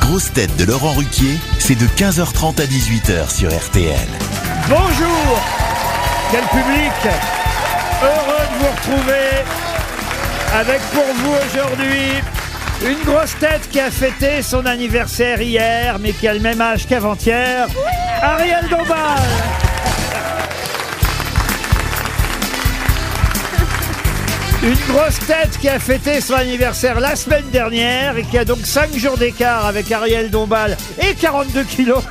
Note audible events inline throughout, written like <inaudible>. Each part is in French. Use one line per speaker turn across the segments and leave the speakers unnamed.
grosses têtes de Laurent Ruquier, c'est de 15h30 à 18h sur RTL.
Bonjour Quel public Heureux de vous retrouver avec pour vous aujourd'hui une grosse tête qui a fêté son anniversaire hier, mais qui a le même âge qu'avant-hier, Ariel Dombal Une grosse tête qui a fêté son anniversaire la semaine dernière et qui a donc 5 jours d'écart avec Ariel Dombal et 42 kilos.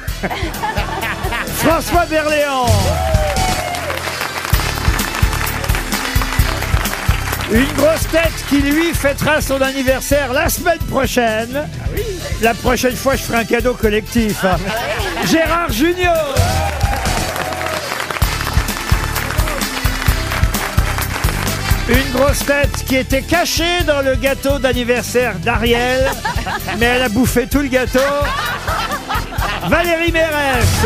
François Berléand. Une grosse tête qui, lui, fêtera son anniversaire la semaine prochaine. La prochaine fois, je ferai un cadeau collectif. hein. Gérard Junior. Une grosse tête qui était cachée dans le gâteau d'anniversaire <laughs> d'Ariel, mais elle a bouffé tout le gâteau. Valérie Mérès.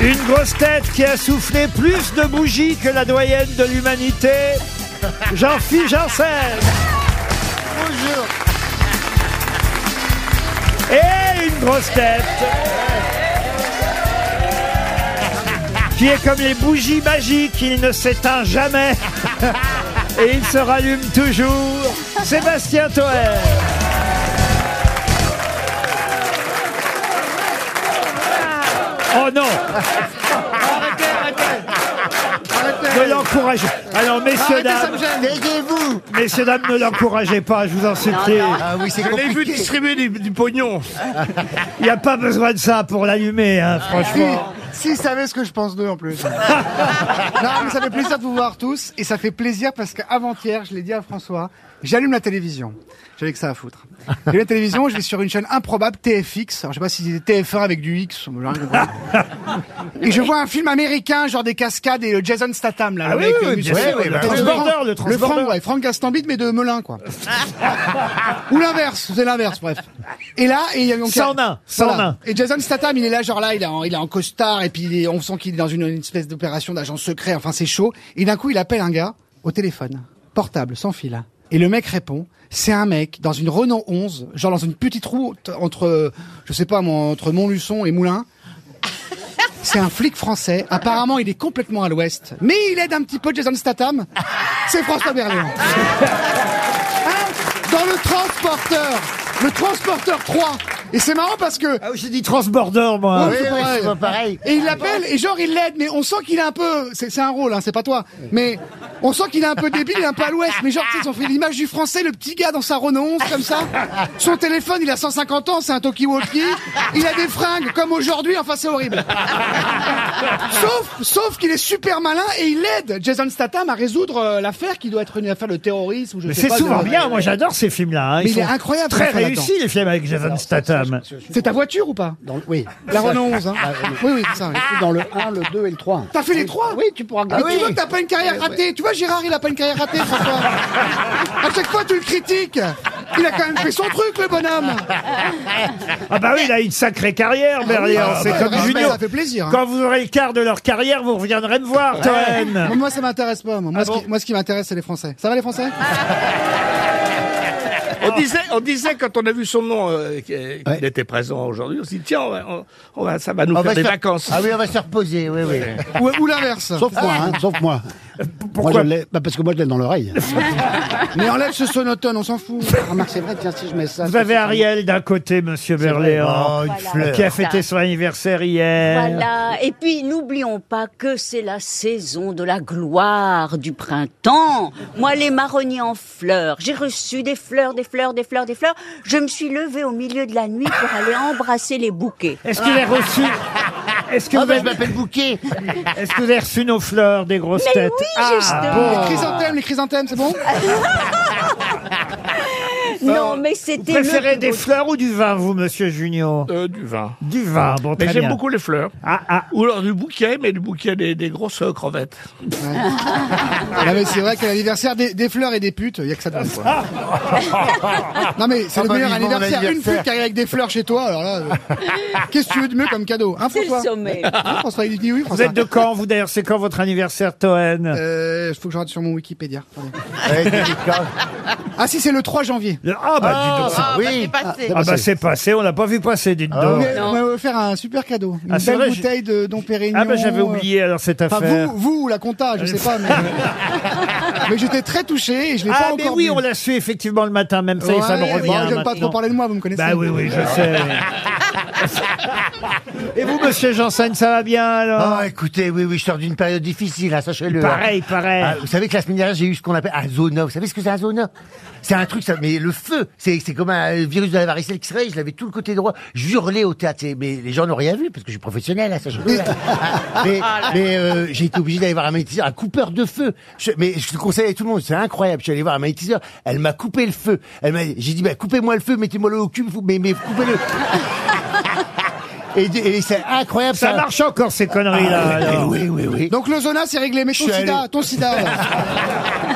Une grosse tête qui a soufflé plus de bougies que la doyenne de l'humanité, Jean-Philippe Janssen. Bonjour. Et une grosse tête qui est comme les bougies magiques, il ne s'éteint jamais et il se rallume toujours. Sébastien Toer. Oh non Ne l'encouragez Alors, messieurs, dames,
Taisez-vous
messieurs, dames, ne l'encouragez pas, je vous en supplie.
Ah oui, c'est
J'ai vu
compliqué.
distribuer du, du pognon.
Il n'y a pas besoin de ça pour l'allumer, hein,
Si,
franchement.
si savait ce que je pense d'eux en plus. non, mais ça fait plaisir de vous voir tous et ça fait plaisir parce qu'avant-hier, je l'ai dit à François, j'allume la télévision. J'avais que ça à foutre. J'allume la télévision, je vais sur une chaîne improbable TFX. Alors je sais pas si c'était TF1 avec du X. mais j'ai rien compris. Et je vois un film américain, genre des cascades et euh, Jason Statham là.
Ah
le
oui,
mec,
oui,
euh,
bien
musclé,
sûr,
ouais,
le
bah,
transborder, le
Le
transborder.
Franck, ouais, Franck Gastambide mais de Melun quoi. Ou l'inverse, c'est l'inverse, bref. Et là, et il y a donc
Sans nain, sans nain.
Et Jason Statham, il est là, genre là, il est en, il est en costard, et puis il est- on sent qu'il est dans une, une espèce d'opération d'agent secret, enfin c'est chaud. Et d'un coup, il appelle un gars au téléphone, portable, sans fil. hein. Et le mec répond, c'est un mec dans une Renault 11, genre dans une petite route entre, euh, je sais pas moi, entre Montluçon et Moulins. C'est un flic français. Apparemment, il est complètement à l'ouest. Mais il aide un petit peu Jason Statham. C'est François Berléand. Hein dans le transporteur. Le transporteur 3. Et c'est marrant parce que.
Ah oui, J'ai dit transborder, moi.
Ouais, c'est pareil.
pareil.
Et il l'appelle et genre il l'aide, mais on sent qu'il est un peu. C'est c'est un rôle, hein, c'est pas toi. Mais on sent qu'il est un peu débile, il est un peu à l'ouest. Mais genre, tu sais, ils ont fait l'image du français, le petit gars dans sa Renault 11 comme ça. Son téléphone, il a 150 ans, c'est un Tokiwoki. Il a des fringues comme aujourd'hui, enfin c'est horrible. Sauf, sauf qu'il est super malin et il aide Jason Statham à résoudre euh, l'affaire qui doit être une affaire de terrorisme ou je
Mais
sais
c'est
pas,
souvent
de-
bien, moi j'adore ces films-là. hein. Ils
Mais il est
sont
incroyable,
Très
Vincent, là-dedans.
réussi les films avec Jason Statham.
C'est ta voiture ou pas
Dans le- oui.
La Renault 11, hein.
Ah, oui.
Oui, oui, c'est ça. oui.
Dans le 1, le 2 et le 3.
T'as fait les trois
Oui, tu pourras
Mais
regarder.
tu vois que t'as pas une carrière ratée. Tu vois, Gérard, il a pas une carrière ratée, François. à chaque fois, tu le critiques. Il a quand même fait son truc, le bonhomme.
Ah bah oui, il a une sacrée carrière, Berléand.
Ah,
c'est
bah,
comme
bah,
Junio.
Ça fait plaisir. hein.
Quand vous aurez le quart de leur carrière, vous reviendrez me voir, Toen.
Bon, Moi, ça m'intéresse pas. Moi, Moi, ce
Ah bon
qui- moi, ce qui m'intéresse, c'est les Français. Ça va, les Français
On disait, on disait quand on a vu son nom euh, qu'il était présent aujourd'hui, on s'est dit tiens, on va- on- on va- ça va nous faire des
se-
vacances.
Ah oui, on va se reposer, oui, oui.
Ou, ou l'inverse.
Sauf moi, hein, sauf
<laughs>
moi.
pourquoi
moi je l'ai- bah, Parce que moi, je l'ai dans l'oreille.
Mais enlève ce sonotone, on s'en fout.
Remarque, Ah, c'est vrai, tiens, si je mets ça.
Vous avez Ariel d'un côté, Monsieur Berléand,
bah,
Oh, une fleur.
qui a fêté son anniversaire hier.
Voilà. Et puis, n'oublions pas que c'est la saison de la gloire du printemps. Moi, les marronniers en fleurs, j'ai reçu des fleurs, des fleurs, des fleurs, des fleurs. Je me suis levée au milieu de la nuit pour
<laughs>
aller embrasser les bouquets.
Est-ce qu'il est reçu Est-ce que,
Ah,
vous
bah, je
avez...
m'appelle Bouquet.
est-ce que vous avez reçu nos fleurs des grosses
Mais
têtes
oui,
Ah,
justement.
Les chrysanthèmes, les chrysanthèmes, c'est bon
<laughs> Non, mais c'était
Vous
le
préférez
plus
des
beau-
fleurs ou du vin, vous, monsieur Junior
Euh, du vin.
Du vin, bon, très
Mais
bien.
j'aime beaucoup les fleurs.
Ah, ah,
Ou alors du bouquet, mais du bouquet des, des grosses euh, crevettes.
Ah, mais c'est vrai qu'à l'anniversaire des, des fleurs et des putes, il y a que ça de bon, quoi. Non mais c'est le
bah,
meilleur
vivement mon
anniversaire. Une
anniversaire.
pute qui arrive avec des fleurs chez toi, alors là, euh, qu'est-ce que tu veux de mieux comme cadeau Hein
C'est
François
le sommet.
Hein, François, il dit oui,
vous
François.
êtes de quand, vous d'ailleurs C'est quand votre anniversaire, Toen
Euh, faut que je regarde sur mon Wikipédia. Attendez.
Ouais, délicat.
Ah si, c'est le 3 janvier.
Le- Ah, bah, dis donc.
Ah, bah,
Oui.
c'est passé.
Ah, bah, c'est passé, on l'a pas vu passer, dites
Ah,
donc.
Mais On m'avait offert un super cadeau. Une
Ah, c'est
belle
vrai,
bouteille de Dom Pérignon.
Ah, bah, j'avais
euh,
oublié alors cette
Enfin,
affaire.
vous, vous ou la compta, je sais pas, mais, euh, mais j'étais très touché et je l'ai
Ah,
pas
mais
encore
oui,
vu.
on l'a su effectivement le matin, même ça, et ça me
Ouais,
revient.
bon, j'aime pas
maintenant.
trop parler de moi, vous me connaissez.
Bah oui, oui, je
<laughs>
sais. Et vous, monsieur Janssen, ça va bien alors
Ah, écoutez, oui, oui, je sors d'une période difficile, hein, sachez-le.
Pareil, pareil.
Ah, vous savez que la semaine dernière, j'ai eu ce qu'on appelle un zona. Vous savez ce que c'est un zona C'est un truc, ça, mais le feu, c'est c'est comme un virus de la varicelle qui se réveille. Je l'avais tout le côté droit. J'hurlais au théâtre, et- mais les gens n'ont rien vu parce que je suis professionnel, hein,
<laughs>
sachez-le. Ah, mais mais, euh, j'ai été obligé d'aller voir un magnétiseur, un coupeur de feu. Je- mais je le conseille à tout le monde, c'est incroyable. Je suis allé voir un magnétiseur, elle m'a coupé le feu. Elle m'a, j'ai dit, bah, coupez-moi le feu, mettez-moi le au cul, vous- mais, mais coupez-le. Et, et c'est incroyable
Ça marche encore ces conneries là.
ah,
alors.
oui, oui, oui.
Donc le zona, c'est réglé, mais ton
Je suis
sida,
allé-
ton sida. ouais.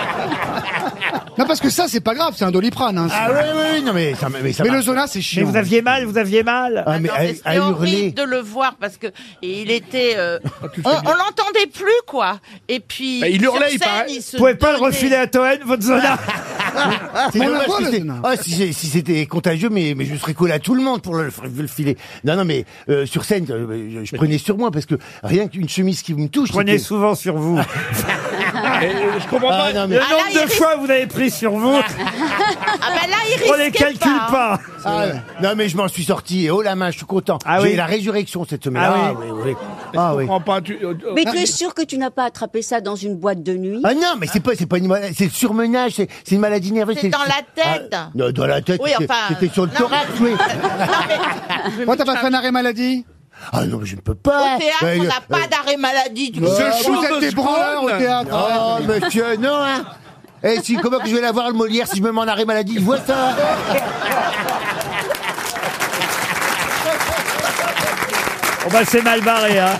non, parce que ça, c'est pas grave, c'est un doliprane. hein.
Ah oui, oui, oui, non, mais ça, m'a- mais ça
mais le
m'a-
zona, c'est
Mais
chiant. eh,
vous aviez mal, vous aviez mal.
Ah, mais
Non,
à-
mais
à
c'était horrible
hurler.
de le voir parce que il était, euh,
Ah,
on, on l'entendait plus quoi. Et puis
Bah, il hurlait,
sur
il
scène,
paraît.
il se
Vous pouvez pas le
donnait.
refiler à Toen,
<laughs>
votre
<laughs>
zona
C'est
Mais on
dommage
la voit,
que
le
c'est-
zona.
Ah, si, j'ai- si c'était contagieux, mais, mais je serais collé à tout le monde pour le, le filer. Non, non, mais euh, sur scène, euh, je prenais sur moi parce que rien qu'une chemise qui me touche.
Prenez
c'était-
souvent sur
<laughs>
vous.
Et, euh, je comprends
Ah,
pas.
non,
Le
mais...
Ah, là,
nombre
il
de
risque-
fois vous avez pris sur vous,
Ah bah là, il
on les
risquait
calcule
hein.
pas.
Ah, ouais. non, mais je m'en suis sorti et oh la main, je suis content.
Ah
J'ai
oui.
la résurrection cette semaine.
Ah
oui, oui. Ah, oui.
Je comprends pas. tu- euh, euh,
Mais tu ah. es sûr que tu n'as pas attrapé ça dans une boîte de nuit
Ah non, mais c'est pas, c'est pas une maladie, c'est le surmenage, c'est, c'est une maladie nerveuse.
C'est dans la tête.
Ah, non, dans la tête.
Oui,
c'est-
enfin,
C'était sur le
<laughs> non,
thorax, oui.
Moi, t'as pas fait un arrêt maladie
Ah non, mais je ne peux pas.
Au théâtre,
Ouais,
on
euh,
n'a pas d'arrêt maladie du coup.
Ce
Ah, Vous
show
êtes
de
des branleurs au
Swan.
théâtre.
Oh, monsieur, non, hein Eh, si, comment que je vais la voir, le Molière, si je me mets en arrêt maladie Je vois ça
On va c'est mal barré, hein.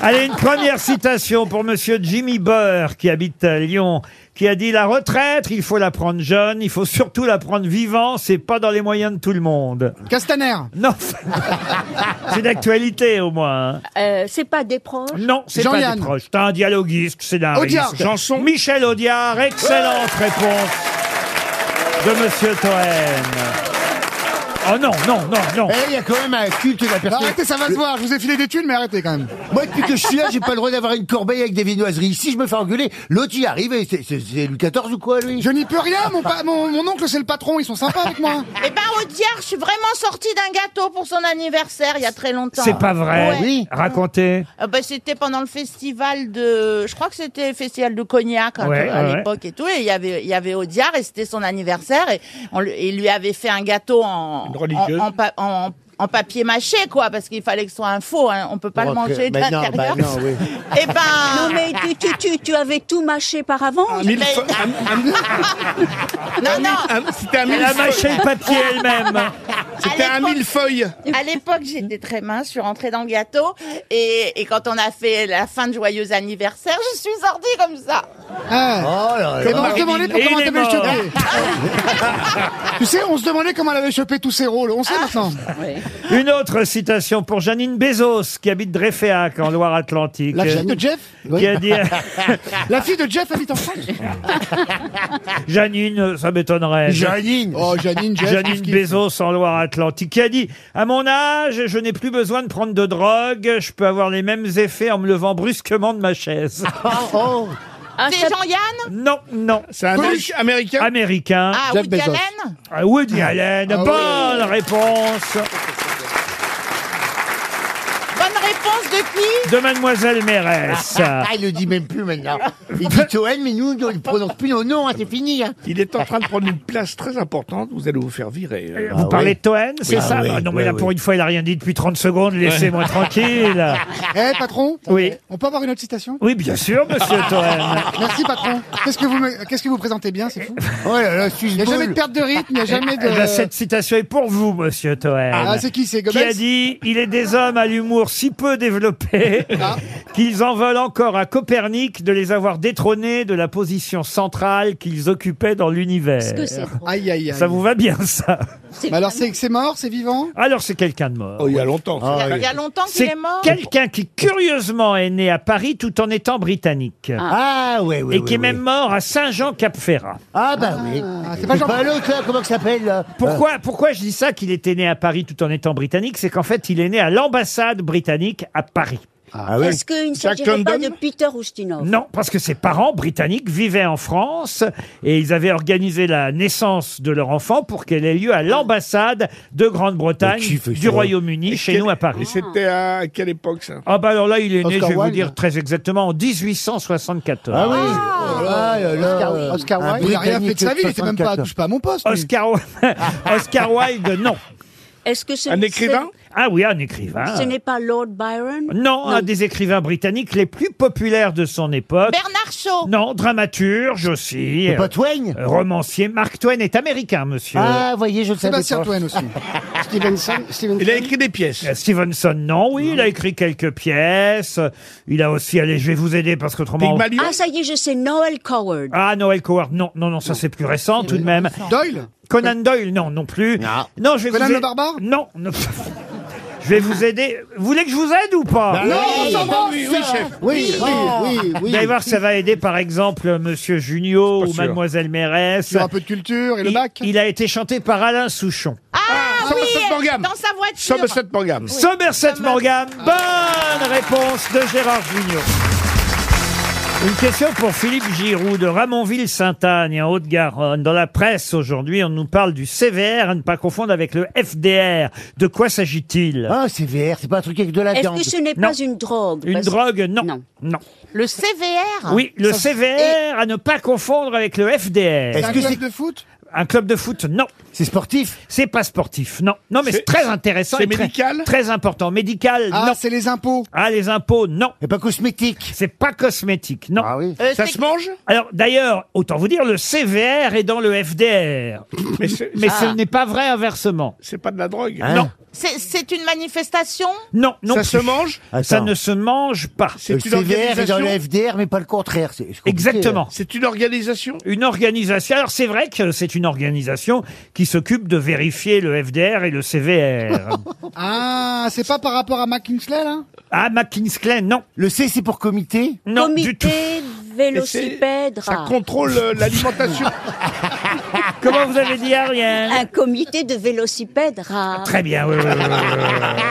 Allez, une première citation pour monsieur Jimmy Burr, qui habite à Lyon, qui a dit La retraite, il faut la prendre jeune, il faut surtout la prendre vivant, c'est pas dans les moyens de tout le monde.
Castaner.
Non, c'est d'actualité au moins. hein.
Euh, C'est pas des proches
Non, c'est pas
Jean-Yann.
des proches. C'est un dialoguiste, scénariste.
Audiard.
Janson. Michel Audiard, excellente réponse de monsieur Toen. Oh non, non, non, non.
Eh, il y a quand même un culte de la
Bah,
personne.
arrêtez, ça va se voir. Je vous ai filé des thunes, mais arrêtez quand même.
Moi, depuis que je suis là, j'ai pas le droit d'avoir une corbeille avec des viennoiseries. Ici, je me fais engueuler. L'autre, il arrive et c'est, c'est, c'est Louis XIV ou quoi, lui
Je n'y peux rien. Mon, pa- mon, mon oncle, c'est le patron. Ils sont sympas avec moi.
<laughs> Eh ben Audiard, je suis vraiment sortie d'un gâteau pour son anniversaire il y a très longtemps.
C'est pas vrai.
Ouais.
Oui.
Racontez.
Ah bah, c'était pendant le festival de, je crois que c'était le festival de Cognac hein,
Ouais,
à
ouais,
l'époque et tout. Et il y avait, il y avait Audiard et c'était son anniversaire et on lui, il lui avait fait un gâteau en,
Une religieuse.
en, en pa- en- en papier mâché quoi, parce qu'il fallait que ce soit un faux. Hein, on peut pas le
Oh, que-
manger de
mais non,
l'intérieur.
bah non, oui.
<laughs> Eh ben.
Non mais tu, tu, tu, tu avais tout mâché par avant
Ah, mille
mais-
feux- un- un-
Non, non,
un- C'était un
Elle a mâché
millefeuille.
le papier elle-même.
C'était
À
un
l'époque-
millefeuille.
à l'époque, j'étais très mince, je suis rentrée dans le gâteau, et, et quand on a fait la fin de Joyeux anniversaire, je suis sortie comme ça.
Ah.
Oh là là.
Et ben, on se demandait
Et
comment
il est
t'avais
mort.
chopé.
<laughs>
tu sais, on se demandait comment elle avait chopé tous ses rôles. On sait
Ah.
maintenant.
Une autre citation pour Janine Bezos, qui habite Dreyféac, en Loire-Atlantique.
La
euh,
fille de Jeff
Qui
<laughs>
a dit, <laughs>
La fille de Jeff habite en France.
Janine, ça m'étonnerait.
Janine
Oh, Janine, Jeff.
Janine
Kifkif.
Bezos en Loire-Atlantique, qui a dit À mon âge, je n'ai plus besoin de prendre de drogue, je peux avoir les mêmes effets en me levant brusquement de ma chaise.
Oh,
Ah,
C'est
ça-
Jean-Yann
non, non.
C'est un
Coluche.
Amérique- américain.
Américain.
Ah,
Jeff
Woody
Bezos.
Allen
Ah, Woody Allen.
Ah oui.
Bonne réponse.
Bonne réponse de
de Mademoiselle Mérès.
Ah, il le dit même plus maintenant. Il dit Toen, mais nous, on ne prononce plus nos noms, hein, c'est fini. hein.
Il est en train de prendre une place très importante. Vous allez vous faire virer. euh.
Vous
Ah
parlez
oui.
de Toen, c'est
Oui,
ça
ah oui,
Ah Non, mais
oui,
là,
oui.
pour une fois, il n'a rien dit depuis 30 secondes. Laissez-moi
<laughs>
tranquille.
Eh, patron
Oui.
On peut avoir une autre citation
Oui, bien sûr,
<laughs>
monsieur Toen.
Merci, patron. Qu'est-ce que vous me- qu'est-ce que vous présentez bien, c'est fou.
Oh là là, suis
Il n'y a jamais de perte de rythme, il n'y a jamais de...
Eh ben, cette citation est pour vous, monsieur Toen.
Ah, c'est qui C'est
qui a
Goebbels
dit Il est des hommes à l'humour si peu développé
Ah.
<laughs> qu'ils en veulent encore à Copernic de les avoir détrônés de la position centrale qu'ils occupaient dans l'univers.
Est-ce que c'est drôle
Aïe, aïe, aïe.
Ça vous va bien, ça
Mais alors, c'est c'est mort, c'est vivant
Alors, c'est quelqu'un de mort. Ah,
Oh, il y a longtemps. ça.
Il y a- il y a longtemps qu'il
C'est
est mort.
quelqu'un qui, curieusement, est né à Paris tout en étant britannique.
Ah, ouais, ouais.
et
ouais,
qui est
ouais.
même mort à Saint-Jean-Cap-Ferrat.
Ah, bah oui.
c'est pas Jean-
Bah, l'autre, là, comment que ça s'appelle là
Pourquoi, pourquoi je dis ça qu'il était né à Paris tout en étant britannique C'est qu'en fait, il est né à l'ambassade britannique à Paris.
Ah, ouais.
Est-ce qu'il ne
Jack
s'agirait pas de
London
Peter Ustinov
Non, parce que ses parents britanniques vivaient en France et ils avaient organisé la naissance de leur enfant pour qu'elle ait lieu à l'ambassade de Grande-Bretagne,
Mais qui fait
du
ça
Royaume-Uni, chez
Quel-
nous à
Et
Paris.
c'était à quelle époque, ça
Ah bah alors là, il est né,
Oscar
je vais vous
Wilde
dire très exactement, en 1874.
Ah oui. Ah, là, là,
Oscar-
euh,
Oscar
un
Wilde,
Il n'a rien fait de sa vie, il était même pas,
74.
touche pas à mon poste. lui.
Oscar, <laughs> Oscar Wilde, non.
Est-ce que ce
Un
n'est-
écrivain
Ah oui, un écrivain.
Ce n'est pas Lord Byron
Non, un des écrivains britanniques les plus populaires de son époque.
Bernard Shaw.
Non, dramaturge aussi.
C'est
euh,
pas Twain
Romancier. Mark Twain est américain, monsieur.
Ah, voyez, je le savais
Sébastien
pas.
Toen aussi.
Stevenson,
Il a
Stevenson.
écrit des pièces.
Euh, Stevenson, non, oui, il a écrit quelques pièces. Il a aussi, allez, je vais vous aider parce qu'autrement.
Pygmalion
Ah, ça y est, je sais, Noel Coward.
Ah, Noël Coward, non, non, non, ça c'est plus récent tout de même.
Doyle
Conan Doyle, non, non plus.
Non.
je vais
Conan
vous
le
a-
barbare
Non, non. <laughs> je vais vous aider. Vous voulez que je vous aide ou
Bah,
pas
Non,
oui, oui, chef.
Oui, oui, oui, oui.
Vous allez voir, ça va aider par exemple Monsieur Junio
pas
ou
sûr.
Mademoiselle Mérès.
Tu as un peu de culture et le
Il-
bac
il a été chanté par Alain Souchon.
Ah, oui,
Somerset Maugham.
dans sa voiture.
Somerset Maugham.
Somerset Morgan, bonne réponse de Gérard Junior. Une question pour Philippe Giroud de Ramonville-Sainte-Agne en Haute-Garonne. Dans la presse aujourd'hui, on nous parle du CVR à ne pas confondre avec le FDR. De quoi s'agit-il
Ah, c'est VR, c'est pas un truc avec de la
Est-ce
viande.
que ce n'est
Non.
pas une drogue
Une
Parce-
drogue Non.
Non. Ah,
Le CVR.
Oui, le CVR à ne pas confondre avec le FDR.
Est-ce
Un
que
club
c'est-
de foot
Un club de foot Non.
C'est sportif
C'est pas sportif. Non. Non, mais c'est
C'est-
très intéressant.
c'est
et très-
médical
Très important. Médical
Ah,
Non.
c'est les impôts.
Ah, les impôts Non.
Et pas cosmétique
C'est pas cosmétique. Non.
Ah oui.
Euh,
Ça
c'est-
se mange
Alors d'ailleurs, autant vous dire, le CVR est dans le FDR.
<laughs> Mais c'est
Mais
Ah.
ce n'est pas vrai inversement.
c'est pas de la drogue.
Hein
non,
c'est c'est une manifestation.
non, non.
ça
plus.
se mange
Ça
Attends.
ne se mange pas.
C'est
le
une
CVR est dans
organisation
le FDR, mais pas le contraire. c'est- c'est compliqué,
Exactement.
là.
hein. C'est une organisation
Une organisation. Alors c'est vrai que c'est une organisation qui s'occupe de vérifier le FDR et le CVR.
Ah, c'est pas par rapport à McKinsley, là
ah, McKinsey, non,
Le C, c'est pour comité
non du tout.
Comité
Et c'est-
vélocipède
Ça
rare.
contrôle euh,
<laughs>
l'alimentation.
Comment vous avez dit Ariel
Un comité de Ah, vélocipèdes rare.
Très bien. oui, oui, oui, oui, oui, oui.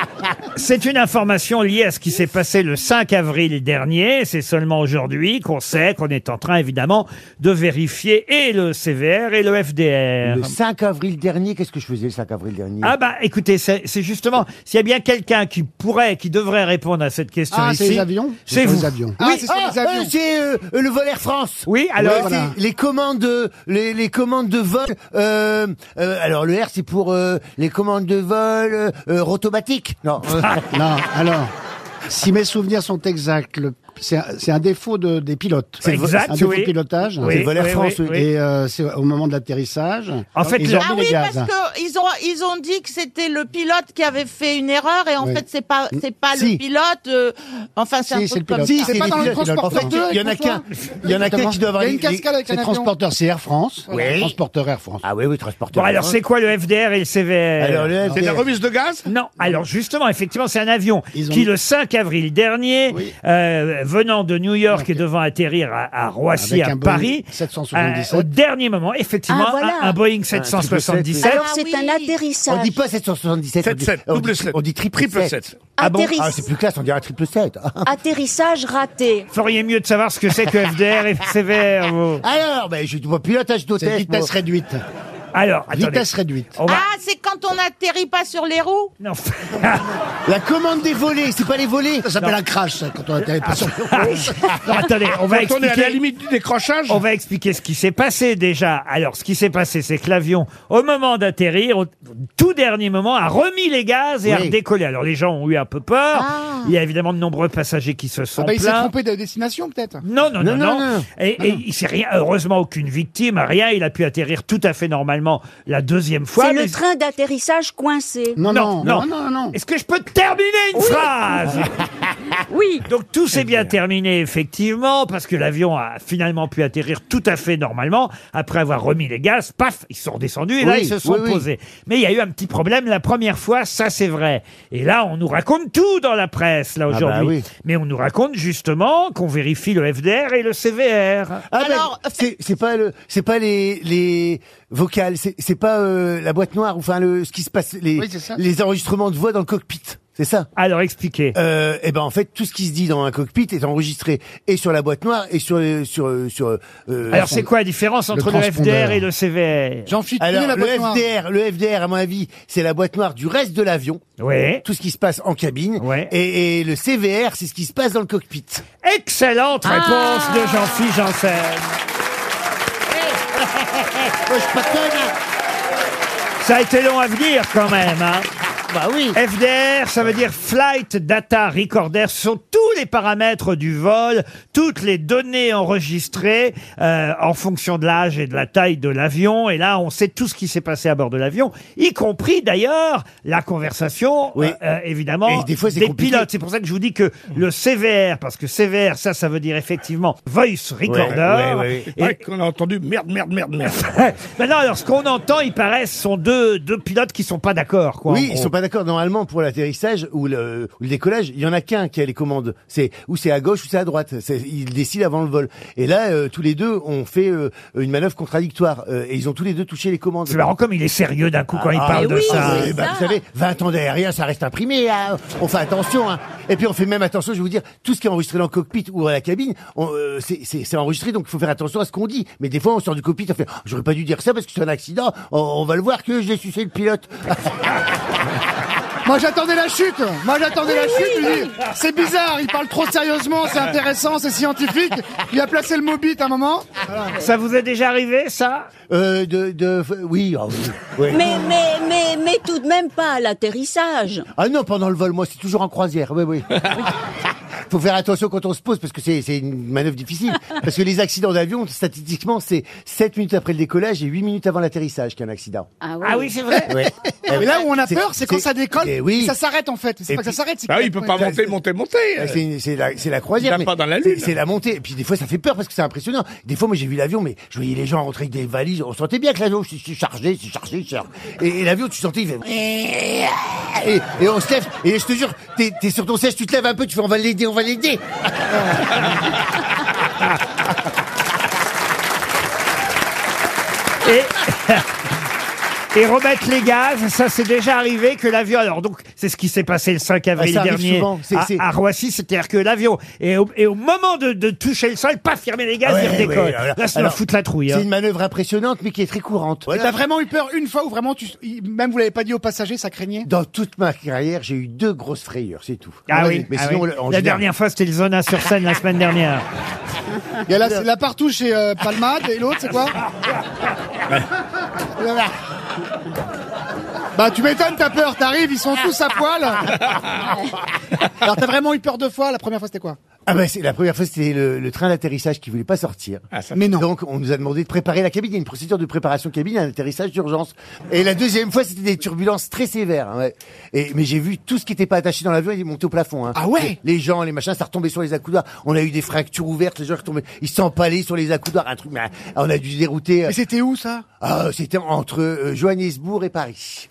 <laughs> C'est une information liée à ce qui s'est passé le 5 avril dernier. C'est seulement aujourd'hui qu'on sait qu'on est en train, évidemment, de vérifier et le CVR et le FDR.
Le 5 avril dernier, qu'est-ce que je faisais le 5 avril dernier
Ah bah écoutez, c'est c'est justement, s'il y a bien quelqu'un qui pourrait, qui devrait répondre à cette question
Ah,
ici,
c'est les avions
c'est
Sur
vous.
les avions.
Ah, c'est sur
Ah,
les avions.
euh, c'est euh, euh, le vol Air France.
Oui, alors
Ouais, c'est les commandes, de- les, les commandes de vol. euh, euh, alors le R c'est pour euh, les commandes de vol euh, euh, automatiques. Non. euh,
Non, alors, si mes souvenirs sont exacts, le- c'est un, c'est un défaut de- des pilotes.
C'est exact,
Un défaut
oui.
de pilotage.
Oui,
C'est-
vol Air France, oui.
Et euh, c'est au moment de l'atterrissage.
En fait,
ils
le-
ont
Ah
mis
oui,
les gaz.
parce que ils ont ils ont dit que c'était le pilote qui avait fait une erreur et en
Oui.
fait c'est pas c'est pas
Si.
le pilote. euh, enfin
Si,
c'est un
c'est le
truc comme
pilote.
ça.
si,
C'est pas
les
dans le
pilotes.
transporteur
En fait,
deux,
Il y en a
avec François
qu'un. Il y en a qu'un qui doit avoir
Il y a une
les- les-
cascade avec
C'est
un avion.
transporteur, c'est Air France.
Oui.
Transporteur Air France.
Ah oui, oui, transporteur.
bon alors c'est quoi le FDR et le CVR
Alors, le
C'est de la
FDR.
remise de gaz
Euh, Non, alors justement, effectivement, c'est un avion
Ils ont
qui,
mis-
le 5 avril dernier, euh, venant de New York et devant atterrir à, à Roissy,
Avec
à
un Boeing
Paris,
777.
euh, au dernier moment, effectivement,
Ah, voilà.
un, un Boeing 777.
Alors
Ah
c'est
oui.
un
On dit
atterrissage.
pas 777. on dit-
7-7,
on dit-
double 7.
On dit triple 7.
7.
Ah bon
Atterriss-
Ah, c'est plus classe, on dirait triple <laughs> 7.
Atterrissage raté.
Feriez mieux de savoir ce que c'est que FDR et CVR, vous.
Alors, ben, je suis pas pilotage
C'est
d'hôtel.
vitesse réduite.
Alors, attendez.
Vitesse réduite.
On va-
Ah, c'est quand on n'atterrit pas sur les roues
Non.
La commande des volets, c'est pas les volets Ça s'appelle
Non. Ah,
un crash, ça, quand on atterrit pas sur le
Non, attendez, on va
Quand on est à la
expliquer.
limite du décrochage,
On va expliquer ce qui s'est passé déjà. Alors, ce qui s'est passé, c'est que l'avion, au moment d'atterrir, au tout dernier moment, a remis les gaz et a
Oui. Ah.
redécollé. Alors, les gens ont eu un peu peur. Il y a évidemment de nombreux passagers qui se sont
Ah bah, il s'est
plaints.
trompé de destination, peut-être.
Non, non, non,
Non,
non.
non, non.
Et, et il s'est rien, heureusement, aucune victime, rien. Il a pu atterrir tout à fait normalement la deuxième fois.
C'est
mais-
le train d'atterrissage coincé.
Non,
Non,
non, non,
non.
non, non.
Est-ce que je peux terminer une phrase
<laughs> Oui.
Donc tout
Eh
s'est bien terminé effectivement parce que l'avion a finalement pu atterrir tout à fait normalement après avoir remis les gaz. Paf, ils sont descendus et là
Oui,
ils se sont
oui, oui.
posés. Mais il y a eu un petit problème la première fois, ça c'est vrai. Et là on nous raconte tout dans la presse là
Ah
bah
aujourd'hui.
oui.
Mais on nous raconte justement qu'on vérifie le FDR et le CVR.
Ah
Alors,
ben, c'est- c'est pas le, c'est pas les les vocales, c'est c'est pas euh, la boîte noire, enfin le ce qui se passe, les
Oui, c'est ça.
les enregistrements de voix dans le cockpit, c'est ça.
Alors expliquez.
Euh, et ben en fait tout ce qui se dit dans un cockpit est enregistré et sur la boîte noire et sur les- sur euh, sur. euh,
Alors c'est quoi la différence entre le,
transpondeur.
FDR et le CVR
J'en suis tenu
Alors
la
le
boîte noire.
FDR, le FDR à mon avis c'est la boîte noire du reste de l'avion,
Oui.
tout ce qui se passe en cabine.
Ouais.
Et, et le CVR c'est ce qui se passe dans le cockpit.
Excellente réponse de Jean-Philippe Janssen.
Moi, je suis pas conne, hein.
Ça a été long à venir quand même. Hein.
Bah oui.
FDR, ça veut dire Flight Data Recorder. Ce sont tous les paramètres du vol, toutes les données enregistrées euh, en fonction de l'âge et de la taille de l'avion. Et là, on sait tout ce qui s'est passé à bord de l'avion, y compris d'ailleurs la conversation,
Oui.
euh, euh, évidemment,
Et des fois, c'est compliqué.
pilotes. C'est pour ça que je vous dis que le CVR, parce que CVR, ça, ça veut dire effectivement Voice Recorder.
ouais, ouais, ouais.
Et-
Ouais, qu'on a entendu merde, merde, merde,
<laughs>
merde.
Maintenant, Ben alors, ce qu'on entend, il paraît, ce sont deux, deux pilotes qui sont pas d'accord, quoi. en
Oui, ils
gros.
sont pas d'accord. Normalement, pour l'atterrissage ou le, ou le décollage, il y en a qu'un qui a les commandes. C'est ou c'est à gauche ou c'est à droite. C'est- Ils décident avant le vol. Et là, euh, tous les deux ont fait euh, une manœuvre contradictoire Euh, et ils ont tous les deux touché les commandes.
C'est marrant comme il est sérieux d'un coup quand il
Ah,
parle
mais
de
oui,
ça.
oui, bah, vous savez, 20 ans d'aérien, ça reste imprimé. hein. On fait attention. hein. Et puis on fait même attention, je vais vous dire, tout ce qui est enregistré dans le cockpit ou à la cabine, on, euh, c'est- c'est c'est enregistré, donc il faut faire attention à ce qu'on dit. Mais des fois, on sort du cockpit, on fait, Oh, j'aurais pas dû dire ça parce que c'est un accident. On, on va le voir que j'ai sucé le pilote.
Moi, j'attendais la chute. Moi, j'attendais la chute. je lui dis, c'est bizarre. Il parle trop sérieusement. C'est intéressant. C'est scientifique. Il a placé le mot bite à un moment.
Ça vous est déjà arrivé, ça
Euh, de, de, oui, ah oui, oui.
Mais, mais, mais, mais tout de même pas à l'atterrissage.
Ah non, pendant le vol, moi, c'est toujours en croisière. Oui, oui. Faut faire attention quand on se pose parce que c'est c'est une manœuvre difficile. Parce que les accidents d'avion, statistiquement, c'est 7 minutes après le décollage et 8 minutes avant l'atterrissage qu'un accident.
Ah oui.
Ah oui, c'est vrai.
<laughs> Ouais.
Et là où on a peur, c'est quand
c'est-
ça décolle.
eh oui.
et Ça s'arrête, en fait. C'est
Et
pas que ça
puis-
s'arrête. c'est
Bah
que-
oui, il peut pas monter, monter, monter.
Ouais, Ah, C'est une- c'est la, c'est la croisière.
Il va
mais
pas dans la
c'est-
lune.
C'est la montée. Et puis des fois, ça fait peur parce que c'est impressionnant. Des fois, moi, j'ai vu l'avion, mais je voyais les gens rentrer avec des valises. On sentait bien que l'avion, c'est c'est chargé, c'est chargé, c'est chargé. Et, et l'avion, tu sentais, il fait... <laughs> Et, et on se lève. Et je te jure, t'es es sur ton siège, tu te lèves un peu, tu fais, on va l'aider, on va l'aider.
Et... Et <laughs> remettre les gaz, ça c'est déjà arrivé que l'avion. Alors donc, c'est ce qui s'est passé le 5 avril
Ah, ça arrive
dernier
souvent, c'est-
à,
c'est-
à Roissy, c'est-à-dire que l'avion et au, et au moment de, de toucher le sol, pas fermer les gaz, il
Ah Ouais,
redécolle.
ouais, alors-
Là, ça leur
alors,
fout la trouille.
C'est
hein.
une manœuvre impressionnante, mais qui est très courante.
Et T'as vraiment eu peur une fois où vraiment tu, même vous l'avez pas dit aux passagers, ça
<laughs>
craignait?
Dans toute ma carrière, j'ai eu deux grosses frayeurs, c'est tout.
Ah oui.
Mais
ah
sinon,
oui.
le- en
la
général-
dernière fois, c'était le Zona sur scène la semaine dernière.
Il y a la, la partout chez euh, Palmade et l'autre, c'est
<laughs>
quoi Bah, tu m'étonnes, t'as peur, t'arrives, ils sont tous à
<laughs>
poil. Alors, t'as vraiment eu peur deux fois, la première fois, c'était quoi
Ah bah, c'est la première fois, c'était le, le train d'atterrissage qui voulait pas sortir.
Mais non.
Donc, on nous a demandé de préparer la cabine. Il y a une procédure de préparation cabine à un atterrissage d'urgence. Et la deuxième fois, c'était des turbulences très sévères. hein, ouais. Et, mais j'ai vu tout ce qui n'était pas attaché dans l'avion, il est monté au plafond. hein.
Ah ouais
les, les gens, les machins, ça retombait sur les accoudoirs. On a eu des fractures ouvertes, les gens retombés. Ils s'empalaient sur les accoudoirs. Un truc, mais, ah, on a dû dérouter. euh,
Mais c'était où, ça
ah, c'était entre euh, Johannesburg et Paris.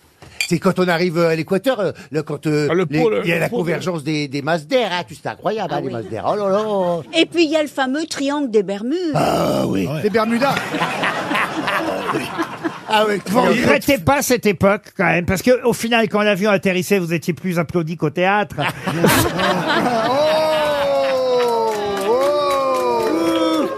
C'est quand on arrive euh, à l'équateur, euh, là, quand euh,
Ah, le
les-
pôle, euh,
il y a
le
la
pôle.
convergence des, des masses d'air, hein, tout c'est incroyable, hein, les
oui.
masses d'air. Oh là là
Et puis il y a le fameux triangle des Bermudes.
Ah oui
Les Bermudas.
Ah oui
Vous regrettez pas cette époque quand même, parce que au final, quand l'avion atterrissait, vous étiez plus applaudi qu'au théâtre.
Ah,
<laughs>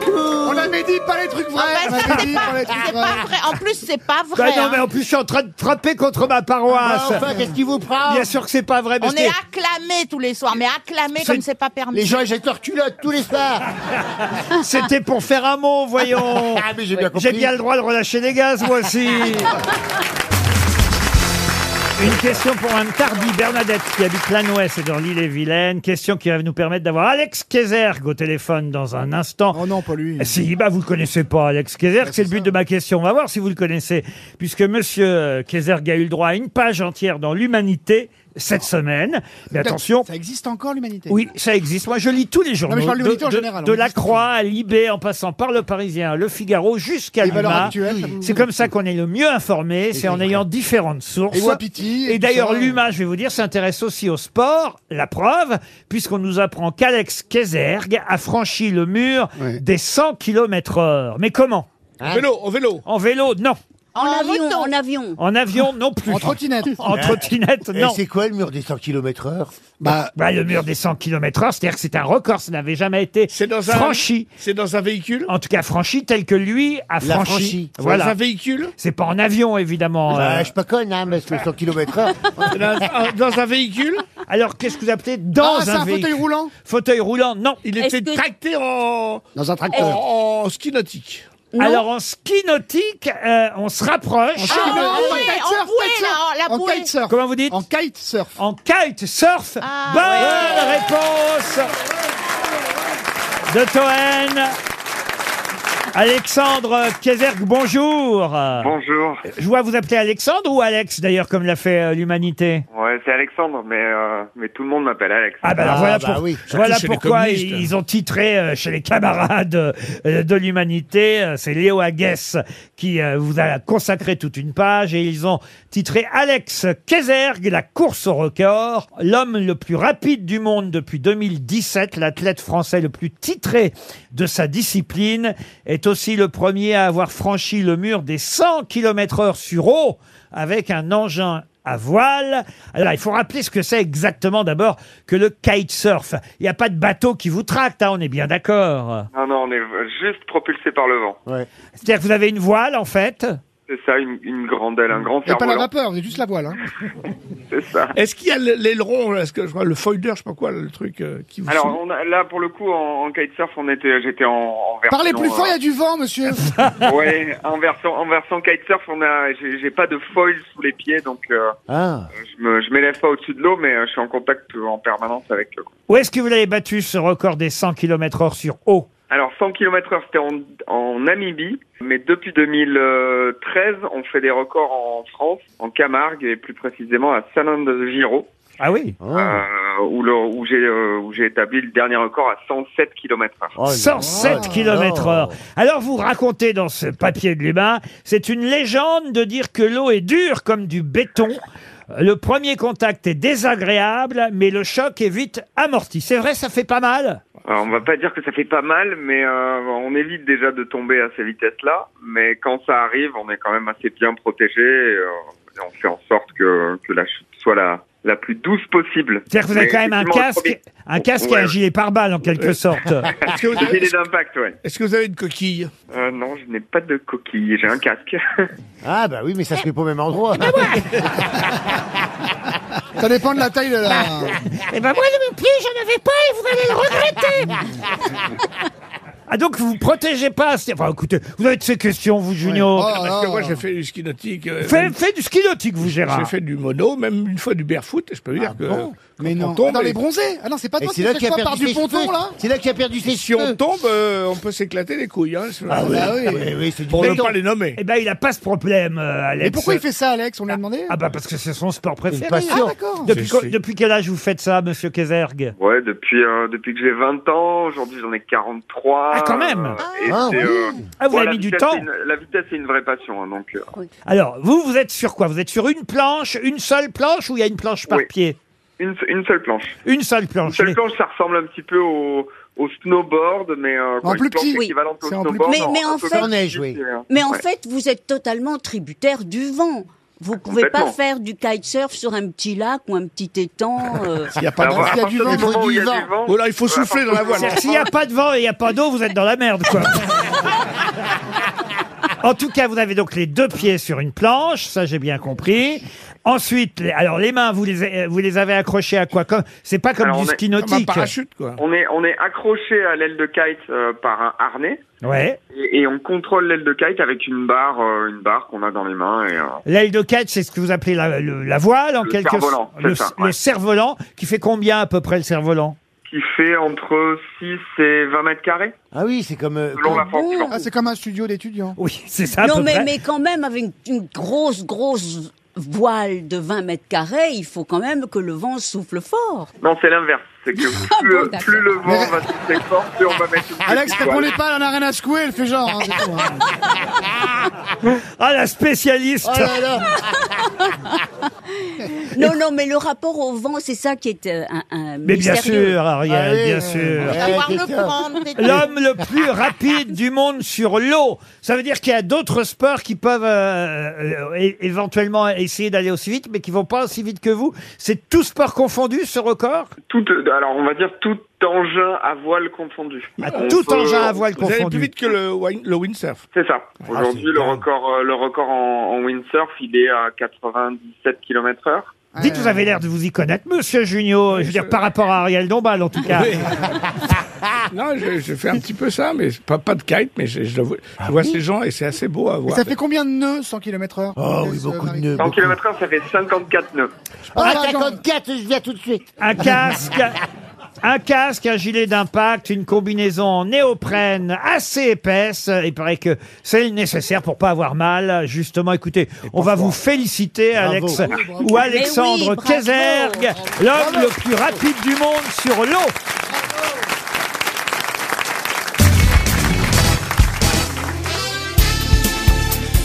Bah
On avait dit pas
les trucs vrais.
Ah bah,
on
ça,
avait
c'est
dit pour les
pas,
trucs
c'est
vrais.
pas vrai. En plus, c'est pas
Bah
vrai.
non,
hein.
mais en plus, je suis en train de frapper contre ma paroisse.
Ah, enfin, qu'est-ce qui vous prend
Bien sûr que c'est pas vrai, mais
On est
c'était-
acclamés tous les soirs, mais acclamés comme c'est pas permis.
Les gens ils jettent leur culotte tous les soirs.
<laughs> c'était pour faire un mot, voyons.
<laughs> Ah, mais j'ai bien compris.
J'ai bien le droit de relâcher des gaz, moi
<laughs>
aussi.
Ah,
Une question pour Anne Tardy, Bernadette, qui habite l'Anouest et dans l'île-et-Vilaine. Question qui va nous permettre d'avoir Alex Kézergue au téléphone dans un instant.
Oh non, pas lui. Bah,
Si, bah, vous le connaissez pas, Alex Kézergue. c'est le but de ma question. On va voir si vous le connaissez. Puisque monsieur euh, Kézergue a eu le droit à une page entière dans l'humanité cette semaine. Mais attention.
Ça existe encore l'humanité
Oui, ça existe. Moi, je lis tous les journaux.
mais je parle de
de,
l'humanité en
de-
général,
de
on
La
existe.
Croix à Libé, en passant par Le Parisien, Le Figaro, jusqu'à
Les valeurs
l'UMA.
actuelles.
C'est comme ça qu'on est le mieux informé, c'est en ayant différentes sources.
Et Wapiti, et
Et d'ailleurs,
tout ça.
l'UMA, je vais vous dire, s'intéresse aussi au sport. La preuve, puisqu'on nous apprend qu'Alex Kézergue a franchi le mur
Ouais.
des 100 km heure. Mais comment
En vélo, en vélo.
En vélo, non.
En,
Ah,
En
avion,
moto.
en avion.
En avion, non plus.
En trottinette.
En trottinette,
Et
non.
c'est quoi le mur des 100 km heure
Bah,
Bah, le mur des 100 km heure, c'est-à-dire que c'est un record, ça n'avait jamais été
C'est dans un
franchi.
C'est dans un véhicule.
En tout cas, franchi tel que lui a
L'a
franchi.
franchi.
C'est Dans un
Voilà.
véhicule.
C'est pas en avion, évidemment.
Bah,
euh.
Je suis pas conne, hein, mais c'est le 100 km heure.
C'est Dans, un- dans un véhicule.
Alors, qu'est-ce que vous appelez dans
Ah, c'est un
véhicule
fauteuil roulant
Fauteuil roulant, non.
Il
Est-ce
était
que-
tracté en,
dans un
en,
tracteur.
en Oh, ski nautique.
Non.
Alors en ski nautique, euh, on se rapproche.
Ah, en
En
bouée,
kitesurf,
en bouée,
kitesurf.
là, en- la
En
bouée.
kitesurf.
Comment vous dites
En kitesurf.
En kite surf.
Ah,
Bonne réponse de Toen. Alexandre Kézergue, bonjour.
Bonjour.
Je vois vous appeler Alexandre ou Alex d'ailleurs, comme l'a fait euh, l'humanité.
Ouais, c'est Alexandre, mais, euh, mais tout le monde m'appelle Alex.
Ah bah, alors
Ah,
voilà,
bah
pour-
oui.
<laughs> voilà
Surtout chez les
pourquoi
communistes.
ils, ils ont titré euh, chez les camarades euh, euh, de l'humanité. euh, C'est Léo Aguès qui euh, vous a consacré toute une page et ils ont titré Alex Kézergue, la course au record, l'homme le plus rapide du monde depuis 2017, l'athlète français le plus titré de sa discipline, est aussi le premier à avoir franchi le mur des 100 km heure sur eau avec un engin à voile. Alors, il faut rappeler ce que c'est exactement d'abord que le kitesurf. Il n'y a pas de bateau qui vous tracte, hein, on est bien d'accord.
Non, non, on est juste propulsé par le vent.
C'est-à-dire que vous avez une voile, en fait.
C'est ça, une, une grande aile, un grand
Et pas la
cerf-volant.
vapeur, c'est juste la voile. hein.
C'est ça.
Est-ce qu'il y a le- l'aileron, est-ce que je crois, le foiler, je sais pas quoi, le truc euh, qui vous.
Alors
soulève
on a- là, pour le coup, en, en kitesurf, on était, j'étais en, en version.
Parlez plus fort, il y a du vent,
<laughs>
monsieur.
euh, <laughs> Ouais, en version, en version kitesurf, on a, j'ai j'ai pas de foil sous les pieds, donc euh,
Ah.
je me, je m'élève pas au-dessus de l'eau, mais euh, je suis en contact euh, en permanence avec. l'eau.
Où est-ce que vous l'avez battu, ce record des 100 km heure sur eau
Alors 100 km heure, c'était en, en Namibie, mais depuis 2013, on fait des records en France, en Camargue et plus précisément à Salon de Giro.
Ah oui
Oh.
Euh, où, le- où j'ai euh, où j'ai établi le dernier record à 107 km
Oh, là.
107 km heure. Alors, vous racontez dans ce papier de l'humain, c'est une légende de dire que l'eau est dure comme du béton. Le premier contact est désagréable, mais le choc est vite amorti. C'est vrai, ça fait pas mal
Alors, on va pas dire que ça fait pas mal, mais euh, on évite déjà de tomber à ces vitesses-là. Mais quand ça arrive, on est quand même assez bien protégé. et, euh, et on fait en sorte que, que la chute soit la, la plus douce possible.
C'est-à-dire que vous avez
Mais
quand même un
effectivement, le
casque, un
Oh,
casque et
ouais. Euh,
un gilet pare-balles en quelque sorte.
Est-ce que, vous
premier- le
avez-
gilet d'impact, ouais.
est-ce que vous avez une coquille
Euh, non, je n'ai pas de coquille, j'ai un casque. <laughs>
Ah bah oui, mais ça se met pas au même endroit.
<laughs> Ça dépend de la taille de la.
ah.
Et
Bah,
ben moi non plus, j'en avais pas et vous allez le regretter. ah donc vous vous protégez pas c'est- Enfin écoutez, vous avez de ces questions vous Junior.
Oh,
Ah, Parce que
Ah,
oh.
moi, j'ai fait du ski nautique. euh,
Faites fait du ski nautique vous
J'ai
Gérard.
fait du mono, même une fois du barefoot, et je peux dire que quand
bon
Mais non.
on tombe,
Dans les
et-
bronzés Ah non, c'est pas
Et
toi
c'est
qui
là qui
fais
a
quoi par
perdu
du
ses cheveux.
ponton, là
C'est là qui a perdu ses
si on
cheveux.
tombe, euh, on peut s'éclater les couilles. Hein, sur-
Ah oui,
Ah oui.
oui, oui, c'est du
Pour ne
béton.
pas les nommer.
Eh ben il a pas ce problème euh, Alex.
Et pourquoi il fait ça, Alex On lui a demandé
Ah bah parce que c'est son sport
Une
préféré.
Ah,
passion.
d'accord.
Depuis,
Je
quoi-
sais.
depuis quel âge vous faites ça Monsieur Kézergue
ouais, depuis euh, depuis que j'ai 20 ans, aujourd'hui j'en ai 43.
Ah, quand même.
euh, et
Ah,
c'est,
oui.
euh,
Ah vous
ouais,
avez
la
mis du
vitesse,
temps.
c'est une- la vitesse, c'est une vraie passion, hein, donc. euh,
Alors vous vous êtes sur quoi Vous êtes sur une planche, une seule planche ou il y a une planche par
Oui.
pied
Une, une seule planche.
Une seule
Une
planche.
seule
mais-
planche, ça ressemble un petit peu au, au snowboard, mais euh, quoi, une
plus
planche
petit,
oui.
équivalente au
C'est en plus
snowboard.
petit. Mais- mais en
un peu
fait-
plus
En neige,
petit,
oui.
euh,
Mais en
ouais.
fait, vous êtes totalement tributaire du vent. Vous pouvez pas
complètement.
faire du kitesurf sur un petit lac ou un petit étang. euh.
Il n'y a pas
Alors,
de...
Bah, à
il y a
partir
du vent,
du
il faut
moment où
du
il y a
vent.
du vent,
Oh là, il faut souffler dans la voile.
C'est-à-dire que S'il n'y a pas de vent et il n'y a pas d'eau, vous êtes dans la merde, quoi. En tout cas, vous avez donc les deux pieds sur une planche, ça j'ai bien compris. Ensuite, les- alors les mains, vous les, euh, vous les avez accrochées à quoi Comme- C'est pas comme
Alors,
du
on est-
ski nautique.
On est, on est accroché à l'aile de kite euh, par un harnais.
Ouais.
Et, et on contrôle l'aile de kite avec une barre, euh, une barre qu'on a dans les mains. Et, euh,
L'aile de kite, c'est ce que vous appelez la, le- la voile, en
Le
quelque
cerf-volant, c'est
le,
ça,
le
ouais.
cerf-volant, qui fait combien à peu près
<laughs>
le cerf-volant
qui fait entre 6 et 20 mètres carrés.
Ah oui, c'est comme.
Selon la forme du vent.
Ah, c'est comme un studio d'étudiants.
Oui, c'est ça. à
Oh. non,
peu
mais,
près.
mais quand même, avec une, une grosse, grosse voile de 20 mètres carrés, il faut quand même que le vent souffle fort.
Non, c'est l'inverse. C'est que plus,
bon,
euh,
d'accord.
plus le vent va souffler fort, plus on va mettre une petite
Alex,
voile.
répondez pas, elle en a rien à secouer, elle fait genre. hein, c'est tout, hein.
Ah, la spécialiste
Oh là là.
Non, non, mais le rapport au vent, c'est ça qui est euh, un, un
Mais bien
mystérieux.
sûr, Ariel,
Allez,
bien
euh,
sûr.
ouais.
Savoir
Eh,
le
quelqu'un.
prendre, c'est tout.
L'homme le plus rapide du monde sur l'eau. Ça veut dire qu'il y a d'autres sports qui peuvent euh, euh, é- éventuellement essayer d'aller aussi vite, mais qui vont pas aussi vite que vous. C'est tout sport confondu, ce record
Tout, euh, alors, on va dire tout engin à voile confondu.
Ah,
On
Tout
peut-
engin à voile
Vous allez plus
confondu. Ah,
vite que le, win- le windsurf.
Euh,
Ah,
C'est ça. Aujourd'hui,
c'est
le
dingue.
record, euh, le record en, en windsurf, il est à 97 km heure.
Dites, vous avez l'air de vous y connaître, monsieur Junio. Je veux dire, par rapport à Ariel Dombal, en tout cas.
Ah.
non, je, je fais un petit peu ça, mais c'est pas, pas de kite, mais je, je le vois, je
Ah
vois ces gens et c'est assez beau à
Et
voir.
ça fait combien de nœuds 100 km/h
Oh oui, beaucoup de nœuds.
100
beaucoup.
km heure, ça fait 54 nœuds.
Ah,
Ah, genre-
54, je viens tout de suite.
Un casque. Un casque, un gilet d'impact, une combinaison en néoprène assez épaisse. Il paraît que c'est le nécessaire pour pas avoir mal. Justement, écoutez, on va vous féliciter,
Bravo.
Alex ou Alexandre
Mais oui, bravo.
Kézergue, l'homme le plus rapide du monde sur l'eau.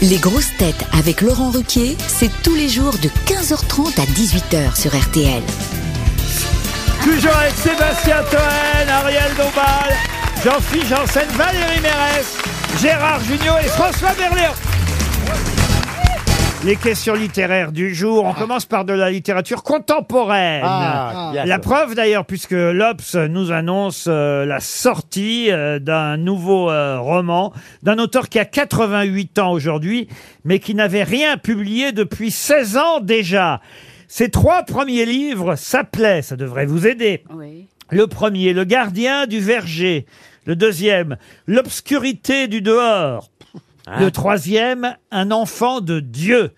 Les grosses têtes avec Laurent Ruquier, c'est tous les jours de 15h30 à 18h sur RTL.
Toujours avec Sébastien Toen, Ariel Dombal, Jean-Philippe Janssen, Valérie Mérès, Gérard Junior et François Berléand. Les questions littéraires du jour. On commence par de la littérature contemporaine.
Ah, bien
La
sûr.
preuve d'ailleurs, puisque l'Obs nous annonce euh, la sortie euh, d'un nouveau euh, roman d'un auteur qui a 88 ans aujourd'hui, mais qui n'avait rien publié depuis 16 ans déjà. Ses trois premiers livres s'appelaient, ça devrait vous aider,
Oui.
le premier, Le gardien du verger. Le deuxième, L'obscurité du dehors. Le troisième, Un enfant de Dieu.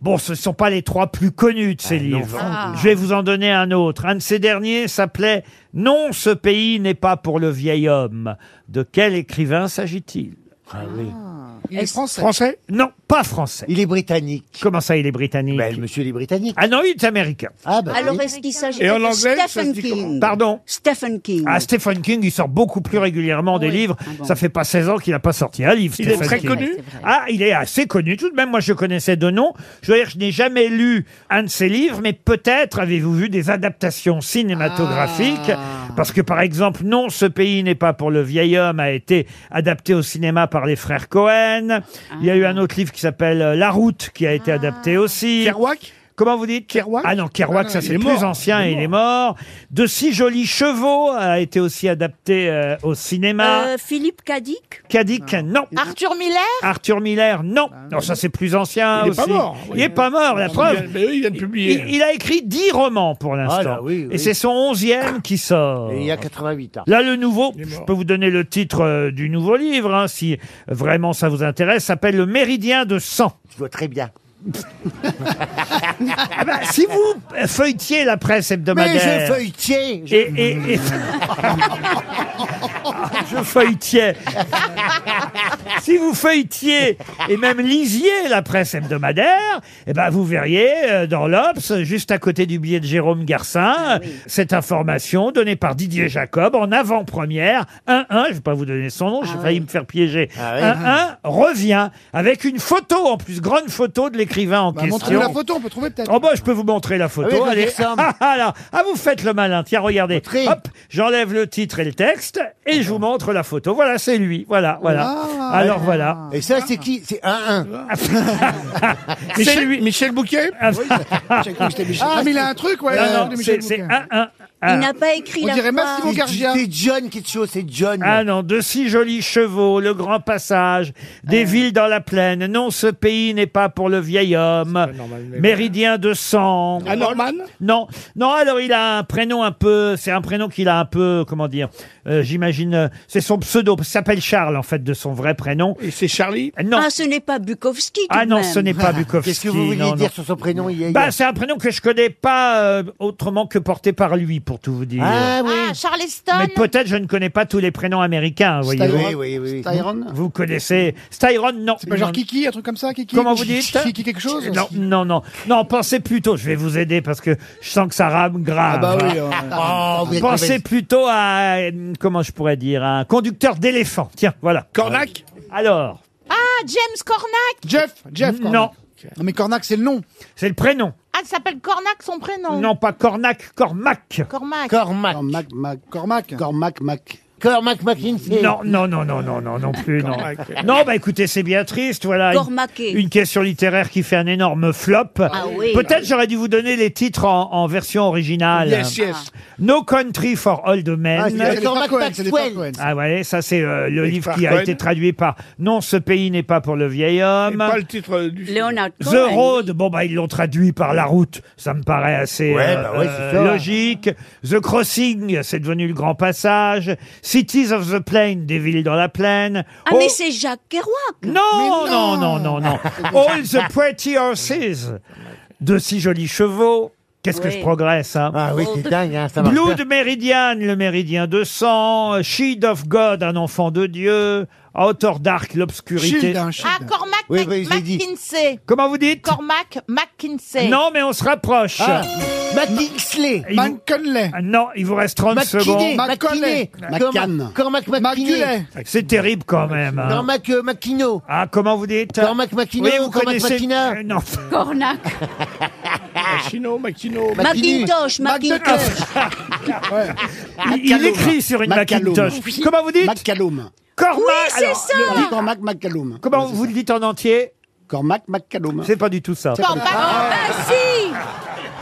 Bon, ce ne sont pas les trois plus connus de ces
Ah,
livres. hein.
Ah.
Je vais vous en donner un autre. Un de ces derniers s'appelait Non, ce pays n'est pas pour le vieil homme. De quel écrivain s'agit-il
Ah
Ah.
Il est français.
Français
Non, pas français.
Il est britannique.
Comment ça, il est britannique
Ben, le monsieur, il est britannique.
Ah non, il est américain.
Ah, bah.
Alors,
oui.
est-ce qu'il s'agit
Et en
de
anglais, ça se
Stephen
dit
King
Pardon
Stephen King.
Ah, Stephen King, il sort beaucoup plus régulièrement des
Oui.
livres.
Ah bon.
Ça fait pas 16 ans qu'il n'a pas sorti un livre.
Il est
Stephen
très
King.
connu
C'est vrai.
Ah, il est assez connu. Tout de même, moi, je connaissais de nom. Je veux dire, je n'ai jamais lu un de ses livres, mais peut-être avez-vous vu des adaptations cinématographiques.
Ah.
Parce que, par exemple, non, ce pays n'est pas pour le vieil homme a été adapté au cinéma par les frères Cohen. Il y a eu
Ah.
un autre livre qui s'appelle euh, La route qui a été adapté aussi.
Kerouac
Comment vous dites
Kerouac
Ah non, Kerouac,
Ah non,
ça
il
c'est
est
plus
mort.
ancien,
Il est
il est mort. De si jolis chevaux a été aussi adapté euh, au cinéma.
Euh, Philippe Kadik
Kadik,
Ah.
non.
Arthur Miller
Arthur Miller, non. Non, ça c'est plus ancien
Il est
aussi.
pas mort.
Il est pas mort, la
Ils
preuve.
viennent- mais eux, ils viennent publier.
Il, il a écrit 10 romans pour l'instant.
là,
Et
oui, oui.
c'est son onzième qui sort.
Et il y a 88 ans.
Là, le nouveau,
est
je
mort.
peux vous donner le titre euh, du nouveau livre, hein, si vraiment ça vous intéresse, s'appelle Le Méridien de sang.
Je vois très bien.
<laughs> Ah bah, si vous feuilletiez la presse
Mais
hebdomadaire...
je feuilletais. je-
Et, et- <laughs> et- <laughs> je feuilletiais. si vous feuilletiez et même lisiez la presse hebdomadaire, eh ben vous verriez euh, dans l'Obs, juste à côté du billet de Jérôme Garcin,
Ah
cette information donnée par Didier Jacob en avant-première. 1-1, je ne vais pas vous donner son nom, j'ai failli me faire piéger. 1-1
Ah oui.
revient avec une photo, en plus, grande photo de l'écrivain en
Bah,
question.
Montrez-nous la photo, on peut trouver peut-être.
Oh bah je peux vous montrer la photo.
Ah oui, vas-y,
Allez.
ressemble.
Ah, ah, là. Ah, vous faites le malin. Tiens, regardez.
Montrez.
Hop, j'enlève le titre et le texte et je vous montre la photo. Voilà, c'est lui. Voilà, voilà. Alors voilà.
Ah. Et ça, c'est qui C'est
<laughs>
1-1.
C'est
Michel,
lui.
Michel Bouquet
Ah, mais il a un truc, ouais.
Non,
euh,
non,
de
c'est
Michel
c'est
Bouquin.
un, un, Ah.
Il n'a pas écrit la foi.
C'est John qui chose, c'est John.
Ah non, de si jolis chevaux, le grand passage, des
Ah.
villes dans la plaine. Non, ce pays n'est pas pour le vieil homme. Méridien de sang.
Ah, Norman
Non, non. Alors il a un prénom un peu, c'est un prénom qu'il a un peu, comment dire euh, J'imagine, euh, c'est son pseudo. Il s'appelle Charles en fait de son vrai prénom.
Et c'est Charlie
Non.
Ah, ce n'est pas Bukowski. tout
Ah
de
non,
même.
ce n'est pas Bukowski.
Qu'est-ce que vous vouliez
non, non.
dire sur son prénom hier
Bah, c'est un prénom que je connais pas euh, autrement que porté par lui, pour tout vous dire.
Ah, Charleston
Mais peut-être je ne connais pas tous les prénoms américains, vous voyez.
Styron.
oui, oui.
Styron
Vous connaissez Styron, non.
C'est pas genre Kiki, un truc comme ça Kiki
Comment vous dites
Kiki quelque chose
Non, non, non. Non, pensez plutôt. Je vais vous aider parce que je sens que ça rame grave.
Ah bah oui. euh,
Oh, vous êtes
Pensez
mauvaise.
plutôt à euh, comment je pourrais dire à un conducteur d'éléphant. Tiens, voilà.
Cornac
Alors,
Ah, James Cornac
Jeff Jeff Cornac.
non,
Non mais Cornac c'est le nom.
c'est le prénom.
Ah, il s'appelle Cornac, son prénom
Non, pas Cornac, Cormac.
Cormac.
Cormac.
Cormac, Mac,
Cormac.
Cormac, Mac.
Cormac McKinsey.
Non, non, non, non, non, non, non plus, non. Non, bah écoutez, c'est bien triste, voilà. Une-
Cormaqué.
Une question littéraire qui fait un énorme flop.
Ah oui.
Peut-être j'aurais dû vous donner les titres en, en version originale.
Yes, yes.
Ah.
No Country for Old Men.
Ah, c'est
Ah,
des frères Cohen, c'est des frères
Maxwell.
Cohen.
<laughs> ouais, ça c'est euh, le
Les
livre
frères
qui a
Cohen.
été traduit par Non, ce pays n'est pas pour le vieil
Et
homme.
pas le titre euh, du film.
Leonard
The
Cohen.
Road, bon bah ils l'ont traduit par la route, ça me paraît assez
Ouais,
euh,
bah ouais,
euh,
c'est ça.
logique. The Crossing, c'est devenu le grand passage. Cities of the Plain, des villes dans la plaine.
Ah,
Oh,
mais c'est Jacques Kerouac.
non, non, non, non, non.
Ah,
All the pretty horses, de si jolis chevaux. Qu'est-ce que
Oui.
je progresse, hein
Ah oui, c'est dingue, hein, ça marche.
Blue
bien.
de Meridian, le méridien de sang. Sheed of God, un enfant de Dieu. Outer Dark, l'obscurité.
Shield, un
Ah,
shield.
Cormac
Oui,
Mac-
oui, j'ai dit.
McKinsey.
Comment vous dites
Cormac McKinsey.
Non, mais on se rapproche.
Ah, McKinsey.
Il vous-
Man Conley.
Ah Non, il vous reste 30
McKinney.
secondes.
McKinney.
McCann.
Cormac McKinney.
Maculay.
C'est terrible quand même. hein.
Cormac euh, McKinnon.
Ah, comment vous dites
Cormac McKinnon,
Oui, vous
Cormac
connaissez- Ah,
McKinnon.
Euh, non.
Cornac.
Ah, Machino, Machino.
Macintosh, Macintosh.
<laughs>
Il, il écrit sur une
Macallum.
Macintosh. Comment vous dites
Maccallum.
Cormac.
Oui, c'est
alors,
ça.
On dit Cormac Maccallum.
Comment vous le dites en entier
Cormac Maccallum.
C'est pas du tout ça.
Cormac,
Ah, si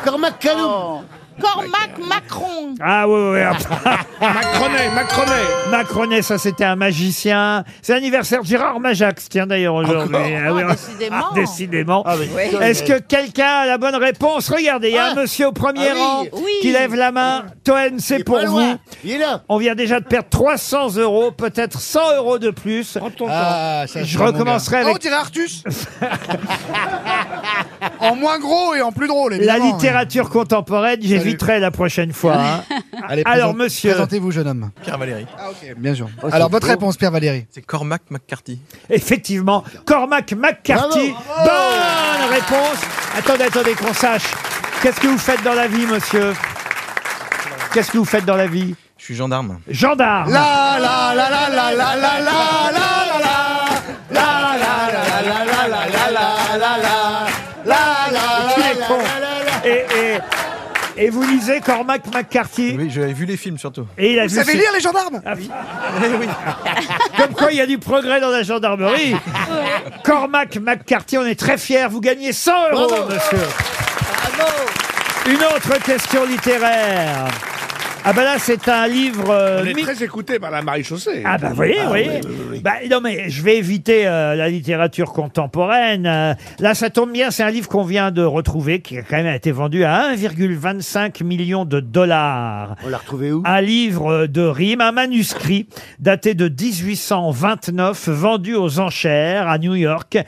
Cormac Callum.
Cormac Macron.
Ah oui, oui,
<laughs>
oui.
Macronet, Macronet.
Macronet, ça c'était un magicien. C'est l'anniversaire de Gérard Majax, tiens d'ailleurs aujourd'hui. Ah, oui,
Ah,
ah,
décidément.
<laughs> décidément.
Ah, mais-
Est-ce que quelqu'un a la bonne réponse Regardez, il y a un monsieur au premier
Ah oui,
rang
oui.
qui lève la main. Toen,
Il
c'est
est
pour
pas
vous.
loin. Il est là.
On vient déjà de perdre 300 euros, peut-être 100 euros de plus.
Prends ton
Ah, ça,
Je
c'est mon
recommencerai
Oh, on
avec
dirait Artus En moins gros et en plus drôle,
la
évidemment.
littérature contemporaine. J'éviterai la prochaine fois. hein.
Allez,
Alors,
présente-
monsieur,
Présentez-vous, jeune homme.
Pierre Valéry.
Bien sûr. Alors, votre réponse, Pierre Valéry.
C'est Cormac McCarthy.
effectivement, Cormac McCarthy. Bonne réponse. Attendez, attendez qu'on sache. Qu'est-ce que vous faites dans la vie, monsieur Qu'est-ce que vous faites dans la vie
Je suis gendarme.
Gendarme.
La la la la la la la la la la
Il est con. Et, et- et vous lisez Cormac McCarthy.
Oui, j'avais vu les films surtout.
Et il a Ah,
Vous
vu
savez
ses-
lire, les gendarmes
Eh oui.
<laughs> Ah, Comme quoi, il y a du progrès dans
<laughs>
la gendarmerie. Cormac McCarthy, on est très fiers. Vous gagnez 100 euros, monsieur. Une autre question littéraire. Ah ben là, c'est un livre... euh,
On est
mi-
très écouté par la Marie Chaussée.
Ah bah vous voyez, vous voyez. Bah, non mais je vais éviter euh, la littérature contemporaine. Euh, là ça tombe bien, c'est un livre qu'on vient de retrouver qui a quand même été vendu à 1,25 million de dollars.
On l'a retrouvé où
Un livre de rimes, un manuscrit daté de 1829, vendu aux enchères à New York.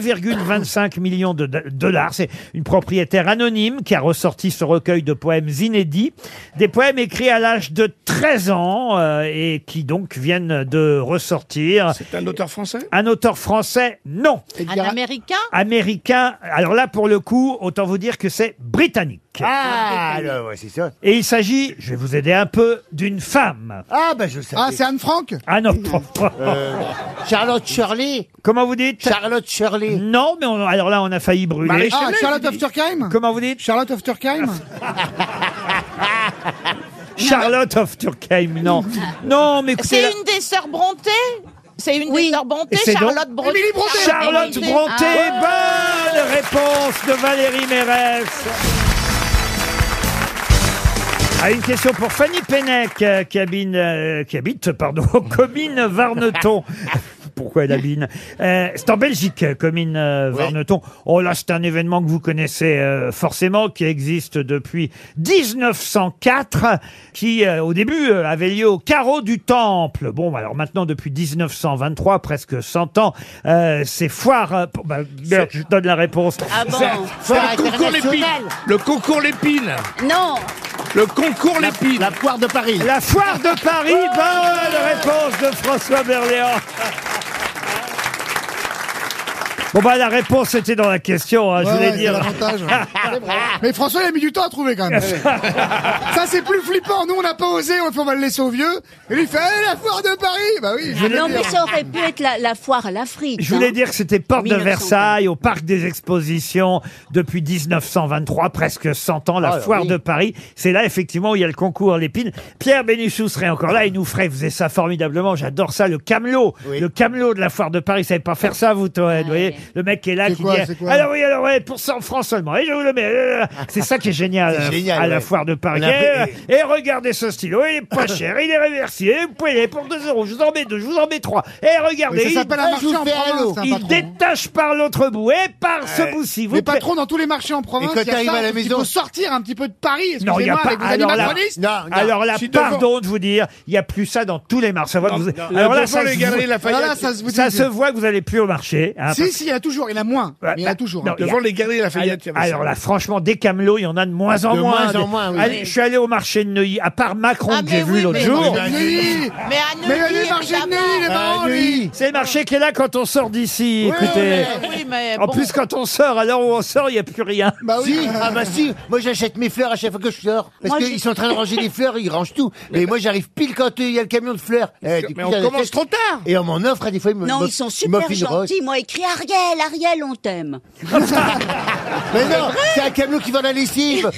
1,25 million de do- dollars. C'est une propriétaire anonyme qui a ressorti ce recueil de poèmes inédits. Des poèmes écrits à l'âge de 13 ans euh, et qui donc viennent de ressortir.
C'est un auteur français
Un auteur français, non.
Un Américain
Américain, alors là pour le coup, autant vous dire que c'est britannique.
Ah, alors, ouais, c'est ça.
Et il s'agit, je vais vous aider un peu, d'une femme.
Ah, bah, je le
Ah,
savais. Euh.
c'est Anne Frank
Ah non, trop, trop.
Charlotte Shirley.
comment vous dites
Charlotte Shirley.
Non, mais on- alors là, on a failli brûler.
Marie-
Ah,
Chenel,
Charlotte
vous
of
dites.
Turkheim
Comment vous dites
Charlotte of Turkheim
<laughs> Charlotte of Turkheim, non. Non, mais écoutez... là-
C'est une des sœurs Bronté C'est une
Oui.
des sœurs Bronté,
Et c'est donc
Charlotte Ah Bronté.
Émilie Brontë.
Charlotte bah, Bronté, bonne réponse de Valérie Mérès. Ah, une question pour Fanny Pennec, euh, qui, habite, euh, qui habite pardon, <laughs> Comines Varneton. <laughs> Pourquoi elle habite Euh, C'est en Belgique, euh, Comines euh, Varneton. Oh là, c'est un événement que vous connaissez euh, forcément, qui existe depuis 1904, qui euh, au début euh, avait lieu au carreau du Temple. Bon, bah, alors maintenant, depuis 1923, presque 100 ans, euh, ces foires... euh, pour- bah, merde, je donne la réponse.
Ah bon
C'est
Foire
le concours
internationale.
l'épine. Le concours l'épine.
Non
Le concours l'épine. La foire de Paris.
La foire de
<laughs>
Paris. Bonne réponse de François Berléand. Bon bah la réponse était dans la question, hein, je
Ouais,
voulais
ouais,
dire.
c'est l'avantage. C'est vrai. Mais François, il a mis du temps à trouver
<laughs>
quand même. Ça, c'est plus flippant. Nous, on n'a pas osé. On fait, on va le laisser au vieux. Et lui, il fait Eh, la foire de Paris. Bah oui, je
Ah
vais
non,
le
mais
dire.
ça aurait pu être la, la foire à la frite.
Je voulais
hein.
dire que c'était porte de
1900.
Versailles, au parc des expositions, depuis 1923, presque 100 ans, la
Ah, là,
foire
oui.
de Paris. C'est là, effectivement, où il y a le concours à l'épine. Pierre Bénichou serait encore là, il nous ferait, il faisait ça formidablement, j'adore ça, le camelot. Le camelot de la foire de Paris, vous savez pas faire ça, vous, Toen, vous voyez Le mec qui est là,
C'est
qui
quoi,
dit,
c'est quoi
alors oui, alors ouais, pour 100 francs seulement, et je vous le mets. euh, C'est ça qui est génial,
<laughs> C'est
euh,
génial,
à la
ouais.
foire de Paris.
On a un peu-
Et, et regardez ce stylo, il est
<laughs>
pas cher, il est réversible, vous pouvez y aller pour 2 euros, je vous en mets deux, je vous en mets trois. Et regardez,
Oui, ça
il-
s'appelle un marché en province, un
il
patron.
détache par l'autre bout et par ce
Ouais.
bout-ci. Vous
Mais
pla-
patron, dans tous les marchés en province,
Et quand
il y a
t'arrives
ça,
à la
parce qu'il
maison-
faut sortir un petit peu de Paris,
non, il n'y
excusez-moi,
a pas.
avec vos
alors là,
animatronistes.
alors là,
Je suis devant.
pardon de vous dire, il n'y a plus ça dans tous les marchés. Ça va,
Non,
vous-
non.
alors là,
Devant
ça,
les
se
galeries
voit-
Lafayette. Voilà, ça se vous dit-
se voit que vous n'allez plus au marché. hein,
Ah, Si,
parce-
si, il y en a toujours. Il y en a moins. Mais il y en a toujours.
Bah, Non,
hein.
il y a- Alors, alors là, franchement, des camelots, il y en a de moins en
De
moins.
moins en moins, oui.
Allez, je suis allé au marché de Neuilly, à part Macron que j'ai vu l'autre
Ah, mais-
jour.
Mais à Neuilly. Mais à Neuilly, Mais il est marché de Neuilly, il est évidemment. marrant, lui.
Euh, C'est le marché qui est là quand on sort d'ici, écoutez.
Ah
mais- oui, mais
En
bon.
plus, quand on sort, alors où on sort, il n'y a plus rien.
Bah oui. ah bah si, moi j'achète mes fleurs à chaque fois que je sors.
Moi,
Parce
j'ai-
qu'ils sont en train de ranger les fleurs, ils rangent tout. Mais moi j'arrive pile quand euh, il y a le camion de fleurs. Eh,
bah-
du
mais
coup,
on
j'en
commence
achète.
trop tard.
Et on m'en offre, et des fois ils me
Non,
m'offrent-
ils sont
ils
super
m'offrent une rose.
gentils. Moi, écrit Ariel, Ariel,
<laughs>
on t'aime. <laughs>
Mais non, c'est un camelot qui vend
<laughs>
la lessive.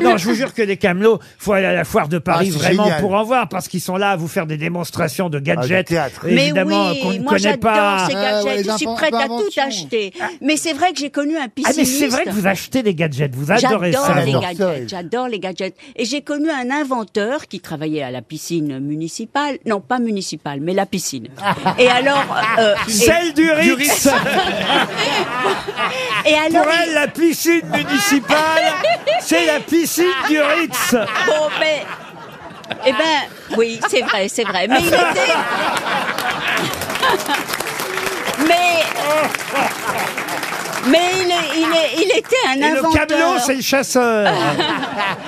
Non, je vous jure que les camelots, faut aller à la foire de Paris
Ah, c'est
vraiment
génial.
pour en voir parce qu'ils sont là à vous faire des démonstrations de
Ah, de
gadgets,
théâtre.
Mais
évidemment
oui,
qu'on ne
moi
connaît
j'adore
pas. Ah
ces gadgets, je suis prête à tout acheter. Mais c'est vrai que j'ai connu un
Ah
pisciniste.
mais c'est vrai que vous achetez des gadgets, vous adorez
J'adore
ça.
les
vous.
gadgets, j'adore les gadgets. Et j'ai connu un inventeur qui travaillait à la piscine municipale, non pas municipale, mais la piscine. Et alors, euh, et-
Ah. Celle du Ritz.
<laughs> et alors,
Pour
il-
elle, la piscine
<laughs>
municipale, c'est la piscine du Ritz.
Bon, Oh, mais. Eh ben, oui, c'est vrai, c'est vrai. Mais il était. Mais. Mais il, est- il, est- il était un
Et le
inventeur.
camelot, c'est le chasseur.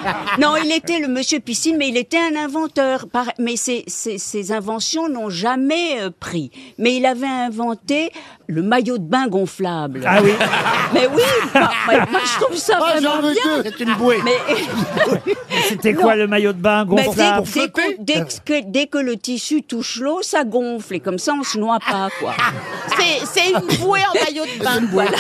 <laughs> non, il était le monsieur piscine, mais il était un inventeur. Par- Mais ses, ses- ses inventions n'ont jamais euh, pris. Mais il avait inventé le maillot de bain gonflable.
Ah oui.
Mais oui, moi, moi, je trouve ça
Ah, j'en
vraiment
veux
bien.
deux.
C'est une bouée.
<laughs> C'était quoi le maillot de bain
Mais dès,
gonflable Eh ben
dès qu'on- dès que, dès que le tissu touche l'eau, ça gonfle et comme ça on se noie pas <laughs> quoi.
C'est- C'est une bouée en maillot de bain. Voilà.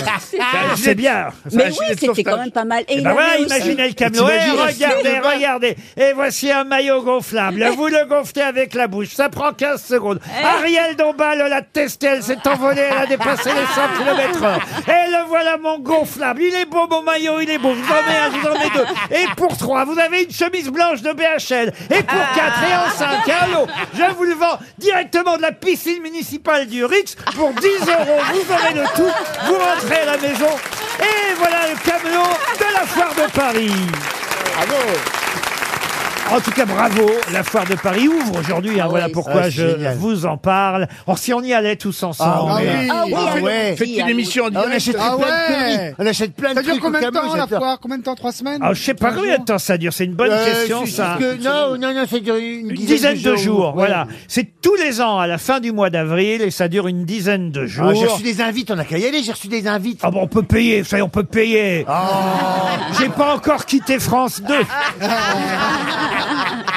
C'est bien.
Mais oui, c'était quand même pas mal. Et
Eh
il
ben
avait
voilà,
aussi-
imaginez le camion. Eh, regardez, regardez. Et voici un maillot
<laughs>
gonflable. Vous le gonflez avec la bouche. Ça prend 15 secondes.
Eh.
Ariel Dombal l'a testé. Elle s'est envolée. Elle a dépassé les 100 km heure. Et le voilà, mon gonflable. Il est beau, mon maillot. Il est beau. Je vous en mets un, je vous en mets
<laughs>
deux. Et pour trois, vous avez une chemise blanche de BHL. Et pour
Ah.
quatre, et en cinq, un lot. Je vous le vends directement de la piscine municipale du Ritz pour 10 euros. Vous aurez le tout. Vous rentrez à la maison. Et voilà le camelot de la foire de Paris.
Oh.
En tout cas, bravo. La foire de Paris ouvre aujourd'hui. hein, voilà pourquoi
c'est
je
génial.
vous en parle. Or, si on y allait tous ensemble.
Ah, On achète
Ah
plein de
ouais.
conneries. On achète plein de
Ça dure
trucs. au
combien de
camelot,
temps la
j'adore.
foire Combien de temps Trois semaines
Ah, je sais pas combien de temps ça dure. C'est une bonne
Euh,
question,
c'est
ça.
juste que- non, non, non, ça dure une,
Une dizaine de jours, voilà. C'est tous les ans à la fin du mois d'avril et ça dure une dizaine de jours.
Ah, j'ai reçu des invites, on a qu'à y aller, j'ai reçu des invites.
Ah bon, on peut payer, ça y est, on peut payer.
Oh.
J'ai pas encore quitté France
<laughs>
2.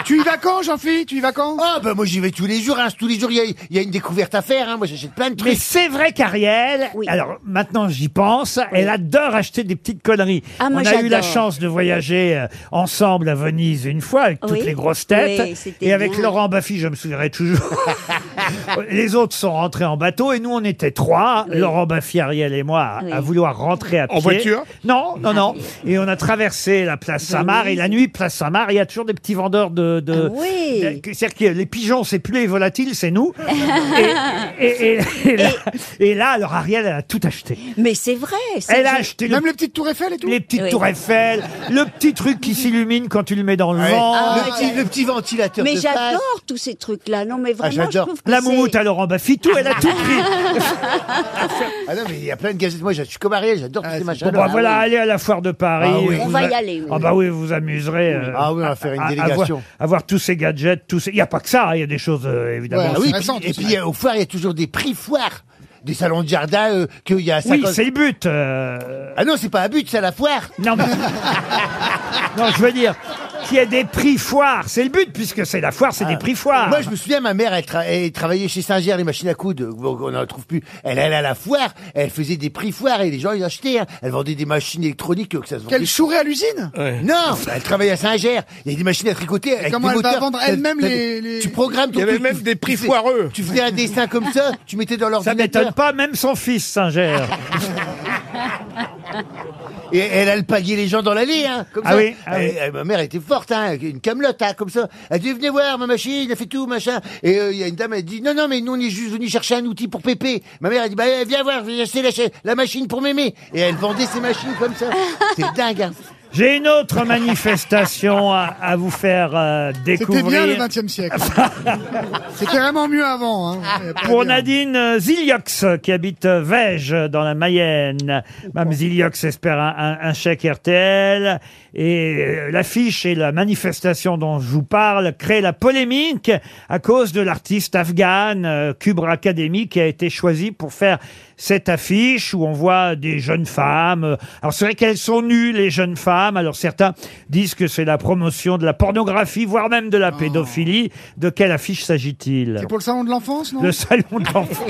Tu y vas quand, Jean-Philippe Tu y vas quand Ah bah moi j'y vais tous les jours, hein. tous les jours il y, a- il y a une découverte à faire, hein. moi j'achète plein de trucs.
Mais c'est vrai qu'Ariel, alors maintenant j'y pense, elle adore acheter des petites conneries.
Ah, moi,
On a eu
j'adore.
la chance de voyager euh, ensemble à Venise une fois avec toutes
Oui.
les grosses têtes.
Oui, c'était
et avec
bien.
Laurent Baffy, je me souviendrai toujours. <laughs> <laughs> Les autres sont rentrés en bateau et nous, on était trois, Laurent Baffy, Ariel et moi, à, à vouloir rentrer à pied.
En voiture
Non, non, non. Et on a traversé la place Saint-Marc. Et la nuit, place Saint-Marc, il y a toujours des petits vendeurs de.
Ah
de
oui.
de- C'est-à-dire que les pigeons, c'est plus les volatiles, c'est
<laughs>
nous. Et, et- et là, et là, alors Ariel, elle a tout acheté.
Mais c'est vrai. c'est-
Elle a
j'ai-
acheté. Même les petites tours Eiffel et tout Les petites
Oui.
tours Eiffel, le petit truc qui s'illumine quand tu le mets dans le vent.
Ah, Le petit- le
Ah,
ventilateur.
Mais j'adore tous ces trucs-là. Non, mais vraiment, je trouve que
La
c'est-
moumoute à Laurent Baffy, tout, elle a tout
<laughs>
pris.
Ah non, mais il y a plein de gazettes. Moi, je suis comme Ariel, j'adore tous ces Ah machins.
Bon, bah, voilà, allez à la foire de Paris.
Ah oui.
Vous
On va y
a-
aller, oui.
Ah, bah oui, vous vous amuserez. euh,
Ah oui, on va faire une
à- à
délégation.
voir- À voir tous ces gadgets, tous ces- Il n'y a pas que ça, hein, il y a des choses, euh, évidemment.
Ouais,
aussi.
ah oui, puis- euh, et puis, il y a- au foire, il y a toujours des prix foires. Des salons de jardin, euh, qu'il y a
Oui,
50...
c'est le but. euh.
Ah non, c'est pas un but, c'est à la foire.
Non,
<laughs>
mais... non, je veux dire, qu'il y ait des prix foires. C'est le but, puisque c'est la foire, c'est des prix foires.
Ah. Moi, je me souviens, ma mère, elle, tra- elle travaillait chez Saint-Ger, les machines à coudre. Bon, On n'en trouve plus. Elle allait à la foire, elle faisait des prix foires et les gens, ils achetaient. hein. Elle vendait des machines électroniques euh, que ça se vendait.
Qu'elle chourait à l'usine
Non, bah, elle travaillait à Saint-Ger. Il y a des machines à tricoter. avec
comment
des
elle va
moteurs.
vendre
T'as-
elle-même
t'as-
les- les-
Tu programmes
Il y avait même
des prix foireux. Tu faisais un dessin comme ça, tu mettais dans
Ça
l'ordinateur.
m'étonne pas, même son fils,
<laughs>
Singer.
Et elle a le palier les gens dans l'allée, hein, comme
Ah
ça.
oui, ah
Et-
oui.
et ma mère était forte, hein, avec une camelote, hein, comme ça. Elle dit venez voir ma machine, elle fait tout machin. Et euh, il y a une dame, elle dit non non mais nous on est juste venus chercher un outil pour Pépé. Ma mère elle dit bah eh, viens voir, j'ai acheté la, cha- la machine pour mémé. Et elle vendait ses machines comme <laughs> ça. C'est dingue. hein.
J'ai une autre manifestation à, à vous faire euh,
C'était
découvrir.
bien le 20e
<laughs>
siècle. C'était vraiment mieux avant. hein. Y
Ah,
a pas à
Pour
dire.
Nadine euh, Ziliox, qui habite euh, Vège, euh, dans la Mayenne. Mme Ziliox espère un, un- un chèque RTL. Et euh, l'affiche et la manifestation dont je vous parle créent la polémique à cause de l'artiste afghane euh, Kubra Academy qui a été choisi pour faire cette affiche où on voit des jeunes femmes. euh, Alors c'est vrai qu'elles sont nues, les jeunes femmes. Alors certains disent que c'est la promotion de la pornographie, voire même de la pédophilie. De quelle affiche s'agit-il
C'est pour le salon de l'enfance, non
le salon de l'enfant.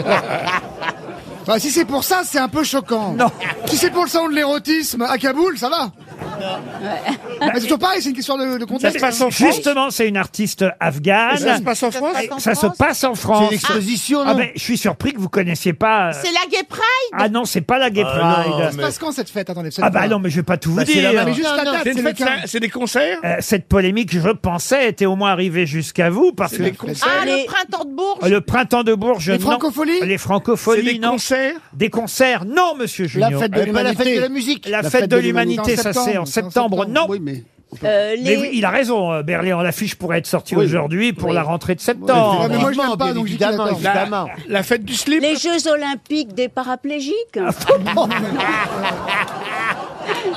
Bah, si c'est pour ça, c'est un peu choquant.
Non.
Si c'est pour le salon de l'érotisme à Kaboul, ça
<laughs>
va. Bah, c'est toujours pareil, c'est une question de, de contexte.
Justement, c'est une artiste afghane.
Et ça se passe en Ça se France passe en
Ça se
France
passe en France.
C'est une exposition,
Ah
non
ben, je suis surpris que vous connaissiez pas. euh,
C'est la Gay Pride
Ah non, c'est pas la Gay Pride.
Ah non,
Ça se passe quand cette fête Attendez, cette
Ah bah
fête.
non, mais je vais pas tout vous
Bah, c'est
dire.
là-bas. Mais juste la date, c'est le quinze.
c'est des concerts Cette polémique, je pensais, était au moins arrivée jusqu'à vous parce que Euh,
Ah, le printemps de Bourges
le printemps de Bourges.
Les
non.
francopholies
Les francopholies.
C'est des
non.
concerts
Des concerts, non, Monsieur Junior.
fête de
Euh, pas
l'humanité.
La, fête, de, l'humanité, ça c'est en septembre. Non.
Oui, mais...
Euh,
Mais
les-
oui, il a raison, euh, Berléand. L'affiche pourrait être sortie
Oui.
aujourd'hui pour
Oui.
la rentrée de septembre.
Ah,
Ouais, mais moi, je l'aime pas,
donc j'y suis Évidemment, d'accord. évidemment.
la fête du slip.
Les Jeux Olympiques des paraplégiques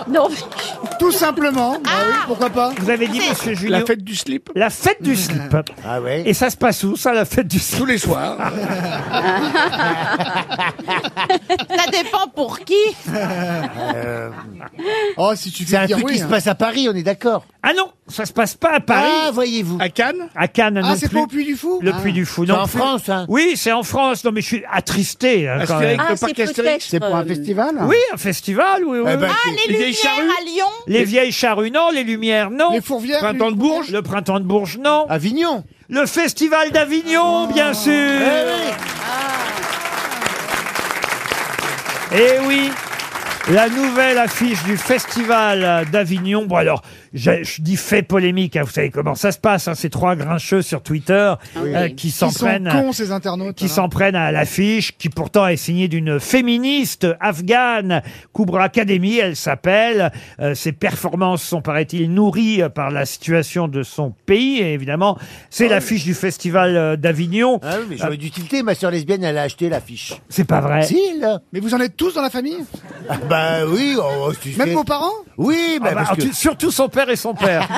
Non,
Tout simplement. Bah oui, pourquoi pas
Vous avez dit, monsieur Julien.
La fête du slip
La fête du slip.
Ah ouais.
Et ça se passe où, ça, la fête du slip
Tous les
<laughs>
soirs.
Ah,
Ça dépend pour qui
Eh ben,
Ah,
Euh,
Oh, si tu
C'est
veux
un
dire
truc
oui,
qui se
hein.
passe à Paris, on est d'accord.
Ah non, ça se passe pas à Paris.
Ah voyez-vous.
À Cannes
À Cannes,
Ah,
non
c'est
plus.
pas au Puy du Fou
Le
Ah.
Puy du Fou,
C'est
non.
en France, hein.
Oui, c'est en France. Non, mais je suis attristé. hein, quand même.
Ah,
Astérix, le parc Astérix.
C'est pour un festival
Oui, un festival, oui, oui.
Eh ben,
Ah,
c'est-
euh, les
Les vieilles
Lumières à Lyon
Les vieilles charrues, non. Les lumières, non.
Les fourvières
Printemps de Bourges
Le printemps de Bourges, non.
Avignon.
Le festival d'Avignon,
Ah.
bien sûr.
Eh
Eh oui la nouvelle affiche du Festival d'Avignon. Bon alors, j'ai- je dis fait polémique. hein, vous savez comment ça se passe. hein, ces trois grincheux sur Twitter
Ah
euh, qui s'en
Ils sont
prennent,
cons, ces internautes.
hein.
qui s'en prennent à l'affiche, qui pourtant est signée d'une féministe afghane, Kubra Academy. Elle s'appelle. Euh, ses performances sont, paraît-il, nourries euh, par la situation de son pays. Et évidemment, c'est l'affiche du Festival euh, d'Avignon.
Ah oui, mais j'aurais dû tilter, ma soeur lesbienne, elle a acheté l'affiche.
C'est pas vrai.
Si, là.
Mais vous en êtes tous dans la famille
Ah bah oui, oh, tu sais.
Même vos parents
Oui, bah,
Ah bah,
parce que...
tu- Surtout son père et son père.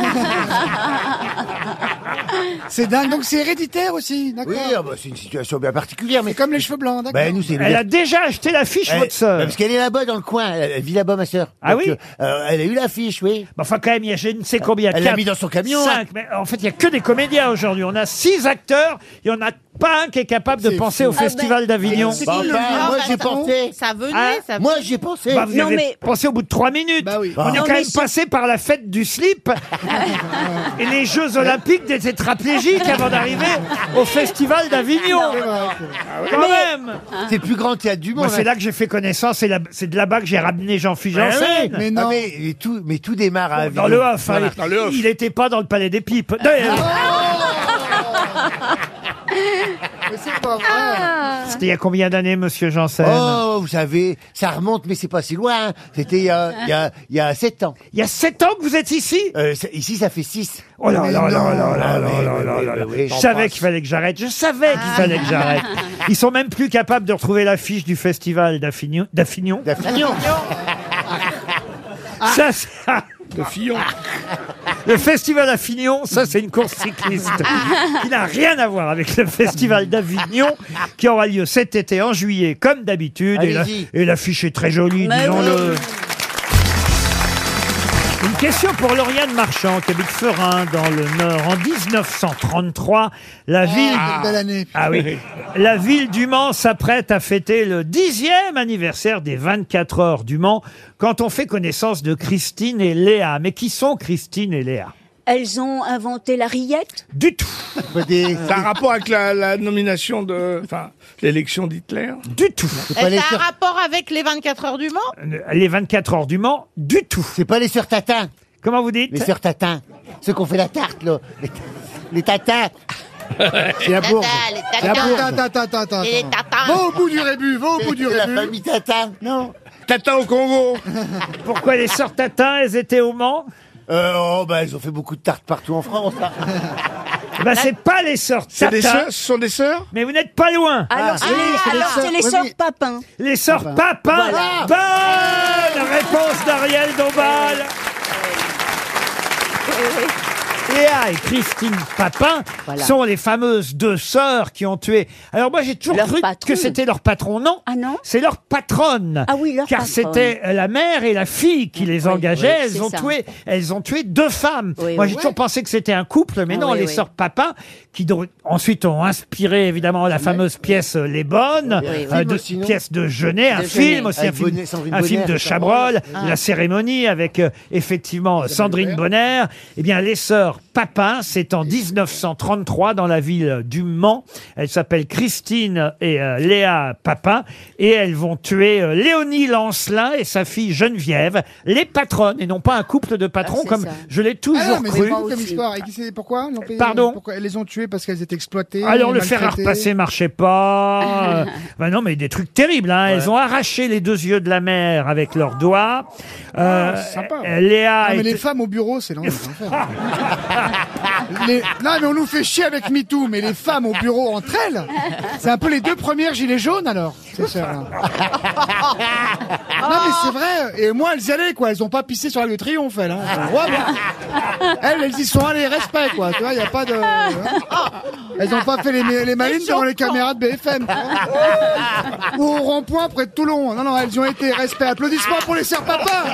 <laughs> C'est dingue. Donc c'est héréditaire aussi,
Oui,
d'accord
ah bah, c'est une situation bien particulière, mais
C'est comme les cheveux blancs, d'accord
bah, nous c'est
Elle a déjà acheté l'affiche,
Elle-
votre
bah,
sœur.
parce qu'elle est là-bas dans le coin, elle, elle vit là-bas, ma sœur.
Ah
Donc,
oui
euh, euh, Elle a eu l'affiche, oui.
Bah, Enfin, quand même, il y a je ne sais combien.
Elle l'a
quatre,
mis dans son camion, hein.
Cinq. Mais en fait, il y a que des comédiens aujourd'hui. On a six acteurs. Il y en a pas un qui est capable de penser
Ah
au
ben,
Festival d'Avignon. Bah,
Bah,
bah,
moi j'ai pensé.
Ça venait,
Ah.
ça
Moi j'ai pensé.
Bah, vous avez pensé au bout de trois minutes. On est
Non,
quand
mais
même
c'est-
passé par la fête du
<laughs>
slip et les Jeux Olympiques des tétraplégiques avant d'arriver au Festival d'Avignon. Ah Quand
Mais-
même
C'est le plus grand théâtre du monde. hein.
Moi, c'est là que j'ai fait connaissance, c'est là- c'est de là-bas que j'ai ramené Jean-Philippe Janssen.
Mais non. Ah, mais, mais tout, mais tout démarre à Ah.
Dans le off. hein. Il n'était pas dans le Palais des Pipes. D'ailleurs,
c'est pas vrai.
C'était il y a combien d'années, monsieur Janssen
Oh, vous savez, ça remonte, mais c'est pas si loin. hein. C'était il y a, il y a, il y a 7 ans. Euh,
Il y a 7 ans que vous êtes ici
Ici, ça fait Ah, 6.
Oh là là là là là là là là là là. Je savais qu'il fallait que j'arrête. Je savais
Ah.
qu'il fallait que j'arrête. Ils sont même plus capables de retrouver l'affiche du festival d'Affignon. D'Affignon. Ah. Ça, ça-
De Fillon.
Le festival Affignon, ça c'est une course
<laughs>
cycliste qui n'a rien à voir avec le festival d'Avignon qui aura lieu cet été en juillet comme d'habitude. Et la-
Allez-y.
Et l'affiche est très jolie,
Mais
disons-le.
oui.
Une question pour Lauriane Marchand, qui habite Ferin, dans le Nord. En 1933, la ville...
quelle belle année.
Ah oui. La ville du Mans s'apprête à fêter le dixième anniversaire des 24 heures du Mans, quand on fait connaissance de Christine et Léa. Mais qui sont Christine et Léa
Elles ont inventé la rillette
Du tout.
Ça a un rapport avec la, la nomination de. Enfin, l'élection d'Hitler
Du tout.
Est-ce que ça a Eh, un rapport avec les 24 heures du Mans
<laughs> Les 24 heures du Mans, du tout.
C'est pas les sœurs Tatin.
Comment vous dites
Les sœurs Tatin. Ceux qu'on fait la tarte, là. Les, les Tatin. C'est la bourge.
les
C'est la
Tatins.
bourge.
Attends, attends, attends.
Et les Tatins.
Va au bout du rébut, va au bout du
La
rébut.
famille Tatin. Non.
Tatin au Congo
Pourquoi les sœurs Tatin, elles étaient au Mans
Euh, <laughs> oh, bah, ils ont fait beaucoup de tartes partout en France.
<laughs>
hein.
Eh Ben, c'est pas les sœurs
C'est des
Tatin.
sœurs Ce sont des sœurs Ah,
Mais vous n'êtes pas loin.
Alors, Ah c'est les, alors, c'est les sœurs Papin.
Les sœurs Papin.
Voilà.
Bonne réponse d'Ariel Dombal. Léa et Christine Papin
Voilà.
sont les fameuses deux sœurs qui ont tué. Alors moi j'ai toujours
Leur
cru
patron.
que c'était leur patron, non
Ah non
C'est leur patronne.
Ah oui, leur
Car
patronne. Ah
c'était euh, la mère et la fille qui les engageaient.
oui, c'est
elles ont
ça.
tué, elles ont tué deux femmes.
Oui,
Moi
oui.
j'ai toujours pensé que c'était un couple, mais
Ah
non,
oui,
les
oui.
sœurs Papin qui donc, ensuite ont inspiré évidemment la fameuse pièce euh, Les Bonnes,
Oui, oui.
euh,
Film
de-
aussi, non
pièce de Genet, un
De Ah,
film
Genet.
aussi, un
Avec
film,
Bonnet, Sandrine
un film
Bonnet,
de
avec
Chabrol, la cérémonie avec euh, effectivement Sandrine Bonner. Eh bien, les sœurs Papin, c'est en 1933 dans la ville du Mans. Elles s'appellent Christine et euh, Léa Papin et elles vont tuer euh, Léonie Lancelin et sa fille Geneviève, les patronnes et non pas un couple de patrons
Ah, c'est
comme
ça.
je l'ai
Ah
toujours
non, mais c'est
cru.
pas comme histoire. Et qui c'est- pourquoi ils l'ont payé
Pardon
Pourquoi Elles les ont tuées parce qu'elles étaient exploitées.
Alors le fer à
maltraitées.
repasser marchait
<laughs>
pas. Euh, bah non, mais des trucs terribles. Hein. Elles ont arraché les deux yeux de la mère avec leurs doigts. Euh,
c'est Ah, sympa.
euh, Léa
Non, mais
était-
les femmes au bureau, c'est l'enfer. Les- Non, mais on nous fait chier avec MeToo, mais les femmes au bureau entre elles, c'est un peu les deux premières gilets jaunes alors, ces sœurs-là. Non, mais c'est vrai. Et moi, elles y allaient, quoi. Elles ont pas pissé sur la rue de triomphe, elles. hein. Elles ont le droit, moi. Elles, elles y sont allées, respect, quoi. Tu vois, il a pas de. hein. Elles ont pas fait les, les malines devant les caméras de BFM. tu vois. Ou au rond-point près de Toulon. Non, non, elles y ont été, respect. Applaudissements pour les sœurs papa.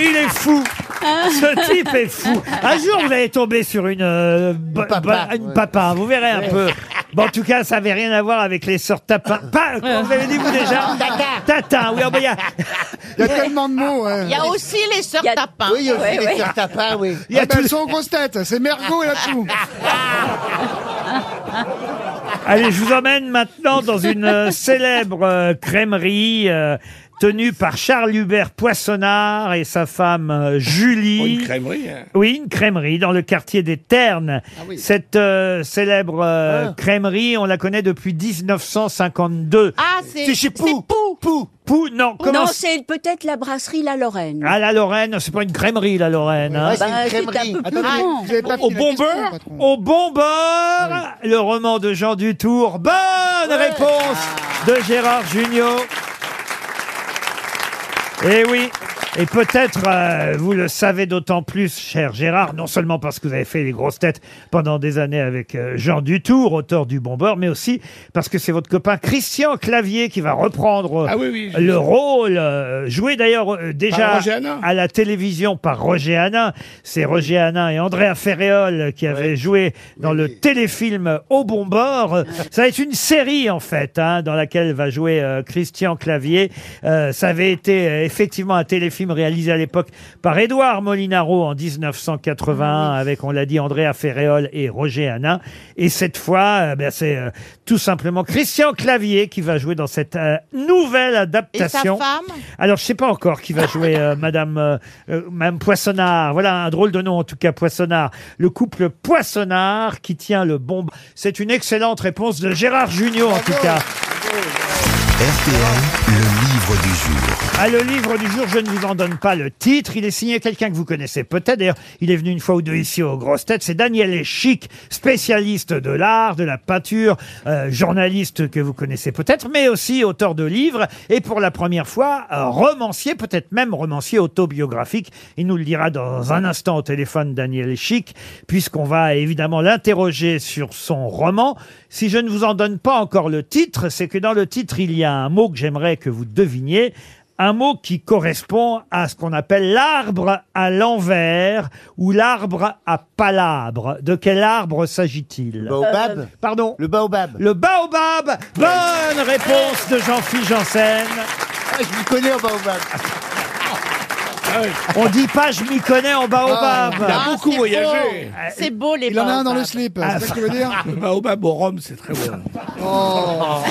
Il est fou. Ce type est fou. Un jour, vous allez tomber sur une, euh, ba-
Papa,
ba- une
ouais.
papa. Vous verrez un peu. Bon, en tout cas, ça n'avait rien à voir avec les sœurs Tapin. Pas, comment vous avez dit, vous, déjà Tatin, oui. ah bah, Il y a-
Il y a tellement de mots. hein. ouais.
Il y a aussi les sœurs
Il y a-
Tapin.
Oui, Euh, il y a aussi
Ouais,
les
ouais.
sœurs Tatin, oui.
il y a
Ah ben,
tout-
elles sont en grosse tête, c'est Mergo et la
<laughs>
tout.
Allez, je vous emmène maintenant dans une euh, célèbre euh, crèmerie euh, tenue par Charles Hubert Poissonnard et sa femme euh,
Oh,
Pour
Julie.
une crèmerie. hein.
Oui, une crèmerie dans le quartier des Ternes.
Ah
Cette euh, célèbre euh, crèmerie, on la connaît depuis 1952.
Ah, c'est
C'est chez Pou.
Pou.
Pou.
Pou, non, comment
Non, c'est peut-être la brasserie La Lorraine.
Ah, la Lorraine, c'est pas une crèmerie, la Lorraine. hein.
Ouais, c'est
Bah,
une
c'est
crèmerie.
un peu plus
Attendez,
grand.
vous avez pas
Au
fini la
bon
question,
beurre
patron.
Au bon bord, le roman de Jean Dutour. Bonne
Ah.
réponse de Gérard Jugnot. Eh oui, Et peut-être, euh, vous le savez d'autant plus, cher Gérard, non seulement parce que vous avez fait les grosses têtes pendant des années avec euh, Jean Dutour, auteur du Bombeur, mais aussi parce que c'est votre copain Christian Clavier qui va reprendre euh,
Ah oui, oui, je-
le rôle, euh, joué d'ailleurs euh, déjà
Par Roger Hanin.
à la télévision par Roger Hanin. C'est Roger Hanin et Andrea Ferréol qui avaient joué dans le téléfilm Au bon
<laughs>
bord. Euh, Ça va être une série, en fait, hein, dans laquelle va jouer euh, Christian Clavier. Euh, ça avait été euh, effectivement un téléfilm réalisé à l'époque par Édouard Molinaro en 1981 avec, on l'a dit, Andrea Ferréol et Roger Hanin. Et cette fois, euh, ben, c'est euh, tout simplement Christian Clavier qui va jouer dans cette euh, nouvelle adaptation.
femme
Alors, je sais pas encore qui va jouer euh, Madame, euh, euh, Madame Poissonnard. Voilà un drôle de nom, en tout cas, Poissonnard. Le couple Poissonnard qui tient le bombe. C'est une excellente réponse de Gérard Junior, en tout cas.
RTL, le livre du jour.
Ah, le livre du jour, je ne vous en donne pas le titre. Il est signé quelqu'un que vous connaissez peut-être. D'ailleurs, il est venu une fois ou deux ici aux grosses têtes. C'est Daniel Chic, spécialiste de l'art, de la peinture, euh, journaliste que vous connaissez peut-être, mais aussi auteur de livres et pour la première fois, euh, romancier, peut-être même romancier autobiographique. Il nous le dira dans un instant au téléphone, Daniel Chic, puisqu'on va évidemment l'interroger sur son roman. Si je ne vous en donne pas encore le titre, c'est que dans le titre, il y a un mot que j'aimerais que vous deviniez un mot qui correspond à ce qu'on appelle l'arbre à l'envers ou l'arbre à palabre. De quel arbre s'agit-il Le
baobab. Euh,
Pardon Le baobab. Le baobab Bonne réponse de Jean-Philippe Janssen.
Ah, je m'y connais en baobab.
On dit pas je m'y connais en baobab.
Ah,
Ah.
Il a beaucoup voyagé.
C'est beau les
Il en a un
baobabs.
dans le slip, c'est ça que tu veux dire
Le baobab au rhum, c'est très bon.
Oh.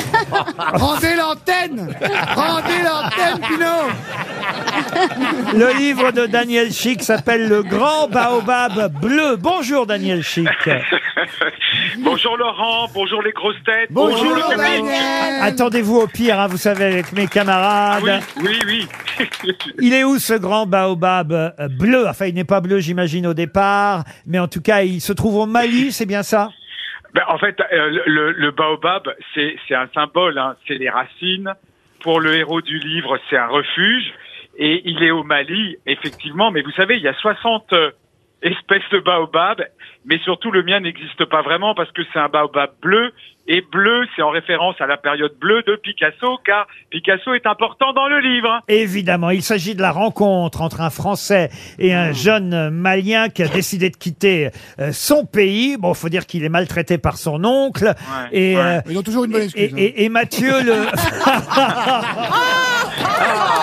Rendez l'antenne Rendez l'antenne, Pinot
Le livre de Daniel Chic s'appelle Le Grand Baobab Bleu. Bonjour Daniel Chic.
bonjour Laurent, bonjour les grosses têtes. le public.
Attendez-vous au pire, hein, vous savez, avec mes
Ah
camarades.
oui, oui, oui. <laughs>
Il est où ce grand baobab euh, bleu Enfin, il n'est pas bleu, j'imagine, au départ, mais en tout cas, il se trouve au Mali, c'est bien ça
Ben, en fait, euh, le- le, le baobab, c'est c'est un symbole, hein, c'est les racines. Pour le héros du livre, c'est un refuge. Et il est au Mali, effectivement, mais vous savez, il y a 60 euh, espèces de baobab, mais surtout le mien n'existe pas vraiment parce que c'est un baobab bleu. Et bleu, c'est en référence à la période bleue de Picasso, car Picasso est important dans le livre.
Évidemment, il s'agit de la rencontre entre un Français et
Ah.
un jeune Malien qui a décidé de quitter euh, son pays. Bon, faut dire qu'il est maltraité par son oncle. et,
ouais.
euh,
Ils ont toujours une bonne excuse, hein.
et- et- et Mathieu le...
<laughs>
<laughs>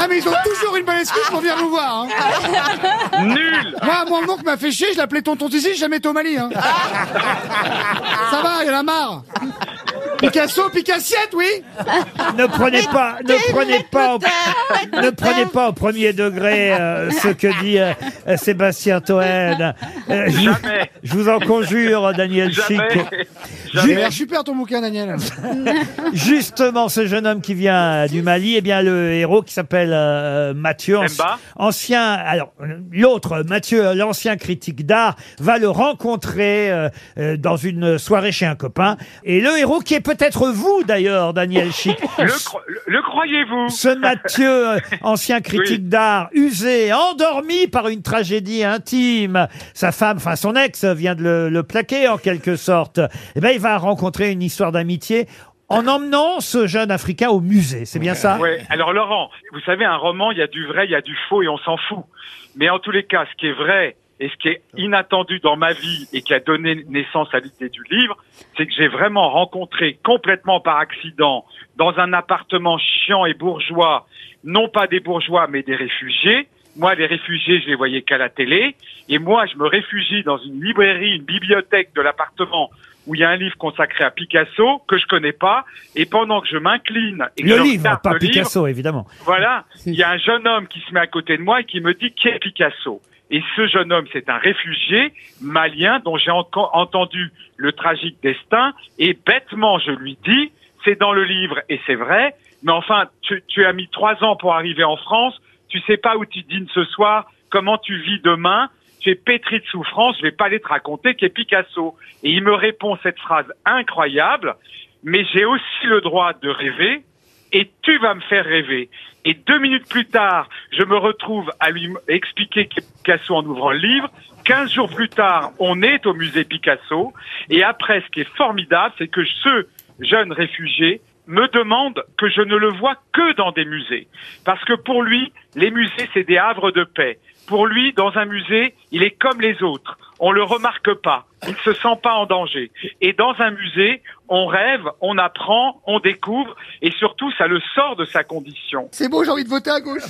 Ah mais ils ont toujours une bonne excuse pour venir nous voir hein.
Nul
Moi, mon oncle m'a fait chier, je l'appelais tonton Titi, j'ai jamais été au Mali hein. Ça va, il y en a marre Picasso, Picassiette, oui
ne prenez pas, ne prenez pas, au- ne prenez pas au premier degré euh, ce que dit euh, euh, Sébastien Toen. Euh, je-
Jamais.
Je vous en conjure, Daniel Chic.
Jamais.
Il a
Ju-
l'air super ton bouquin, Daniel
Justement, ce jeune homme qui vient euh, du Mali, eh bien le héros qui s'appelle euh, Mathieu, anci-
Demba.
ancien, alors euh, l'autre Mathieu, euh, l'ancien critique d'art, va le rencontrer euh, euh, dans une soirée chez un copain. Et le héros qui est peut-être vous d'ailleurs, Daniel Chic,
Le, cro- le- le croyez-vous
ce
<laughs>
Mathieu, euh, ancien critique d'art, usé, endormi par une tragédie intime, sa femme, enfin son ex, vient de le, le plaquer en quelque sorte. Eh ben, il va rencontrer une histoire d'amitié en emmenant ce jeune Africain au musée. C'est bien ça
Ouais. Alors Laurent, vous savez, un roman, il y a du vrai, il y a du faux et on s'en fout. Mais en tous les cas, ce qui est vrai et ce qui est inattendu dans ma vie et qui a donné naissance à l'idée du livre, c'est que j'ai vraiment rencontré complètement par accident, dans un appartement chiant et bourgeois, non pas des bourgeois mais des réfugiés. Moi, les réfugiés, je les voyais qu'à la télé. Et moi, je me réfugie dans une librairie, une bibliothèque de l'appartement où il y a un livre consacré à Picasso que je connais pas. Et pendant que je m'incline et que
Le
je
livre,
regarde
pas
le livre,
Picasso, évidemment.
voilà, il y a un jeune homme qui se met à côté de moi et qui me dit qui est Picasso. Et ce jeune homme, c'est un réfugié malien dont j'ai enco- entendu le tragique destin. Et bêtement, je lui dis, c'est dans le livre et c'est vrai. Mais enfin, tu, tu as mis trois ans pour arriver en France. Tu sais pas où tu dînes ce soir, comment tu vis demain. Tu es pétri de souffrance. Je vais pas aller te raconter qui est Picasso. Et il me répond cette phrase incroyable. Mais j'ai aussi le droit de rêver et tu vas me faire rêver. Et deux minutes plus tard, je me retrouve à lui expliquer qui est Picasso en ouvrant le livre. Quinze jours plus tard, on est au musée Picasso. Et après, ce qui est formidable, c'est que ce jeune réfugié me demande que je ne le vois que dans des musées. Parce que pour lui, les musées, c'est des havres de paix. Pour lui, dans un musée, il est comme les autres. On le remarque pas. Il ne se sent pas en danger. Et dans un musée, on rêve, on apprend, on découvre, et surtout, ça le sort de sa condition.
C'est beau, j'ai envie de voter à gauche.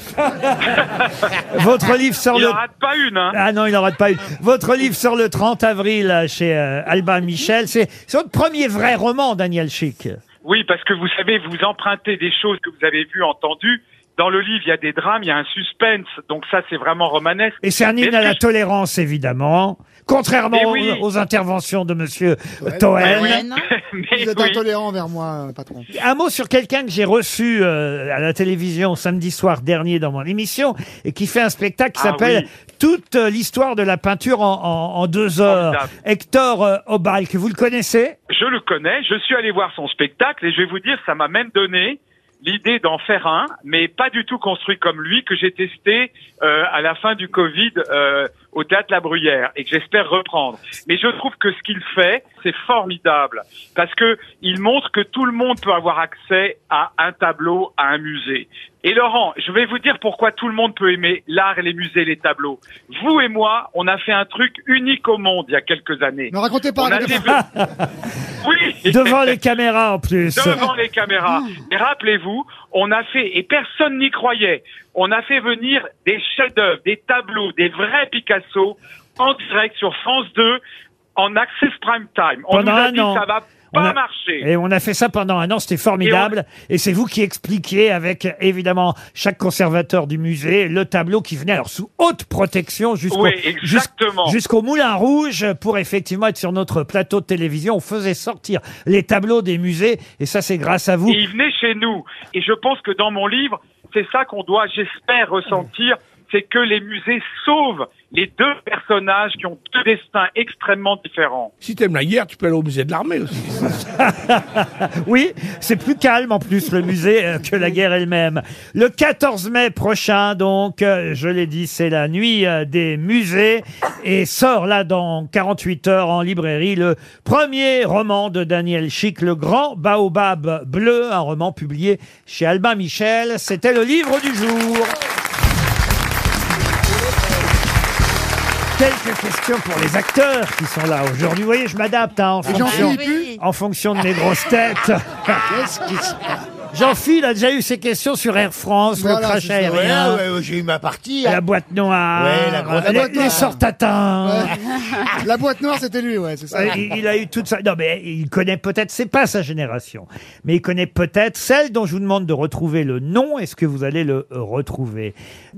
Votre livre sort
Il
le...
en rate pas une, hein.
Ah non, il n'en rate pas une. Votre livre sort le 30 avril euh, chez euh, Albin Michel. C'est c'est votre premier vrai roman, Daniel Chic.
Oui, parce que vous savez, vous empruntez des choses que vous avez vues, entendues. Dans le livre, il y a des drames, il y a un suspense. Donc ça, c'est vraiment romanesque.
Et c'est un
Mais
hymne à
ce
la
que
tolérance, évidemment. Contrairement
Mais
aux-
oui.
aux, interventions de Monsieur Toen. <laughs>
Vous êtes intolérant envers moi, euh, patron.
Un mot sur quelqu'un que j'ai reçu euh, à la télévision samedi soir dernier dans mon émission et qui fait un spectacle qui
Ah
s'appelle
oui.
Toute euh, l'histoire de la peinture en, en- en deux heures.
Formidable.
Hector euh, Obal, que vous le connaissez
Je le connais, je suis allé voir son spectacle et je vais vous dire, ça m'a même donné l'idée d'en faire un, mais pas du tout construit comme lui, que j'ai testé euh, à la fin du Covid euh, au Théâtre La Bruyère et que j'espère reprendre. Mais je trouve que ce qu'il fait, c'est formidable parce que il montre que tout le monde peut avoir accès à un tableau, à un musée. Et Laurent, je vais vous dire pourquoi tout le monde peut aimer l'art et les musées, les tableaux. Vous et moi, on a fait un truc unique au monde il y a quelques années.
Ne racontez pas,
On a
racontez
développé- oui.
Devant les caméras en plus.
Devant les caméras. Et rappelez-vous, on a fait, et personne n'y croyait, on a fait venir des chefs-d'œuvre, des tableaux, des vrais Picasso en direct sur France 2 en access prime time. On
Pendant
nous a
un
dit
an.
ça va
On
pas
a-
marcher.
Et on a fait ça pendant un an, c'était formidable. Et, c'est vous qui expliquiez avec, évidemment, chaque conservateur du musée, le tableau qui venait, alors sous haute protection, jusqu'au
Oui, exactement.
jus- jusqu'au Moulin Rouge, pour effectivement être sur notre plateau de télévision. On faisait sortir les tableaux des musées, et ça, c'est grâce à vous.
Et il venait chez nous. Et je pense que dans mon livre, c'est ça qu'on doit, j'espère, ressentir. C'est que les musées sauvent les deux personnages qui ont deux destins extrêmement différents.
<laughs> Si t'aimes la guerre, tu peux aller au musée de l'armée aussi.
<laughs> Oui, c'est plus calme en plus le musée euh, que la guerre elle-même. Le 14 mai prochain, donc, euh, je l'ai dit, c'est la nuit euh, des musées et sort là dans 48 heures en librairie le premier roman de Daniel Chic, Le Grand Baobab Bleu, un roman publié chez Albin Michel. C'était le livre du jour. Quelques questions pour les acteurs qui sont là aujourd'hui. Vous voyez, je m'adapte hein, en,
Et
fonction,
Jean-Philippe Hu
en fonction de mes grosses têtes.
Qu'est-ce qui se passe
Jean-Philippe a déjà eu ses questions sur Air France, le
Voilà,
crachat
c'est ça.
aérien,
Ouais, ouais, ouais, j'ai eu ma partie. hein.
la boîte noire,
Ouais, la grosse
les,
boîte
les
noire.
sortatins.
La boîte noire, c'était lui, ouais, c'est ça.
Ouais, Il, il a eu toute ça. Non, mais il connaît peut-être, c'est pas sa génération, mais il connaît peut-être celle dont je vous demande de retrouver le nom. Est-ce que vous allez le euh, retrouver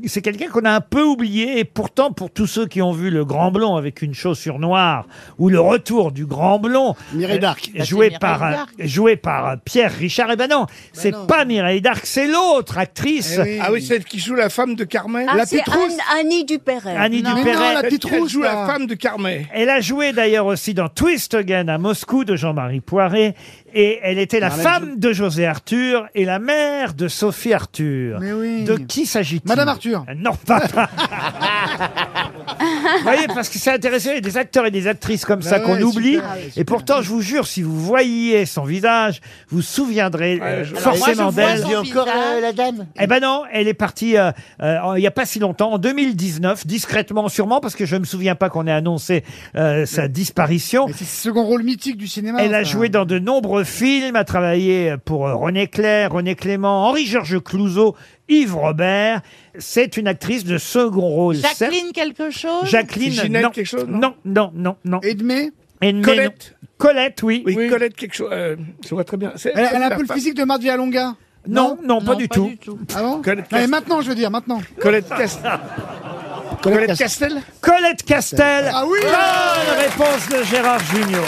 C'est quelqu'un qu'on a un peu oublié, et pourtant, pour tous ceux qui ont vu Le Grand Blond avec une chaussure noire ou Le Retour du Grand Blond,
Mireille d'Arc.
euh,
Bah, c'est
joué
Mireille
par, euh,
d'Arc.
joué par euh, Pierre Richard, et ben
Bah
non, c'est pas Mireille d'Arc, c'est l'autre actrice.
Eh
Ah oui, celle qui joue la femme de Carmen.
Ah, c'est Anne- Annie Dupéret.
Annie
Non.
Dupéret.
Elle- Elle
rouge,
joue la
là.
femme de Carmen.
Elle a joué d'ailleurs aussi dans Twist Again à Moscou de Jean-Marie Poiré et elle était la
Marlène
femme de José Arthur et la mère de Sophie Arthur.
Mais oui.
De qui s'agit-il Euh,
Madame Arthur.
Non, pas. vous voyez, parce que c'est intéressant, il y a des acteurs et des actrices comme ça
Bah
qu'on
ouais,
oublie.
super. Ah oui,
et pourtant, je vous jure, si vous voyez son visage, vous vous souviendrez euh,
Ouais, je-
Alors, moi, je
forcément
vois
d'elle.
son encore euh, la dame.
Eh ben non, elle est partie euh, euh, en- il y a pas si longtemps, en 2019, discrètement sûrement, parce que je me souviens pas qu'on ait annoncé euh, sa disparition.
Mais C'est ce second rôle mythique du cinéma.
Elle a
ça.
joué dans de nombreux films, a travaillé pour euh, René Clair, René Clément, Henri-Georges Clouzot, Yves Robert. C'est une actrice de second rôle. certes.
Jacqueline quelque chose
Jacqueline,
Ginette
non,
quelque chose, non
non, non, non, non.
Edmé
Et mais
Colette.
non. Colette, oui.
Oui, Colette quelque chose. euh, je vois très bien. C'est-
Elle, a- elle a un peu le
la
physique de Marthe Villalonga.
Non, non, pas, du, tout.
Ah bon
Colette
Non, mais
Cast-
maintenant, je veux dire, maintenant.
femme- Colette
Bah,
Castel. Colette Castel.
Colette Castel.
Ah oui
Bonne réponse de Gérard Junior.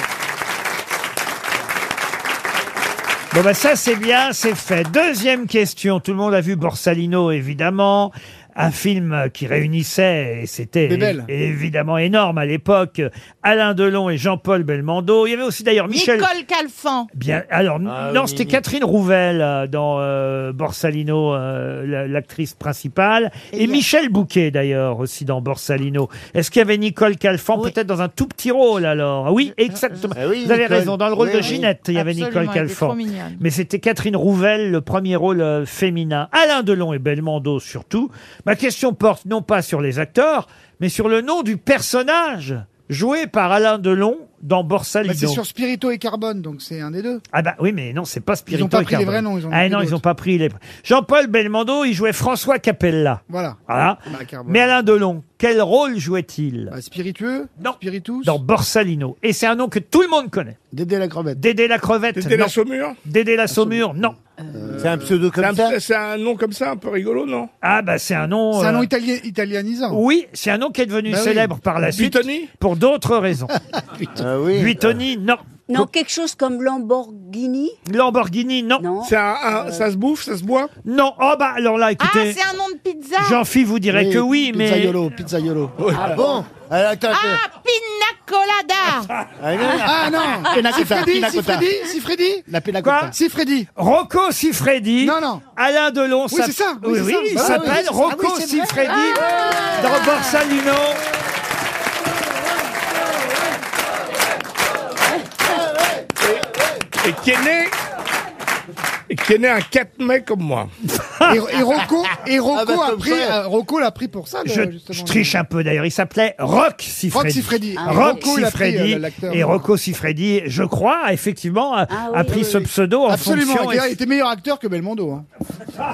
Bon ben ça c'est bien, c'est fait. Deuxième question, tout le monde a vu Borsalino évidemment. un film qui réunissait, et c'était
Bébel.
é- évidemment énorme à l'époque, Alain Delon et Jean-Paul Belmondo. Il y avait aussi d'ailleurs Michel...
Nicole Calfan.
Bien, alors, non,
oui,
c'était
oui.
Catherine Rouvel euh, dans euh, Borsalino, euh, la- l'actrice principale, et Michel Bouquet d'ailleurs aussi dans Borsalino. Est-ce qu'il y avait Nicole Calfan peut-être dans un tout petit rôle alors Ah Oui, exactement. Vous avez
Nicole.
raison, dans le rôle
Oui,
de
oui.
Ginette, il y avait
Absolument,
Nicole
elle était
Calfan.
trop mignonne.
Mais c'était Catherine Rouvel, le premier rôle euh, féminin. Alain Delon et Belmondo surtout. Ma question porte non pas sur les acteurs, mais sur le nom du personnage joué par Alain Delon dans Borsalino.
Bah, c'est sur Spirito et Carbone, donc c'est un des deux.
Ah bah oui, mais non, c'est pas Spirito.
Ils ont pas
et
pris les
Carbone.
vrais noms, ils ont
ah
pris
non, ils
d'autres.
ont pas pris les. Jean-Paul Belmondo, il jouait François Capella.
Voilà.
Voilà.
Bah, Carbone.
mais Alain Delon, quel rôle jouait-il
Bah, Spiritueux
Non.
Spiritus
Dans Borsalino. Et c'est un nom que tout le monde connaît.
Dédé la crevette.
Dédé la crevette.
Dédé la
non.
saumure
Dédé la saumure, non.
Euh, C'est un pseudo comme ça C'est un nom comme ça, un peu rigolo, non
Ah bah c'est un nom.
C'est un
euh,
nom italien, italianisant.
Oui, c'est un nom qui est devenu
Bah oui.
célèbre par la suite. Pour d'autres
<laughs>
raisons.
Ah
Buitoni, non.
Non, quelque chose comme
<laughs>
Lamborghini
Lamborghini, non.
Ça- un- ça
se bouffe, ça se boit Non. Oh bah alors là,
Ah,
écoutez.
c'est un nom de pizza.
Jean-Phi vous dirait que oui, mais.
Pizzaiolo, pizzaiolo.
Ah bon
Ah, attends,
Ah, pina colada.
Ah
<laughs>
non
Si Freddy, si Freddy,
si Freddy La pina
Quoi
Si Freddy
Rocco Siffredi. Non, non. Alain Delon.
Oui,
s'app-
c'est ça, oui,
Oui,
c'est
oui,
ça.
il
Ah, oui, c'est
s'appelle
ça. Ah,
Rocco
oui, c'est vrai.
Siffredi
Ah
dans Borsalino.
Et qui est né et qui est né un 4 mai comme moi.
Et, et Rocco, et Rocco
Ah bah,
a
comme
pris,
ça.
euh, Rocco l'a pris pour ça. le-
Je,
justement.
je triche un peu d'ailleurs. Il s'appelait Rock Siffredi.
Rock Siffredi. Ah,
Rock
Rocco, il a pris,
Siffredi.
euh, l'acteur.
Et Rocco Siffredi, je crois, effectivement, a,
Ah
a
oui.
pris
Oui,
ce
oui.
pseudo en
Absolument,
fonction.
il était- il était meilleur acteur que Belmondo.
<laughs>
hein.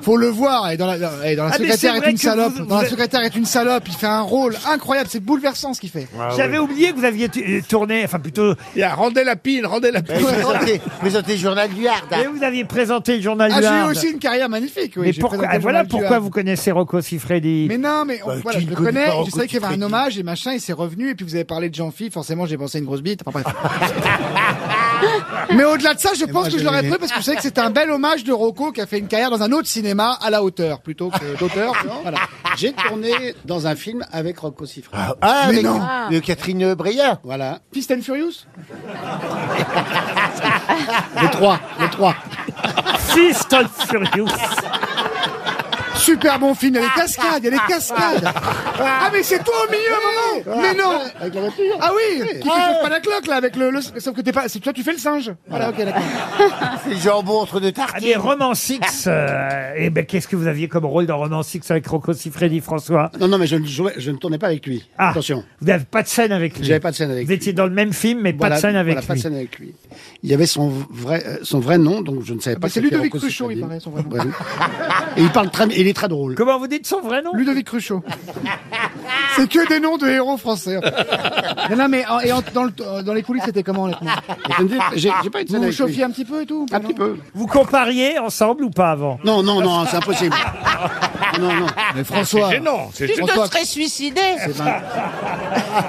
Faut le voir. Et dans la, dans- eh, dans la
Ah, mais c'est
secrétaire est,
vrai
une
que
salope.
vous-
dans
vous
la
êtes-
secrétaire est une salope. Il fait un rôle incroyable. C'est bouleversant ce qu'il fait.
J'avais oublié que vous aviez tu- euh, tourné, enfin plutôt.
rendez la pile, rendez la pile.
<laughs>
Présentez le journal du Hard. hein. Mais vous aviez présenté le journal
Ah,
du
j'ai eu
Hard.
aussi une carrière magnifique. oui,
mais
j'ai
pourquoi,
présenté le
voilà
journal du
pourquoi
Havre.
vous connaissez Rocco Siffredi.
Mais non, mais on-
Bah,
voilà,
qui
je
ne
le
connaît
connais,
pas
je
Rocco
savais qu'il y avait un
Siffredi
hommage et machin, il s'est revenu, et puis vous avez parlé de Jean-Phi, forcément j'ai pensé à une grosse bite.
<laughs>
Enfin, bref. mais au-delà de ça, je pense
moi,
que je
j'ai
l'aurais
aimé.
pris parce que je savais que c'était un bel hommage de Rocco qui a fait une carrière dans un autre cinéma à la hauteur plutôt que d'auteur. tu vois.
Voilà. J'ai tourné dans un film avec Rocco Siffredi.
Ah, ah,
Mais
avec
non.
euh, Catherine Breillat.
Voilà.
Fist and Furious
Les trois, les trois.
Fist and Furious.
Super bon film, il y a des cascades, il y a des cascades. Ah mais c'est toi au milieu, maman Mais non
Avec la voiture
Ah oui, qui
Ah
fait
ouais.
pas la cloque là avec le, le- sauf que t'es pas, c'est toi tu fais le singe. Voilà, ok
<laughs>
d'accord.
C'est le jambon entre deux
Ah,
tartines.
mais Roman Six, euh, eh ben, qu'est-ce que vous aviez comme rôle dans Roman Six avec Rocco Siffredi, François
Non, non, mais je ne, jouais- je ne tournais pas avec lui.
Ah,
Attention.
Vous n'avez pas de scène avec lui
J'avais pas de scène avec
Vous étiez dans le même film, mais
Voilà,
pas de scène avec
voilà, pas de
lui.
scène avec lui. Il y avait son vrai, euh, son vrai nom, donc je ne savais
Ah,
pas.
bah, c'est
c'était
Ludovic
Rocco
Cruchot, il
Siffredi.
paraît, son vrai nom.
Ouais, oui. Et il parle très, il est très drôle.
Comment vous dites son vrai nom
Ludovic Cruchot. C'est que des noms de héros français. en fait. Mais non, mais en- et en- dans, le- dans les coulisses, c'était comment honnêtement
Je ne dis- j'ai- j'ai pas été
Ah, Vous
avec
vous
lui.
chauffiez un petit peu et tout Un petit
peu.
Vous compariez ensemble ou pas avant
Non, non, non, c'est
<laughs>
impossible.
Ah,
Non, non.
Mais François-
C'est gênant, c'est
Tu te
gênant.
serais suicidé.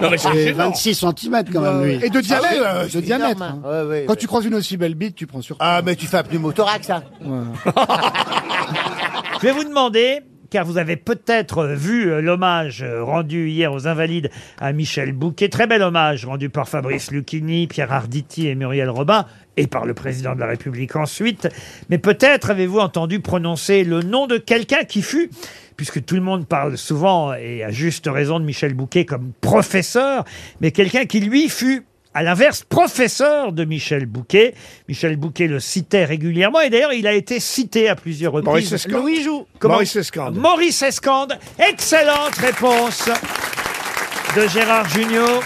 Non, mais c'est
C'est
gênant.
26 cm quand même, lui.
Et de diamètre,
Ah oui, ouais,
de
c'est
diamètre.
énorme,
hein. Quand tu croises une aussi belle bite, tu prends sur.
Ah, mais tu fais un pneumothorax, hein.
<laughs>
ça.
Je vais vous demander, car vous avez peut-être vu euh, l'hommage euh, rendu hier aux Invalides à Michel Bouquet, très bel hommage rendu par Fabrice Lucchini, Pierre Arditi et Muriel Robin, et par le président de la République ensuite. Mais peut-être avez-vous entendu prononcer le nom de quelqu'un qui fut puisque tout le monde parle souvent, et à juste raison, de Michel Bouquet comme professeur, mais quelqu'un qui, lui, fut à l'inverse, professeur de Michel Bouquet. Michel Bouquet le citait régulièrement et d'ailleurs il a été cité à plusieurs reprises.
Maurice Escande. Louis Joux. Maurice Escande.
Maurice Escande. Excellente réponse de Gérard Junior.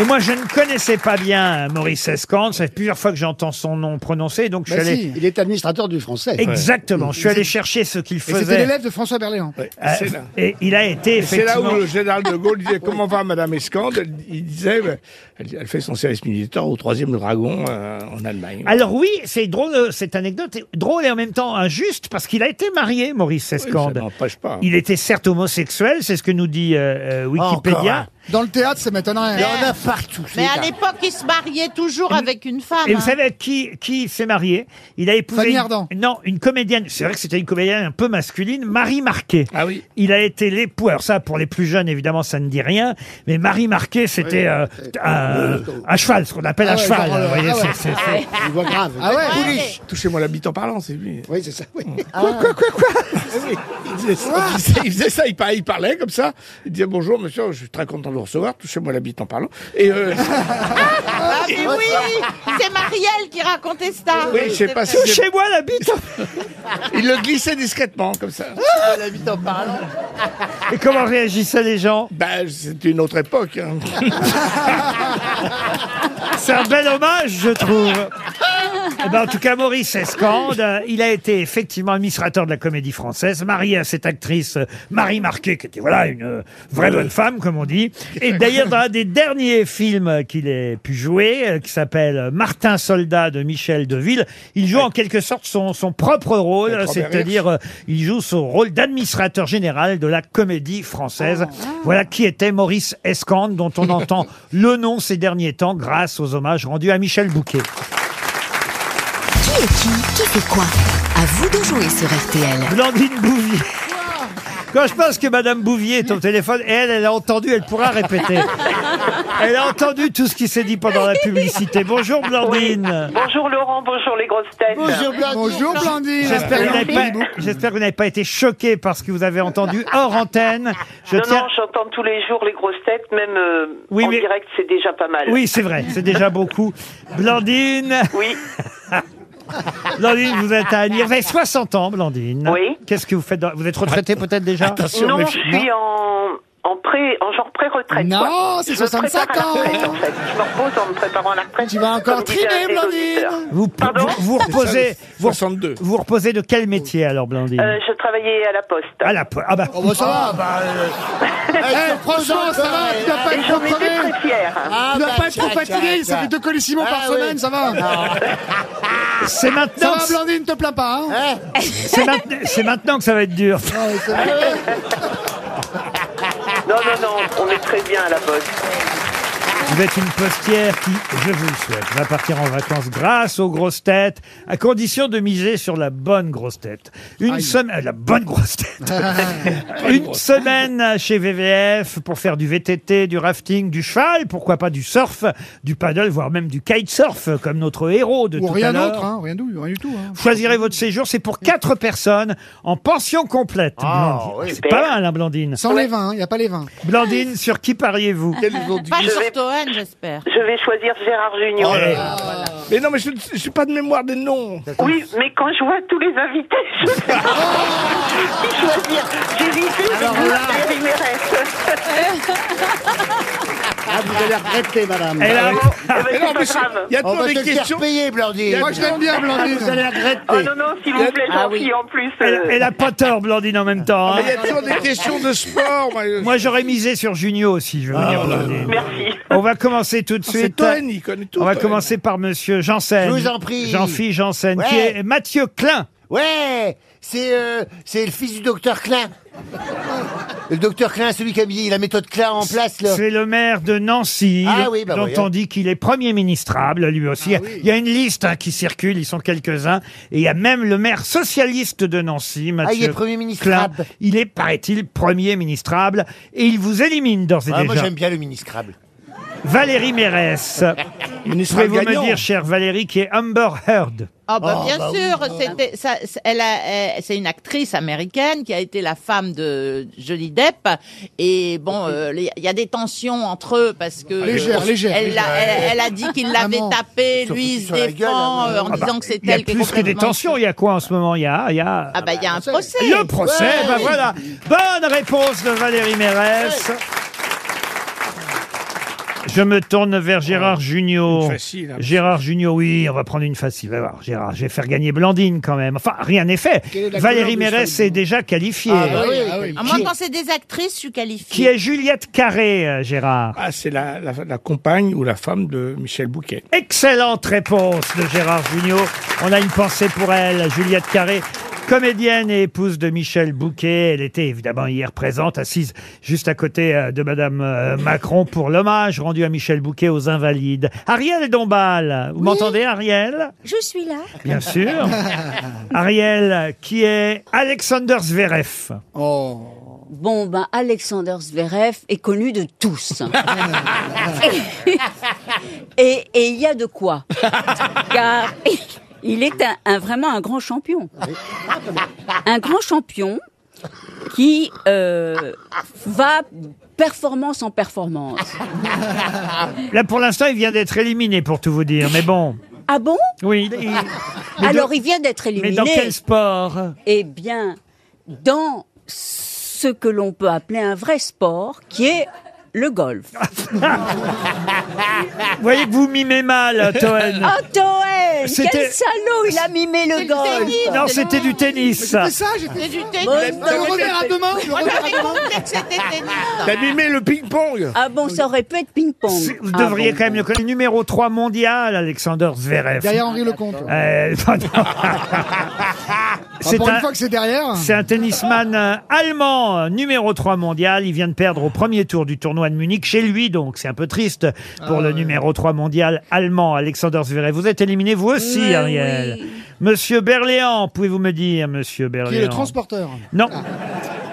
Et moi, je ne connaissais pas bien Maurice Escande. Ça fait plusieurs fois que j'entends son nom prononcé, donc je
Bah
suis allé.
si, il est administrateur du français.
Exactement. Je suis allé
Et
chercher ce qu'il
Et
faisait.
c'était l'élève de François Berléand.
Euh,
C'est là.
et il a été
Et C'est là
effectivement.
où le général de Gaulle disait Comment va Madame Escande Elle- Il disait bah, elle, elle fait son service militaire au 3 Dragon euh, en Allemagne.
Alors oui, c'est drôle, euh, cette anecdote est drôle et en même temps injuste parce qu'il a été marié, Maurice
Oui, ça
Escande.
n'empêche pas.
il était certes homosexuel, c'est ce que nous dit euh, euh,
Ah, encore
Wikipédia.
un.
Dans le théâtre, ça m'étonnerait.
Il y en a
partout.
Mais à l'époque, il se mariait toujours avec une femme.
Et vous
hein.
savez qui, qui s'est marié Il a épousé.
Fanny
une-
Ardant.
Non, une comédienne. C'est vrai que c'était une comédienne un peu masculine, Marie Marquet. Ah oui. Il a été l'époux. Alors ça, pour les plus jeunes, évidemment, ça ne dit rien. Mais Marie Marquet, c'était euh, un, un cheval, ce qu'on appelle
Ah
un
ouais,
cheval. hein,
genre,
vous voyez,
ah ouais.
c'est- c'est- c'est-
Il voit grave.
Ah ouais.
Pouliche. Touchez-moi la bite en parlant, c'est lui.
Oui, c'est ça.
Quoi, quoi, quoi, quoi il, faisait ça, il faisait- il faisait ça, il parlait, il parlait comme ça. Il disait bonjour monsieur, je suis très content de vous recevoir, touchez-moi la bite en parlant. Et euh,
Ah, mais oui C'est Marielle qui racontait ça.
oui, je sais pas si.
Touchez-moi la bite
Il le glissait discrètement comme ça.
la vie en parlant.
Et comment réagissaient les gens
Ben, c'était une autre époque. hein.
C'est un bel hommage, je trouve. Eh ben, en tout cas, Maurice Escande, euh, il a été effectivement administrateur de la comédie française, marié à cette actrice euh, Marie Marquet, qui était voilà une euh, vraie bonne femme, comme on dit. Et d'ailleurs, dans un des derniers films qu'il ait pu jouer, euh, qui s'appelle Martin Soldat de Michel Deville, il joue en quelque sorte son, son propre rôle,
Avec Robert
c'est-à-dire euh, il joue son rôle d'administrateur général de la comédie française. Voilà qui était Maurice Escande, dont on entend le nom ces derniers temps grâce aux hommages rendus à Michel Bouquet.
Qui est qui Qui fait quoi À vous de jouer sur RTL.
Blandine Bouvier. Quand je pense que Madame Bouvier est au téléphone, et elle, elle a entendu, elle pourra répéter. Elle a entendu tout ce qui s'est dit pendant la publicité. Bonjour Blandine.
Bonjour Laurent, bonjour les grosses têtes.
Bonjour Blandine. Bonjour Blandine.
J'espère que vous n'avez pas- j'espère que vous n'avez pas, été choqué par ce que vous avez entendu hors antenne. Je
non,
tiens.
non, j'entends tous les jours les grosses têtes, même euh,
Oui,
en
mais-
direct, c'est déjà pas mal.
Oui, c'est vrai, c'est déjà beaucoup. Blandine.
Oui.
<laughs> Blandine, vous êtes à Agnières. Vous avez 60 ans, Blandine.
Oui.
Qu'est-ce que vous faites dans- Vous êtes retraitée peut-être déjà
non, je suis en, en, pré, en genre pré-retraite.
Non,
quoi.
Oh,
c'est
Je me
65
prépare à la retraite,
ans.
en fait. Je me repose en me préparant à la retraite. Tu vas
encore trimer, Blandine.
Vous, vous, vous reposez. Vous,
62.
vous reposez de quel métier alors, Blandine
Euh, je travaillais à la poste.
À la po- Ah bah.
Oh, bah, ça va. Eh, franchement, ça va, tu dois pas être trop
J'étais très fière.
tu dois pas être trop fatigué, ça fait deux colissimons par semaine, ça va.
C'est maintenant.
euh, Ça va, Blandine, te plains pas. Hein
C'est maintenant, c'est maintenant que ça va être dur.
Oh,
Non, non, non, on est très bien à la
<laughs>
poste.
Vous êtes une postière qui, je vous le souhaite, va partir en vacances grâce aux grosses têtes, à condition de miser sur la bonne grosse tête. Une semaine, la bonne grosse tête.
Ah.
<laughs> une semaine chez VVF pour faire du VTT, du rafting, du cheval, pourquoi pas du surf, du paddle, voire même du kitesurf, comme notre héros de
Ou
tout à
rien
l'heure.
d'autre, hein, rien d'ou- rien du tout. hein.
Vous choisirez votre séjour, c'est pour quatre personnes en pension complète. Blandine.
oui.
c'est pas mal, hein, Blandine.
Sans les vins, il n'y a pas les vins.
Blandine, sur qui pariez-vous
Pas sur Toen, j'espère.
Je vais choisir Gérard Ah, Junior.
Oh
Ah,
là
Mais non, mais je ne suis pas de mémoire des noms.
Oui, mais quand je vois tous les invités, je
<laughs>
sais pas qui choisir. J'ai visité les
Ah, vous allez regretter, madame.
Elle
Ah,
a-
ben, c'est pas grave.
Il y a
On
toujours
va
des
te le
questions.
faire payer, Blandine.
Moi, je l'aime bien, Blandine.
Vous allez regretter.
Oh non, non, s'il vous plaît,
Ah
gentil
oui.
en plus.
Elle,
euh,
elle a pas tort, Blandine, en même temps. hein.
Ah, Mais il y a toujours des questions de sport. Moi,
Moi, j'aurais misé sur Junio aussi,
Ah,
je veux dire, Blandine.
Merci.
On va commencer tout de
Ah, C'est
suite.
Toen, il connaît tout.
On va
Toen.
commencer par Monsieur Janssen.
Je vous en prie.
Jean-Philippe Janssen,
Ouais.
qui est Mathieu Klein.
Ouais, c'est euh, c'est le fils du docteur Klein. Le docteur Klein, celui qui a mis la méthode Klein en place, là.
<laughs> C'est le maire de Nancy,
Ah oui, bah
dont
voyons. Ah
on dit qu'il est premier ministrable, lui aussi. Il y a une liste hein, qui circule, ils sont quelques-uns. Et il y a même le maire socialiste de Nancy, Mathieu
Ah, il est premier ministrable.
Klein. Il est, paraît-il, premier ministrable. Et il vous élimine d'ores et
Ah, moi,
déjà.
j'aime bien le ministrable.
Valérie
<laughs>
Mérès.
Ministrable
Pouvez-vous me
gagnant.
dire, chère Valérie, qui est Amber Heard
Ah bah
Oh,
bien
bah
sûr, c'était ça, c'est- elle a- euh, c'est une actrice américaine qui a été la femme de Johnny Depp et bon, euh, les- il y a des tensions entre eux parce que
Légère,
euh,
légère,
Elle,
légère.
l'a- elle, elle a dit qu'il l'avait
Maman.
tapé,
Surtout
lui il se
sur la gueule,
défend
hein,
euh, en
Ah bah,
disant que c'est
Il y a
elle qui est
plus que des
complètement-
tensions. Il y a quoi en ce moment Il y a, il y a-
Ah bah il y a un procès.
le procès. ben voilà. Bonne réponse de Valérie Mérès. Je me tourne vers Gérard Junior.
Oh, facile, hein.
Gérard Junior, oui, on va prendre une facile. Va voir, Gérard, je vais faire gagner Blandine quand même. Enfin, rien n'est fait.
Quelle est la
Valérie
couleur du
Mérès
cheval
est déjà qualifiée.
Ah, bah oui, ah oui.
Ah, moi
Qui-
quand c'est des actrices, je suis
Qui
qualifiée.
est Juliette Carré, euh, Gérard
Ah, c'est la, la, la compagne ou la femme de Michel Bouquet.
Excellente réponse de Gérard Junior. On a une pensée pour elle, Juliette Carré. comédienne et épouse de Michel Bouquet. Elle était évidemment hier présente, assise juste à côté euh, de Madame euh, Macron pour l'hommage rendu à Michel Bouquet aux Invalides. Ariel Dombal, vous m'entendez Ariel
Je suis là.
Bien
<laughs>
sûr. Ariel, qui est Alexander Zverev.
Bon, ben, Alexander Zverev est connu de tous. et et il y a de quoi. Car il est un, un- vraiment un grand champion. Un grand champion qui euh, va performance en performance.
Là, pour l'instant, il vient d'être éliminé, pour tout vous dire, mais bon.
Ah bon
Oui. il- mais
Alors,
dans-
il vient d'être éliminé.
Mais dans quel sport
Eh bien, dans ce que l'on peut appeler un vrai sport, qui est le golf.
Vous <laughs> voyez que vous mimez mal, Toen.
Oh, Toen
C'était-
Quel salaud, il a mimé le golf
Non, c'était du tennis. ça.
C'est du tennis.
Bon,
J'avais compris-
Moi, j'avais
compris que c'était tennis.
T'as mimé le ping-pong
Ah bon, ça aurait pu être ping-pong.
Ah,
Ah
Vous devriez quand même le connaître. Numéro 3 mondial, Alexander Zverev.
Derrière Henri Lecomte.
Euh, <laughs> non, non.
Ah, pour une fois que c'est derrière.
C'est un tennisman euh, allemand, euh, numéro 3 mondial. Il vient de perdre au premier tour du tournoi de Munich chez lui, donc c'est un peu triste pour
Ah,
le numéro 3 mondial allemand, Alexander Zverev. Vous êtes éliminé, vous aussi,
Mais
Ariel. Monsieur Berléand, pouvez-vous me dire, monsieur Berléand
Qui est le Ah. transporteur.
Non.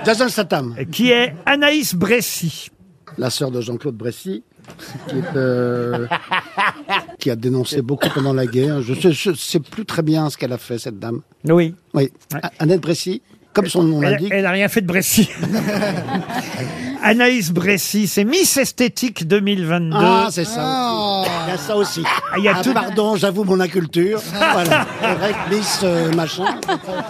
Jason Satam.
Qui est Anaïs Bressy.
La sœur de Jean-Claude Bressy, qui, est, euh, qui a dénoncé beaucoup pendant la guerre. Je sais, je sais plus très bien ce qu'elle a fait, cette dame.
Oui.
Oui. A- Annette Bressy, comme son nom
Elle-
l'indique.
Elle n'a rien fait de
<laughs>
Bressy. Anaïs Bressy, c'est Miss Esthétique 2022.
Ah, c'est ça. aussi. Il y a ça aussi.
il y a
Ah,
tout-
Pardon, j'avoue mon inculture. voilà. C'est vrai que Miss euh, machin.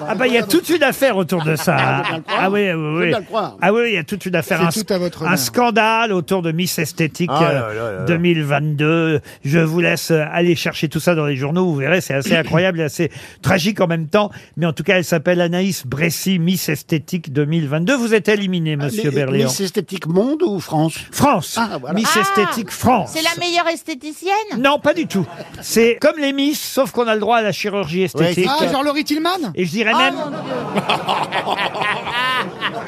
Ah bah il y a toute une affaire autour de ça.
Ah,
hein.
je veux
Ah oui,
bien le croire. Je veux
oui,
bien
oui.
le croire.
Ah oui, il y a toute une affaire.
C'est
Un,
tout
sc-
à votre
un
honneur.
scandale autour de Miss Esthétique
Ah là
euh,
là là là.
2022. Je vous laisse euh, aller chercher tout ça dans les journaux. Vous verrez, c'est
<coughs>
assez incroyable et assez tragique en même temps. Mais en tout cas, elle s'appelle Anaïs Bressy, Miss Esthétique 2022. Vous êtes éliminé, Monsieur
Ah, Mais- euh,
Berléand.
Miss Esthétique Monde ou France Ah,
France. Miss Esthétique France.
Ah, C'est la meilleure esthéticienne
Non, pas du tout. C'est comme les Miss, sauf qu'on a le droit à la chirurgie esthétique.
Ah, genre Laurie Tillman
Et je
Oh,
dirais même.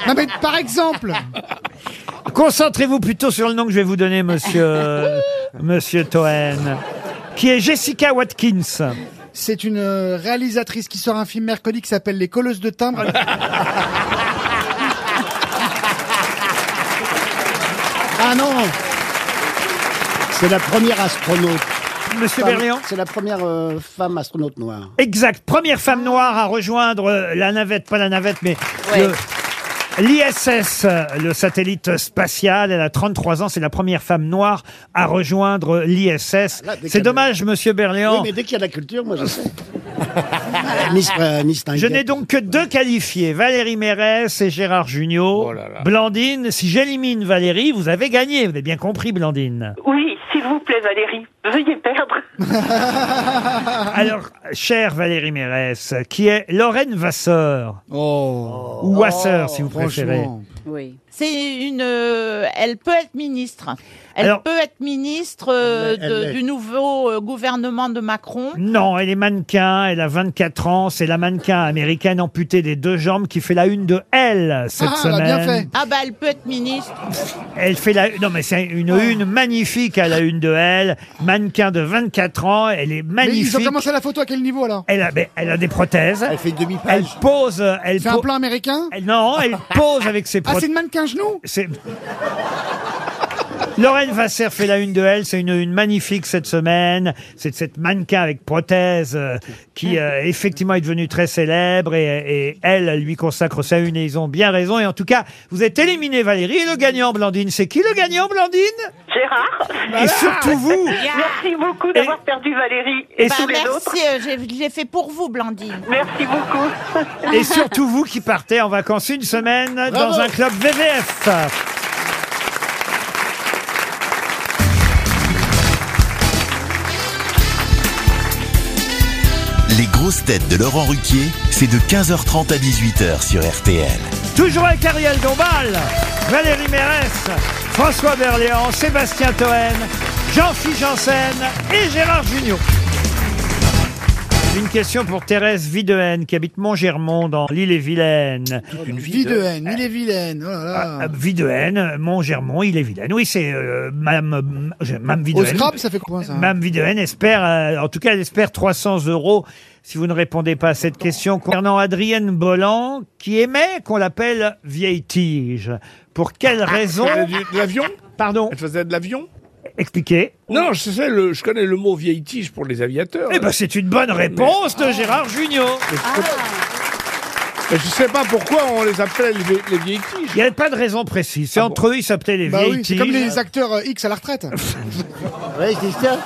Non, mais par exemple.
Ah.
Concentrez-vous plutôt sur le nom que je vais vous donner,
<laughs>
monsieur, monsieur Toen, qui est Jessica Watkins.
C'est une euh, réalisatrice qui sort un film mercredi qui s'appelle Les Colleuses de
<laughs>
timbre.
Ah non C'est la première astronaute.
Monsieur
Femme-
Berléand
C'est la première euh, femme astronaute noire.
Exact. Première femme noire à rejoindre euh, la navette, pas la navette, mais
Ouais.
le- L'ISS, euh, le satellite spatial, elle a 33 ans, c'est la première femme noire à rejoindre l'ISS.
Ah, Là, dès
C'est
qu'elle-
dommage, monsieur
Oui,
Berléand.
mais dès qu'il y a de la culture, moi je sais. Miss, euh, Miss
Je
Tinguette.
n'ai donc que deux qualifiés, Valérie Mérès et Gérard Junior. Blandine, si j'élimine Valérie, vous avez gagné, vous avez bien compris, Blandine.
Oui, s'il vous plaît, Valérie, veuillez perdre.
Alors, chère Valérie Mérès, qui est Lorraine Vasseur.
Oh.
Ou Vasseur, si vous préférez.
Oui.
C'est une. euh, elle peut être ministre. Elle
Alors-
peut être ministre euh,
Elle- Mmh, elle
de-
l'est.
du nouveau euh, gouvernement de Macron.
Non, elle est mannequin, elle a 24 ans, c'est la mannequin américaine amputée des deux jambes qui fait la une de Elle cette semaine.
Ah bah elle peut être ministre.
Elle fait la non mais c'est
Oh.
une une magnifique à la une de Elle, mannequin de 24 ans, elle
Mais ils
est
ont
magnifique.
commencé la photo à quel niveau alors
Elle a, mais elle a des prothèses. Elle fait demi-page. Elle pose. euh, Elle
C'est un
po-
plan américain
elle- Non, elle pose avec ses
Ah, c'est
prothèses.
une mannequin genou
C'est. Lorraine Vasseur fait la une de elle, c'est une une magnifique cette semaine. C'est cette mannequin avec prothèse euh, qui euh, effectivement est devenue très célèbre et, et elle lui consacre sa une et ils ont bien raison. Et en tout cas, vous êtes éliminé Valérie et le gagnant Blandine. C'est qui le gagnant Blandine
Gérard
Et surtout vous
Merci beaucoup d'avoir perdu Valérie et,
et
tous
sur-
les autres.
Merci, euh, j'ai- j'ai fait pour vous, Blandine.
Merci beaucoup.
Et <laughs> surtout vous qui partez en vacances une semaine dans un club VVF.
Les grosses têtes de Laurent Ruquier, c'est de 15h30 à 18h sur RTL.
Toujours avec Ariel Dombal, Valérie Mérès, François Berléand, Sébastien Toen, Jean-Philippe Janssen et Gérard Junior. Une question pour Thérèse Videhen, qui habite Montgermont, dans l'île-et-Vilaine. Une
Vie de haine, il est vilaine. Oh là là.
Ah, Videhen, Montgermont, Ille-et-Vilaine. Oui, c'est euh, Madame, euh, m- je- Madame
Au
Videhen.
scrap, ça fait quoi ça
Madame Videhen espère, euh, en tout cas, elle espère 300 euros si vous ne répondez pas à cette question concernant Adrienne Bolland, qui aimait qu'on l'appelle vieille tige. Pour quelle
Ah,
raison
Elle faisait du- de l'avion
Pardon
Elle faisait de l'avion
Expliquez.
Non, je, sais, le, je connais le mot vieille tige pour les aviateurs.
Eh ben, c'est une bonne réponse de Gérard Junior.
Mais je sais pas pourquoi on les appelait les, vie- les vieilles tiges.
Il n'y avait pas de raison précise. C'est entre eux, ils s'appelaient les
Bah
vieilles
oui, c'est
tiges.
comme les
Acteur euh, X à la
<laughs>
retraite.
Oui, ah. c'est ça.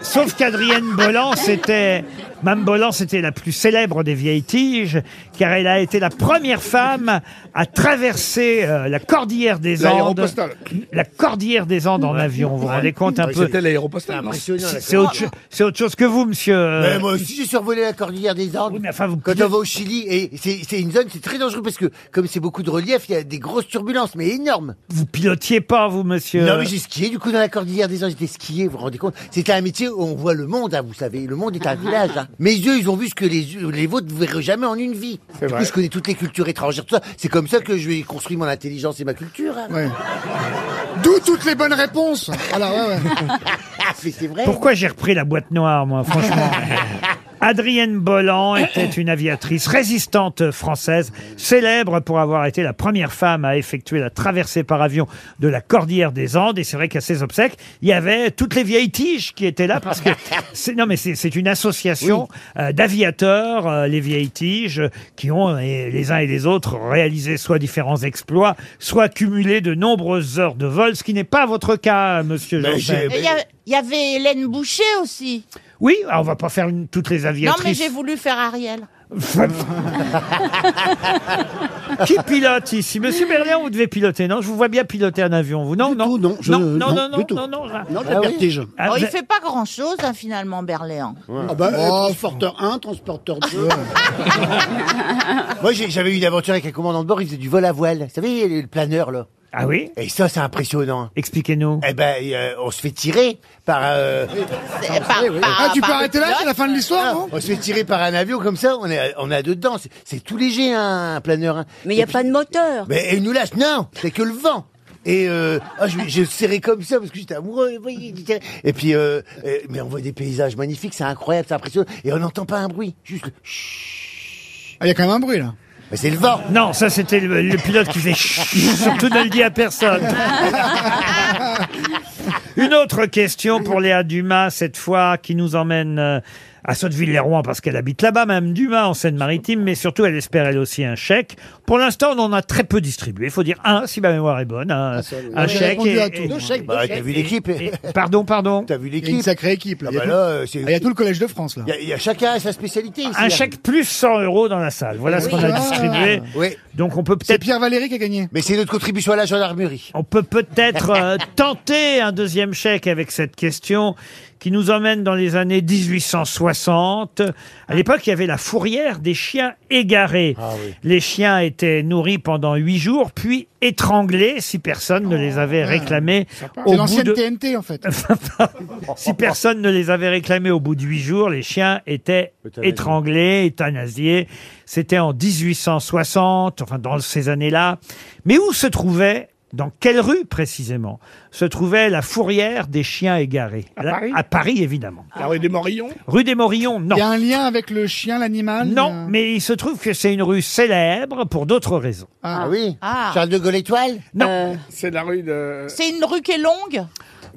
Sauf qu'Adrienne Bolland, c'était. Mme Bolland, c'était la plus célèbre des vieilles tiges, car elle a été la première femme à traverser euh, la cordillère des Andes.
L'aéropostale.
La cordillère des Andes en avion, vous vous rendez compte un
Oui,
peu
Ah, C'était
Ah,
l'aéropostale. non
C'est c'est autre, cho- c'est autre chose que vous, monsieur. euh,
Mais moi aussi, j'ai survolé la cordillère des Andes. Quand on va au Chili, et c'est c'est une zone, c'est très dangereux parce que, comme c'est beaucoup de relief, il y a des grosses turbulences, mais énormes.
Vous pilotiez pas, vous, monsieur.
Non, mais j'ai skié, du coup, dans la cordillère des Andes, j'étais skié, vous vous rendez compte C'était un métier où on voit le monde, hein, vous savez. Le monde
<laughs>
est un village. hein. Mes yeux, ils ont vu ce que les, yeux- les vôtres ne verraient jamais en une vie. Du coup,
vrai.
je connais toutes les cultures étrangères, tout ça. C'est comme ça que je vais construire mon intelligence et ma culture. hein.
D'où toutes les bonnes réponses. Voilà,
<laughs>
ouais, ouais.
Ah, Mais c'est vrai.
Pourquoi j'ai repris la boîte noire, moi, franchement
<laughs>
Adrienne Bolland était une aviatrice résistante française, célèbre pour avoir été la première femme à effectuer la traversée par avion de la Cordillère des Andes. Et c'est vrai qu'à ses obsèques, il y avait toutes les vieilles tiges qui étaient là parce
<laughs>
que c'est, non mais c'est, c'est une association euh, d'aviateurs, euh, les vieilles tiges, euh, qui ont euh, et les uns et les autres réalisé soit différents exploits, soit cumulé de nombreuses heures de vol, ce qui n'est pas votre cas, monsieur. Janssen.
Il y, a- il y avait Hélène Boucher aussi.
Oui, alors on va pas faire une- toutes les
Non, mais
aviatrices.
j'ai voulu faire Ariel.
<laughs> Qui pilote ici Monsieur Berléon, vous devez piloter, non Je vous vois bien piloter un avion, vous Non, non, non,
je-
non, non,
Euh, non,
non, non,
du tout.
non, non, non,
Non, j'ai Ah oui. vertige.
Ah,
Oh, il
vous-
fait pas grand-chose, hein, finalement, Berléand. Oh. Ah.
Ah bah, euh, transporteur 1, transporteur 2.
Moi, j'ai- j'avais eu une aventure avec un commandant de bord, il faisait du vol à voile. Vous savez, le planeur, là.
Ah oui
Et ça, c'est impressionnant.
Expliquez-nous.
Eh ben, euh, on se fait tirer par... euh,
Ah, tu peux arrêter là, c'est la fin de l'histoire, non
On se fait tirer par un avion comme ça, on est, on est à deux dedans. C'est- C'est tout léger, hein, un planeur. hein.
Mais il n'y a pas de moteur.
Mais et il nous lâche, non, c'est que le vent. Et euh, ah, je, je serrais comme ça parce que j'étais amoureux. vous voyez, j'étais- Et puis, euh, euh, mais on voit des paysages magnifiques, c'est incroyable, c'est impressionnant. Et on n'entend pas un bruit, juste le chut.
Ah, il y a quand même un bruit là.
Mais c'est le vent.
Non, ça c'était le, le pilote qui faisait <laughs> chut, surtout ne le dit à personne. Une autre question pour Léa Dumas, cette fois, qui nous emmène euh, à Sotteville-les-Rouen, parce qu'elle habite là-bas, même Dumas, en Seine-Maritime, mais surtout, elle espère elle aussi un chèque. Pour l'instant, on en a très peu distribué. Il faut dire un, si ma mémoire est bonne,
Ah,
un, un
On a
chèque.
répondu à
tout. Deux chèques,
Bah, t'as vu l'équipe
Pardon, pardon.
T'as vu
Il y a une
l'équipe
sacrée équipe là.
Ah
Il y a
bah
tout-
là, euh, c'est-
Ah, il y a tout le collège de France là.
Il y a- il y, a chacun sa spécialité. ici,
Un
hein.
chèque plus 100 euros dans la salle. Voilà ce
Oui.
qu'on a
Ah.
distribué.
Oui.
Donc on peut
C'est
peut-être
Pierre Valéry qui a gagné.
Mais c'est notre contribution à la gendarmerie.
On peut
<laughs>
peut-être euh, tenter un deuxième chèque avec cette question qui nous emmène dans les années 1860. À l'époque, il y avait la fourrière des chiens égarés.
Ah
Les chiens étaient nourris pendant huit jours, puis étranglés si personne ne les
Ah,
avait réclamés.
C'est
Au bout
l'ancienne
de...
TNT en
<laughs>
fait.
Si personne ne les avait réclamés au bout de huit jours, les chiens étaient
Euthanasiés.
étranglés, euthanasiés. C'était en 1860, enfin dans ces années-là. Mais où se trouvait, dans quelle rue précisément, se trouvait la fourrière des chiens égarés À
Paris
À Paris, évidemment.
La rue des Morillons
Rue des Morillons, non.
Il y a un lien avec le chien, l'animal
Non, mais il se trouve que c'est une rue célèbre pour d'autres raisons.
Ah, oui Charles de Gaulle étoile
Non. Oh.
C'est la rue de.
C'est une rue qui est longue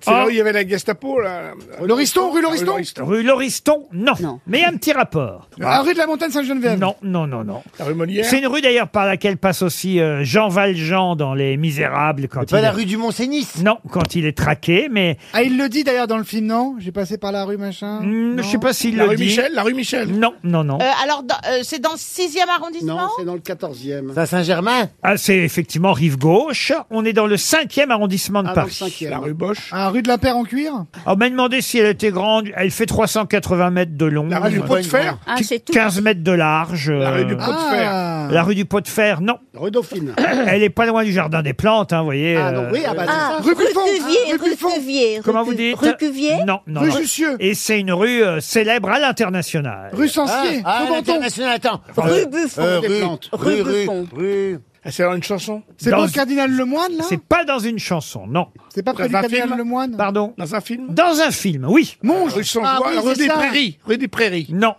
C'est là où il y avait la Gestapo, là.
Lauriston, Euh,
Euh,
rue Lauriston
Rue Lauriston, non. Mais un petit rapport.
Ah, rue de la Montagne Sainte-Geneviève.
Non, non, non, non.
La rue Molière.
C'est une rue d'ailleurs par laquelle passe aussi euh, Jean Valjean dans Les Misérables. Quand
Pas
il
la
est-
rue du Mont-Sénis
Non, quand il est traqué, mais
Ah, il le dit d'ailleurs dans le film, non J'ai passé par la rue machin.
hmm, je sais pas s'il
La
le
rue
dit.
Michel La rue Michel
Non, non, non.
Euh, alors, dans- euh, c'est dans le 6e arrondissement
Non, c'est dans le 14e.
Saint-Germain
Ah, c'est effectivement rive gauche. On est dans le 5e arrondissement de
Ah, dans le
Paris. Ah,
5e.
La rue Bosch
la Ah, rue de la Paire en cuir
On m'a demandé si elle était grande. Elle fait 380 mètres de long. La
rue du Pot de Fer Ah, c'est tout.
15 mètres de large. La
rue du Pot de Fer. Ah.
La rue du Pot de Fer, non.
Rue Dauphine.
<coughs> Elle est pas loin du Jardin des Plantes, hein, vous voyez.
Ah,
euh,
donc oui, ah bah,
Ah,
c'est
rue
ça.
Cuvier, rue Cuvier.
Comment
rue
vous
Cu-
dites
Rue Cuvier
Non, non. non. Et c'est une rue euh, célèbre à l'international.
Rue Sancier,
Ah, ah,
Sementon.
l'international, attends.
Rue
Euh,
Buffon
euh,
des
rue-
Plantes.
Rue,
Rue
rue,
Buffon.
rue.
C'est dans une chanson
C'est
Dans-
pas le cardinal Lemoine, là
C'est pas dans une chanson, non.
C'est pas près du
Dans un
cardinal
film
Lemoine
Pardon
Dans un film
Dans un film, oui.
Monge Ah
Rue sans joie,
oui,
rue
c'est
des
ça.
Prairies. Rue des Prairies.
Non.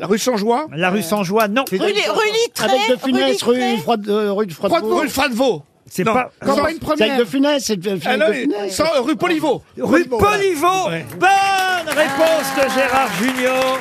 la rue sans joie
La rue sans joie, non.
Rue des- rue Littré,
Avec de
rue
Funès,
Littré.
rue, Froide- euh, rue de Froidevaux.
Rue de Froidevaux.
C'est
Non.
pas-
Campagne première.
C'est avec de Funès.
c'est de
Ah non, sans- rue Poliveau.
Rue Poliveau. Bonne réponse de Gérard Junior.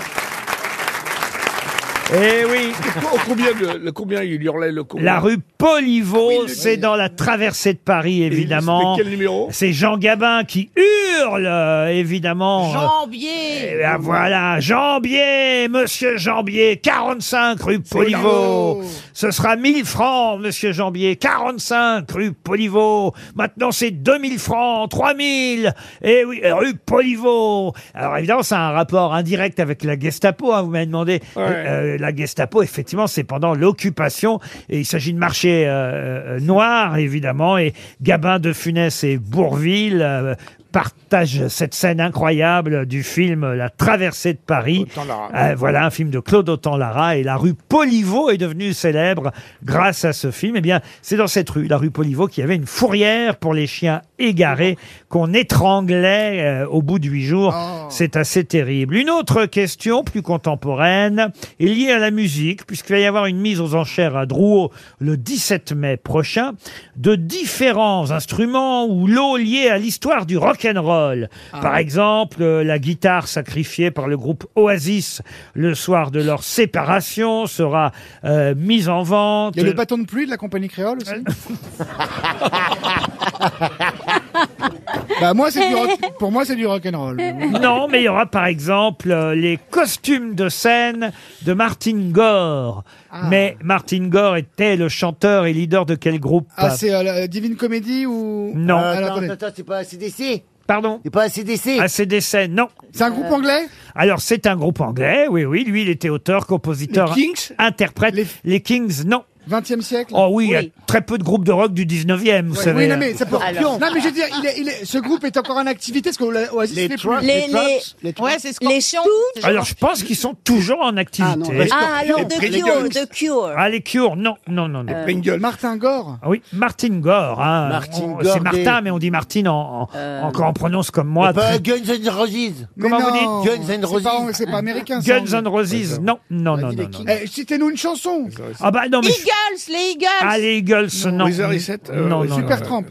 Eh oui.
Au combien, de- le combien il hurlait le combien
La rue Poliveau, c'est dans la traversée de Paris, évidemment.
c'était quel numéro
C'est Jean Gabin qui hurle, euh, évidemment.
Jambier.
Eh ben voilà, Jambier, monsieur Jambier, 45 rue Poliveau. Ce sera 1000 francs, monsieur Jambier, 45 rue Poliveau. Maintenant, c'est 2000 francs, 3000. Et oui, rue Poliveau. Alors évidemment, ça a un rapport indirect avec la Gestapo, hein, vous m'avez demandé. Euh, la Gestapo, effectivement, c'est pendant l'occupation. Et il s'agit de marchés euh, euh, noirs, évidemment. Et Gabin de Funès et Bourville euh, partagent cette scène incroyable du film La traversée de Paris. Euh, voilà un film de Claude Autant-Lara. Et la rue Poliveau est devenue célèbre grâce à ce film. Eh bien, c'est dans cette rue, la rue Poliveau, qu'il y avait une fourrière pour les chiens égarés qu'on étranglait euh, au bout de huit jours. C'est assez terrible. Une autre question plus contemporaine est liée à la musique, puisqu'il va y avoir une mise aux enchères à Drouot le 17 mai prochain de différents instruments ou lots liés à l'histoire du rock and roll.
Ah
Par exemple, euh, la guitare sacrifiée par le groupe Oasis le soir de leur séparation sera euh, mise en vente.
Il y a le bâton de pluie de la compagnie créole
<laughs>
aussi Bah moi c'est du rock, pour moi c'est du rock'n'roll.
Non, mais il y aura par exemple euh, les costumes de scène de Martin Gore.
Ah.
Mais Martin Gore était le chanteur et leader de quel groupe
Ah c'est euh, la Divine Comédie ou
Non.
Ah,
Euh,
alors,
non,
attendez.
Attends, c'est pas ACDC
Pardon
C'est pas ACDC
ACDC, non.
C'est un groupe anglais
Alors, c'est un groupe anglais, oui, oui. Lui, il était auteur, compositeur,
Les Kings
interprète. Les... Kings, non.
20e siècle
Oh oui, il y a très peu de groupes de rock du 19e, vous
Ouais.
savez.
Oui, non, mais ça peut.
Alors-
Non, mais je veux dire, il est, il est- ce groupe est encore en activité parce que Oasis les fait
Tramps,
plus.
les Les- Tramps, les les- Tramps. ouais, c'est Scorpions.
Stooges.
Alors, je pense qu'ils sont toujours en activité.
Ah, alors de Cure, de Cure. Euh,
Ah, les Cure, non, non, non, non.
Martin Gore.
Ah Oui, Martin Gore. hein.
Martin
On-
Gore
C'est Martin,
des-
mais on dit Martin en, en,
Euh,
en- quand on prononce comme
C'est
moi. très-
pas Guns N' Roses
Mais
Comment vous
non,
dites Guns N'
c'est
Roses.
pas- C'est pas américain. ça,
Guns N' Roses. Non, non, non, non. non.
Eh, Citez-nous une chanson.
Ah bah non, mais... je-
Eagles, les Eagles.
Ah, les Eagles, non.
Wizard et Set, euh,
non, non,
Super
non.
Tramp.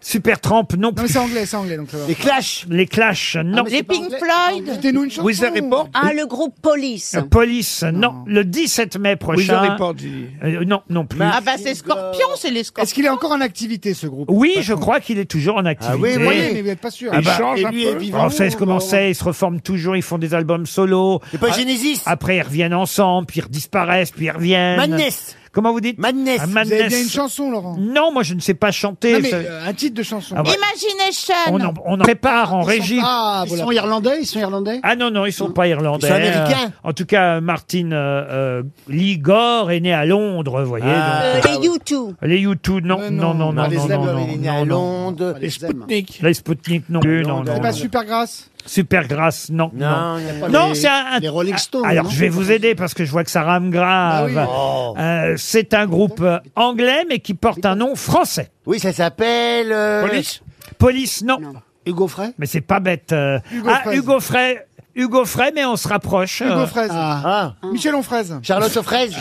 Super Tramp, non.
Non, mais c'est anglais, c'est anglais. Donc ça va.
Les Clash Ah,
Les Clash, non.
les Pink Floyd.
Citez-nous une chanson.
Wizard Report
Ah, le groupe Police.
Euh, Police, non. Le 17 mai prochain.
Wizard Report, j'ai dit.
Euh, non, non plus.
Ah bah c'est Scorpion, c'est les Scorpions.
Est-ce qu'il est encore en activité ce groupe
Oui, je crois qu'il est toujours en activité.
oui,
Vous voyez, mais vous n'êtes pas sûr.
Ah bah,
change
et
un
lui
peu.
est vivant.
Alors, vous savez comment c'est, ils se reforment toujours, ils font des albums solo.
C'est pas
Ah,
Genesis
Après, ils reviennent ensemble, puis ils disparaissent, puis ils reviennent.
Madness
Comment vous dites
Madness
Ah,
Vous avez bien une
Madness.
chanson, Laurent.
Non, moi je ne sais pas chanter.
Non,
vous
mais
savez.
euh, un titre de chanson.
Ah, bah,
Imagination.
on, en, on en prépare en régie.
Ah,
Ils
voilà.
sont irlandais, ils sont irlandais
Ah non, non, ils sont pas irlandais.
Ils sont américains.
Euh, en tout cas, Martin euh, euh, Lee Gore est né à Londres, vous voyez.
Ah.
Euh,
donc,
les U2.
euh, les U2, non,
Mais
non, non, non,
Ah,
non,
les
non,
Zèbres,
non,
il est né à
non, non.
Londres.
Les Spoutnik.
Les Spoutnik, non, plus, non, non,
C'est pas
non.
super grâce.
Super Grasse, non, non.
Non, il n'y a pas
Non,
les-
c'est un, un-
les Rolling Stones,
Alors,
non
je vais vous aider parce que je vois que ça rame grave.
Ah
Oh.
Euh, c'est un groupe euh, anglais, mais qui porte un nom français.
Oui, ça s'appelle. euh,
Police
Police, non.
Hugo Frey
Mais c'est pas bête. euh.
Hugo
ah,
Fraise.
Hugo Frey. Hugo Frey, mais on se rapproche. euh.
Hugo Fraise.
Ah, ah.
Michel Onfraise.
Charlotte
<laughs>
aux fraises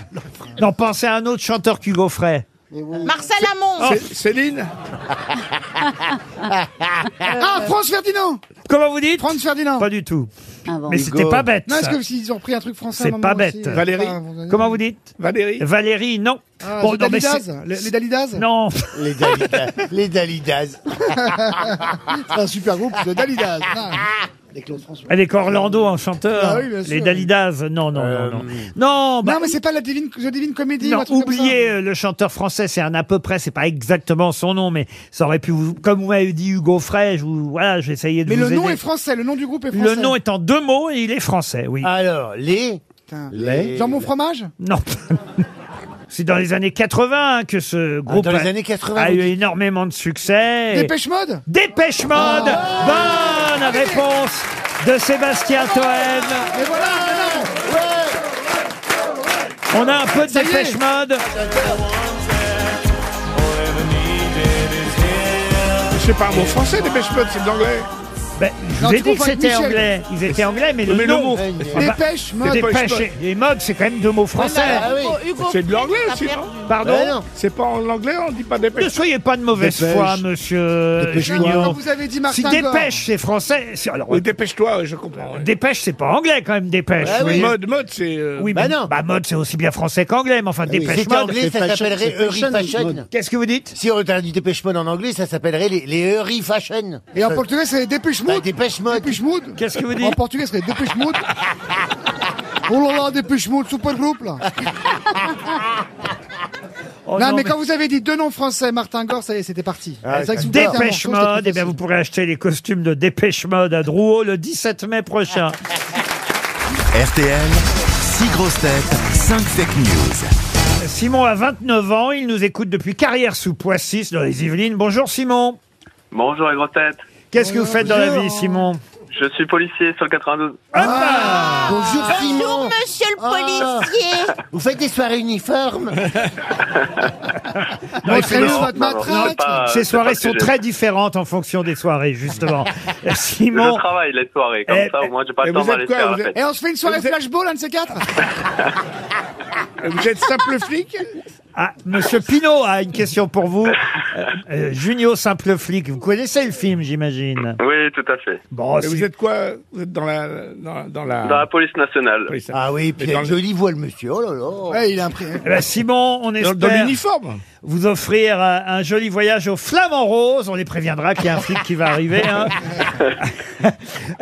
Non, pensez à un autre chanteur qu'Hugo Frey.
Marcel Amont.
C'est-
<laughs>
Céline
Euh,
Ah, France Ferdinand
Comment vous dites
France Ferdinand
Pas du tout.
Ah bon.
Mais c'était pas bête.
Non, est-ce
ça.
Ah,
que s'ils ont repris un truc français à un
C'est
moment
pas
aussi,
bête.
euh,
Valérie
enfin, vous avez-
Comment vous dites
Valérie
Valérie, non.
Ah,
Bon,
les
non, mais
Dalidas,
c'est-
les, les Dalidas
Non. <laughs>
Les Dalidas. les Dalidas.
<laughs> C'est un super groupe de Dalidas. Non.
Avec Orlando en chanteur.
Ah oui, bien sûr.
les Dalidas. Non, non,
Euh,
non, non. Non, bah,
non, mais c'est pas la divine, la divine comédie. ou
non,
un truc comme ça.
oubliez euh, le chanteur français, c'est un à peu près, c'est pas exactement son nom, mais ça aurait pu, vous- comme vous m'avez dit Hugo Frey, je vous, voilà, j'ai essayé de
Mais
vous
le nom
aider.
est français, le nom du groupe est français.
Le nom est en deux mots et il est français, oui.
Alors, les.
Les-
Genre mon fromage
<laughs>
Non. C'est dans les années 80 hein, que ce groupe
Ah, dans les
a-
années 80,
a
vous
eu
dites
énormément de succès. Et-
Dépêche mode
Dépêche Mode Bonne réponse de Sébastien Toen.
Mais voilà, mais non
<laughs> On a un peu de Dépêche
<laughs>
Mode. <laughs>
C'est pas un mot français, des Beach Boys, c'est de l'anglais.
Ben, je
Non,
vous ai
tu
dit que
confonds avec
c'était
Michel.
anglais. Ils étaient anglais, mais,
Mais le
le nom. Ah
mot. Dépêche Mode. Dépêche
Dépêche et- et mode, c'est quand même deux mots français.
Ah C'est de l'anglais aussi, non
Pardon Ben non.
C'est pas en anglais, on dit pas des
Ne soyez pas de mauvaise
Dépêche.
foi, monsieur
Dépêche
Junior.
Mode. Vous avez dit Martin
Si
Gore.
dépêche, c'est français. c'est- Alors,
Oui, dépêche-toi, ouais, je comprends. ouais.
Dépêche, c'est pas anglais quand même, dépêche.
Ah
vous
oui.
voyez.
Mode, mode, c'est. euh,
Oui, mais bah, mode, c'est aussi bien français qu'anglais, mais enfin,
Ah oui,
dépêche
c'est
mode.
anglais, ça s'appellerait Eury Fashion.
Qu'est-ce que vous dites
Si on était du Dépêche Mode en anglais, ça s'appellerait les, les Eury Fashion.
Et en portugais, c'est Dépêche Mode.
Dépêche Mode.
Dépêche Mode.
Qu'est-ce que vous dites
En portugais, c'est Dépêche Mode. Oh là là, Dépêche Mode, super groupe
<laughs>
là. non,
Oh non,
mais,
mais-
quand vous avez dit deux noms français, Martin Gore, ça y est, c'était parti.
Ah,
Ah,
C'est vrai que si vous portez un
Dépêche
morceau, c'était
mode,
plus
et bien
facile.
vous pourrez acheter les costumes de dépêche mode à Drouot le 17
<laughs>
mai prochain.
RTL, 6 grosses têtes, 5 fake news.
Simon a 29 ans, il nous écoute depuis Carrière sous Poissis dans les Yvelines. Bonjour Simon.
Bonjour les grosses têtes.
Qu'est-ce que vous faites dans la vie, Simon
Je suis policier sur le 92.
Ah.
Bonjour Simon.
monsieur le
Ah.
policier.
Vous faites des soirées uniformes
Non, il fait-
Montrez-nous votre
non,
matraque.
non,
C'est pas-
Ces
c'est pas
soirées
le
sont
sujet.
très différentes en fonction des soirées, justement. Eh, Simon,
Je travaille les soirées, comme
Eh,
ça au moins j'ai pas
et
le temps
vous êtes
d'aller
quoi,
faire la
vous êtes-
fête.
Et on se fait une soirée
Vous êtes-
flashball, un de ces quatre
Euh, Vous êtes simple flic
ah, Monsieur Pinault a une question pour vous. Euh, euh, Junio Simple Flic, vous connaissez le film, j'imagine
Oui, tout à fait.
Bon,
Et vous
si-
êtes quoi Vous êtes dans la. Dans la. Dans la...
Dans la police nationale.
Ah oui, puis il y a une jolie voix le monsieur. Oh là là.
Ouais, il a un prix.
Eh ben, Simon, on
Dans,
espère...
dans l'uniforme
vous offrir euh, un joli voyage au Flamand Rose. On les préviendra qu'il y a un flic qui va arriver. hein.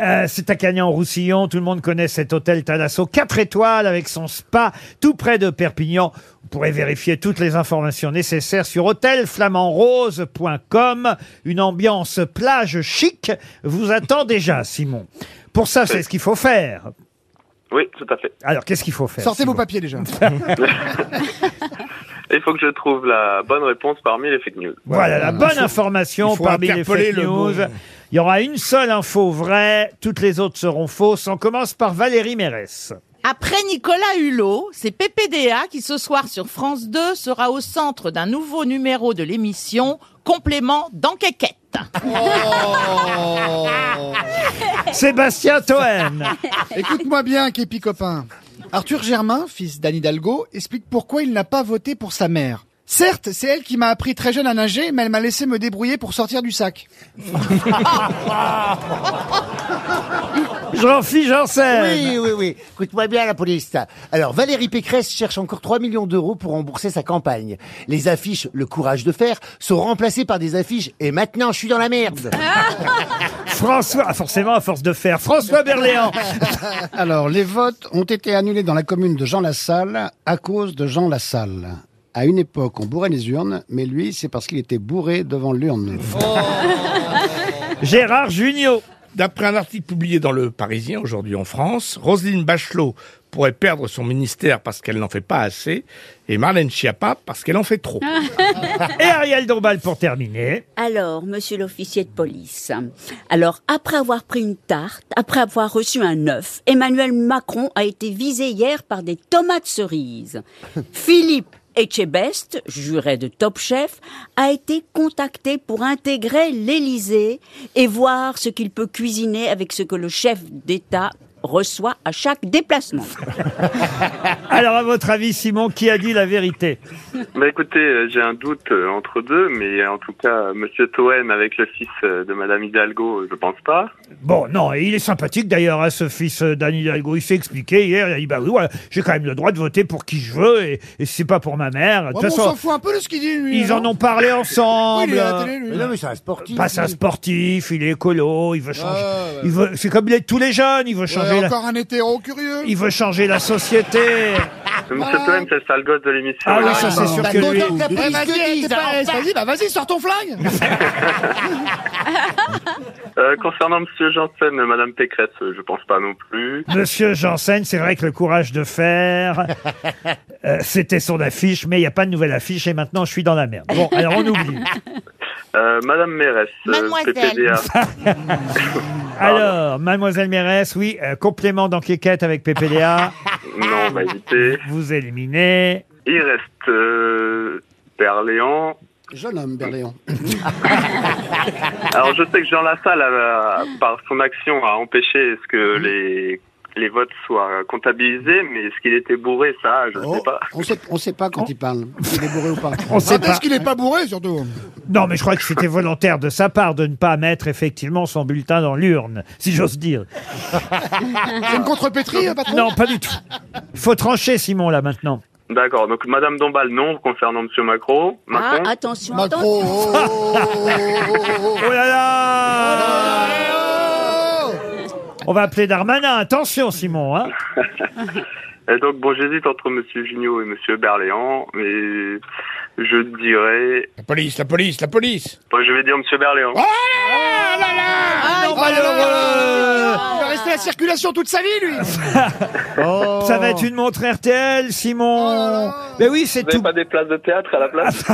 Euh, c'est à Cagnan-Roussillon. Tout le monde connaît cet hôtel Thalasso. 4 étoiles avec son spa tout près de Perpignan. Vous pourrez vérifier toutes les informations nécessaires sur hôtelflamandrose.com. Une ambiance plage chic vous attend déjà, Simon. Pour ça, c'est ce qu'il faut faire.
Oui, tout à fait.
Alors, qu'est-ce qu'il faut faire
Sortez vos
Simon
papiers
<laughs>
déjà.
Il faut que je trouve la bonne réponse parmi les fake news.
Voilà la bonne information
il faut
parmi les
interpeller
fake
le
news.
bon.
Il y aura une seule info vraie, toutes les autres seront fausses. On commence par Valérie Mérès.
Après Nicolas Hulot, c'est PPDA qui ce soir sur France 2 sera au centre d'un nouveau numéro de l'émission Complément d'enquête.
Sébastien Toen.
<laughs> Écoute-moi bien, Képi copain. Arthur Germain, fils d'Anne Hidalgo, explique pourquoi il n'a pas voté pour sa mère. Certes, c'est elle qui m'a appris très jeune à nager, mais elle m'a laissé me débrouiller pour sortir du sac.
<laughs> Jean-Philippe Janssen.
Oui, oui, oui. Écoute-moi bien, la police. Alors, Valérie Pécresse cherche encore 3 millions d'euros pour rembourser sa campagne. Les affiches « Le courage de faire » sont remplacées par des affiches « Et maintenant, je suis dans la merde
François, ah, forcément à force de faire.
<laughs>
François Berléand.
Euh,
Alors, les votes ont été annulés dans la commune de Jean Lassalle à cause de Jean Lassalle. À une époque, on bourrait les urnes, mais lui, c'est parce qu'il était bourré devant l'urne.
Gérard Junio.
D'après un article publié dans Le Parisien aujourd'hui en France, Roselyne Bachelot pourrait perdre son ministère parce qu'elle n'en fait pas assez et Marlène Schiappa parce qu'elle en fait trop.
Ah. <laughs>
Et Ariel Dombal pour terminer.
Alors, monsieur l'officier de police, alors, après avoir pris une tarte, après avoir reçu un œuf, Emmanuel Macron a été visé hier par des tomates cerises. Philippe Etchebest, juré de top chef, a été contacté pour intégrer l'Élysée et voir ce qu'il peut cuisiner avec ce que le chef d'État reçoit à chaque déplacement.
Alors, à votre avis, Simon, qui a dit la vérité
Bah écoutez, euh, j'ai un doute euh, entre deux, mais euh, en tout cas, euh, Monsieur Toen avec le fils euh, de Madame Hidalgo, euh, je pense pas.
Bon, non, et il est sympathique d'ailleurs, à ce fils euh, d'Anne Hidalgo. Il s'est expliqué hier, il a dit Bah oui, voilà, j'ai quand même le droit de voter pour qui je veux, et, et c'est pas pour ma mère. Ah, De
Ouais,
toute
mais on
façon,
s'en fout un peu de ce qu'il dit, lui.
Ils en ont parlé ensemble. Euh,
Oui, il est à la télé, lui. Mais non, mais
c'est un sportif.
Passe Bah, un sportif, il est écolo, il veut changer. il veut, c'est comme les- tous les jeunes, il veut changer.
Ah, Ouais,
la-
encore un hétéro curieux. Ah,
Il veut changer
<laughs>
la société.
Monsieur Toen, c'est le sale gosse de l'émission.
Ah oui, ça, c'est sûr que lui-
Eh, vas-y, t'es pas à l'aise, vas-y, bah vas-y, sors ton flingue.
Euh, concernant Monsieur Janssen, euh, Madame Pécresse, euh, je pense pas non plus.
Monsieur Janssen, c'est vrai que le courage
<laughs>
de faire, euh, c'était son affiche, mais il n'y a pas de nouvelle affiche et maintenant je suis dans la merde. Bon, alors on oublie.
Euh, Madame Mérès, euh,
Mademoiselle.
PPDA.
Alors, mademoiselle Mérès, oui, euh, complément d'enquête avec PPDA,
non, on va éviter.
vous éliminez.
Il reste euh, Berléand.
Jeune homme, Berléon.
Alors je sais que Jean Lassalle, a- a- par son action, a empêché ce que les les votes soient comptabilisés, mais est-ce qu'il était bourré, ça, je ne sais pas.
On sait, on sait pas quand il parle. S'il est bourré ou pas.
On sait pas.
Est-ce qu'il est pas bourré, surtout
Non, mais je crois que c'était volontaire de sa part de ne pas mettre effectivement son bulletin dans l'urne, si j'ose dire.
C'est une contrepétrie, euh, patron
Non, pas du tout. Il faut trancher, Simon, là, maintenant.
D'accord, donc Madame Dombal, non, concernant Monsieur Macron.
Ah,
Macron.
attention,
attention. <laughs> Oh là
Oh.
là On va appeler Darmanin. Attention, Simon. hein.
Et donc, bon, j'hésite entre Monsieur Gignot et Monsieur Berléand, mais je dirais...
La police, la police, la police Ah,
Bon, je vais dire Monsieur Berléand.
Ah,
Oh là là là là. Il va rester la circulation toute sa vie, lui. Oh.
Ça va être une montre RTL, Simon. Mais oui, c'est tout.
Pas des places de théâtre à la place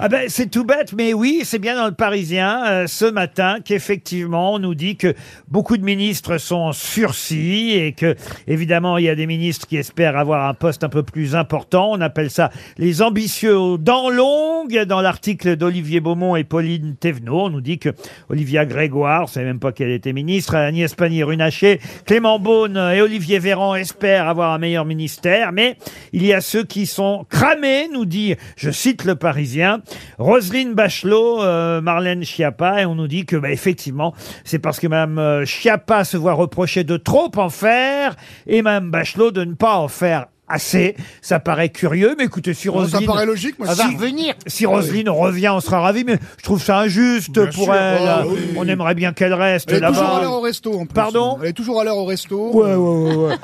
Ah ben, c'est tout bête, mais oui, c'est bien dans le Parisien euh, ce matin qu'effectivement on nous dit que beaucoup de ministres sont en sursis et que évidemment il y a des ministres qui espèrent avoir un poste un peu plus important. On appelle ça les ambitieux aux dents longues. Dans l'article d'Olivier Beaumont et Pauline Thévenot, on nous dit que Olivia Grégoire, on savait même pas qu'elle était ministre, Agnès Pannier-Runacher, Clément Beaune et Olivier Véran espèrent avoir un meilleur ministère, mais il y a ceux qui sont cramés, nous dit, je cite le Parisien, Roselyne Bachelot, euh, Marlène Schiappa, et on nous dit que, bah, effectivement, c'est parce que Mme euh, Schiappa se voit reprocher de trop en faire et Mme Bachelot de ne pas en faire assez. Ça paraît curieux, mais écoutez, si
Non, ça
Roselyne...
paraît logique, moi,
Si-
ça va revenir.
Si
Ah oui.
Roselyne revient, on sera ravis, mais je trouve ça injuste
Bien
pour
sûr,
elle.
ah oui.
On aimerait bien qu'elle reste
Elle est toujours à
là-bas.
l'heure au resto, en plus.
Pardon
Elle est toujours à l'heure au resto.
Ouais, ouais, ouais, ouais.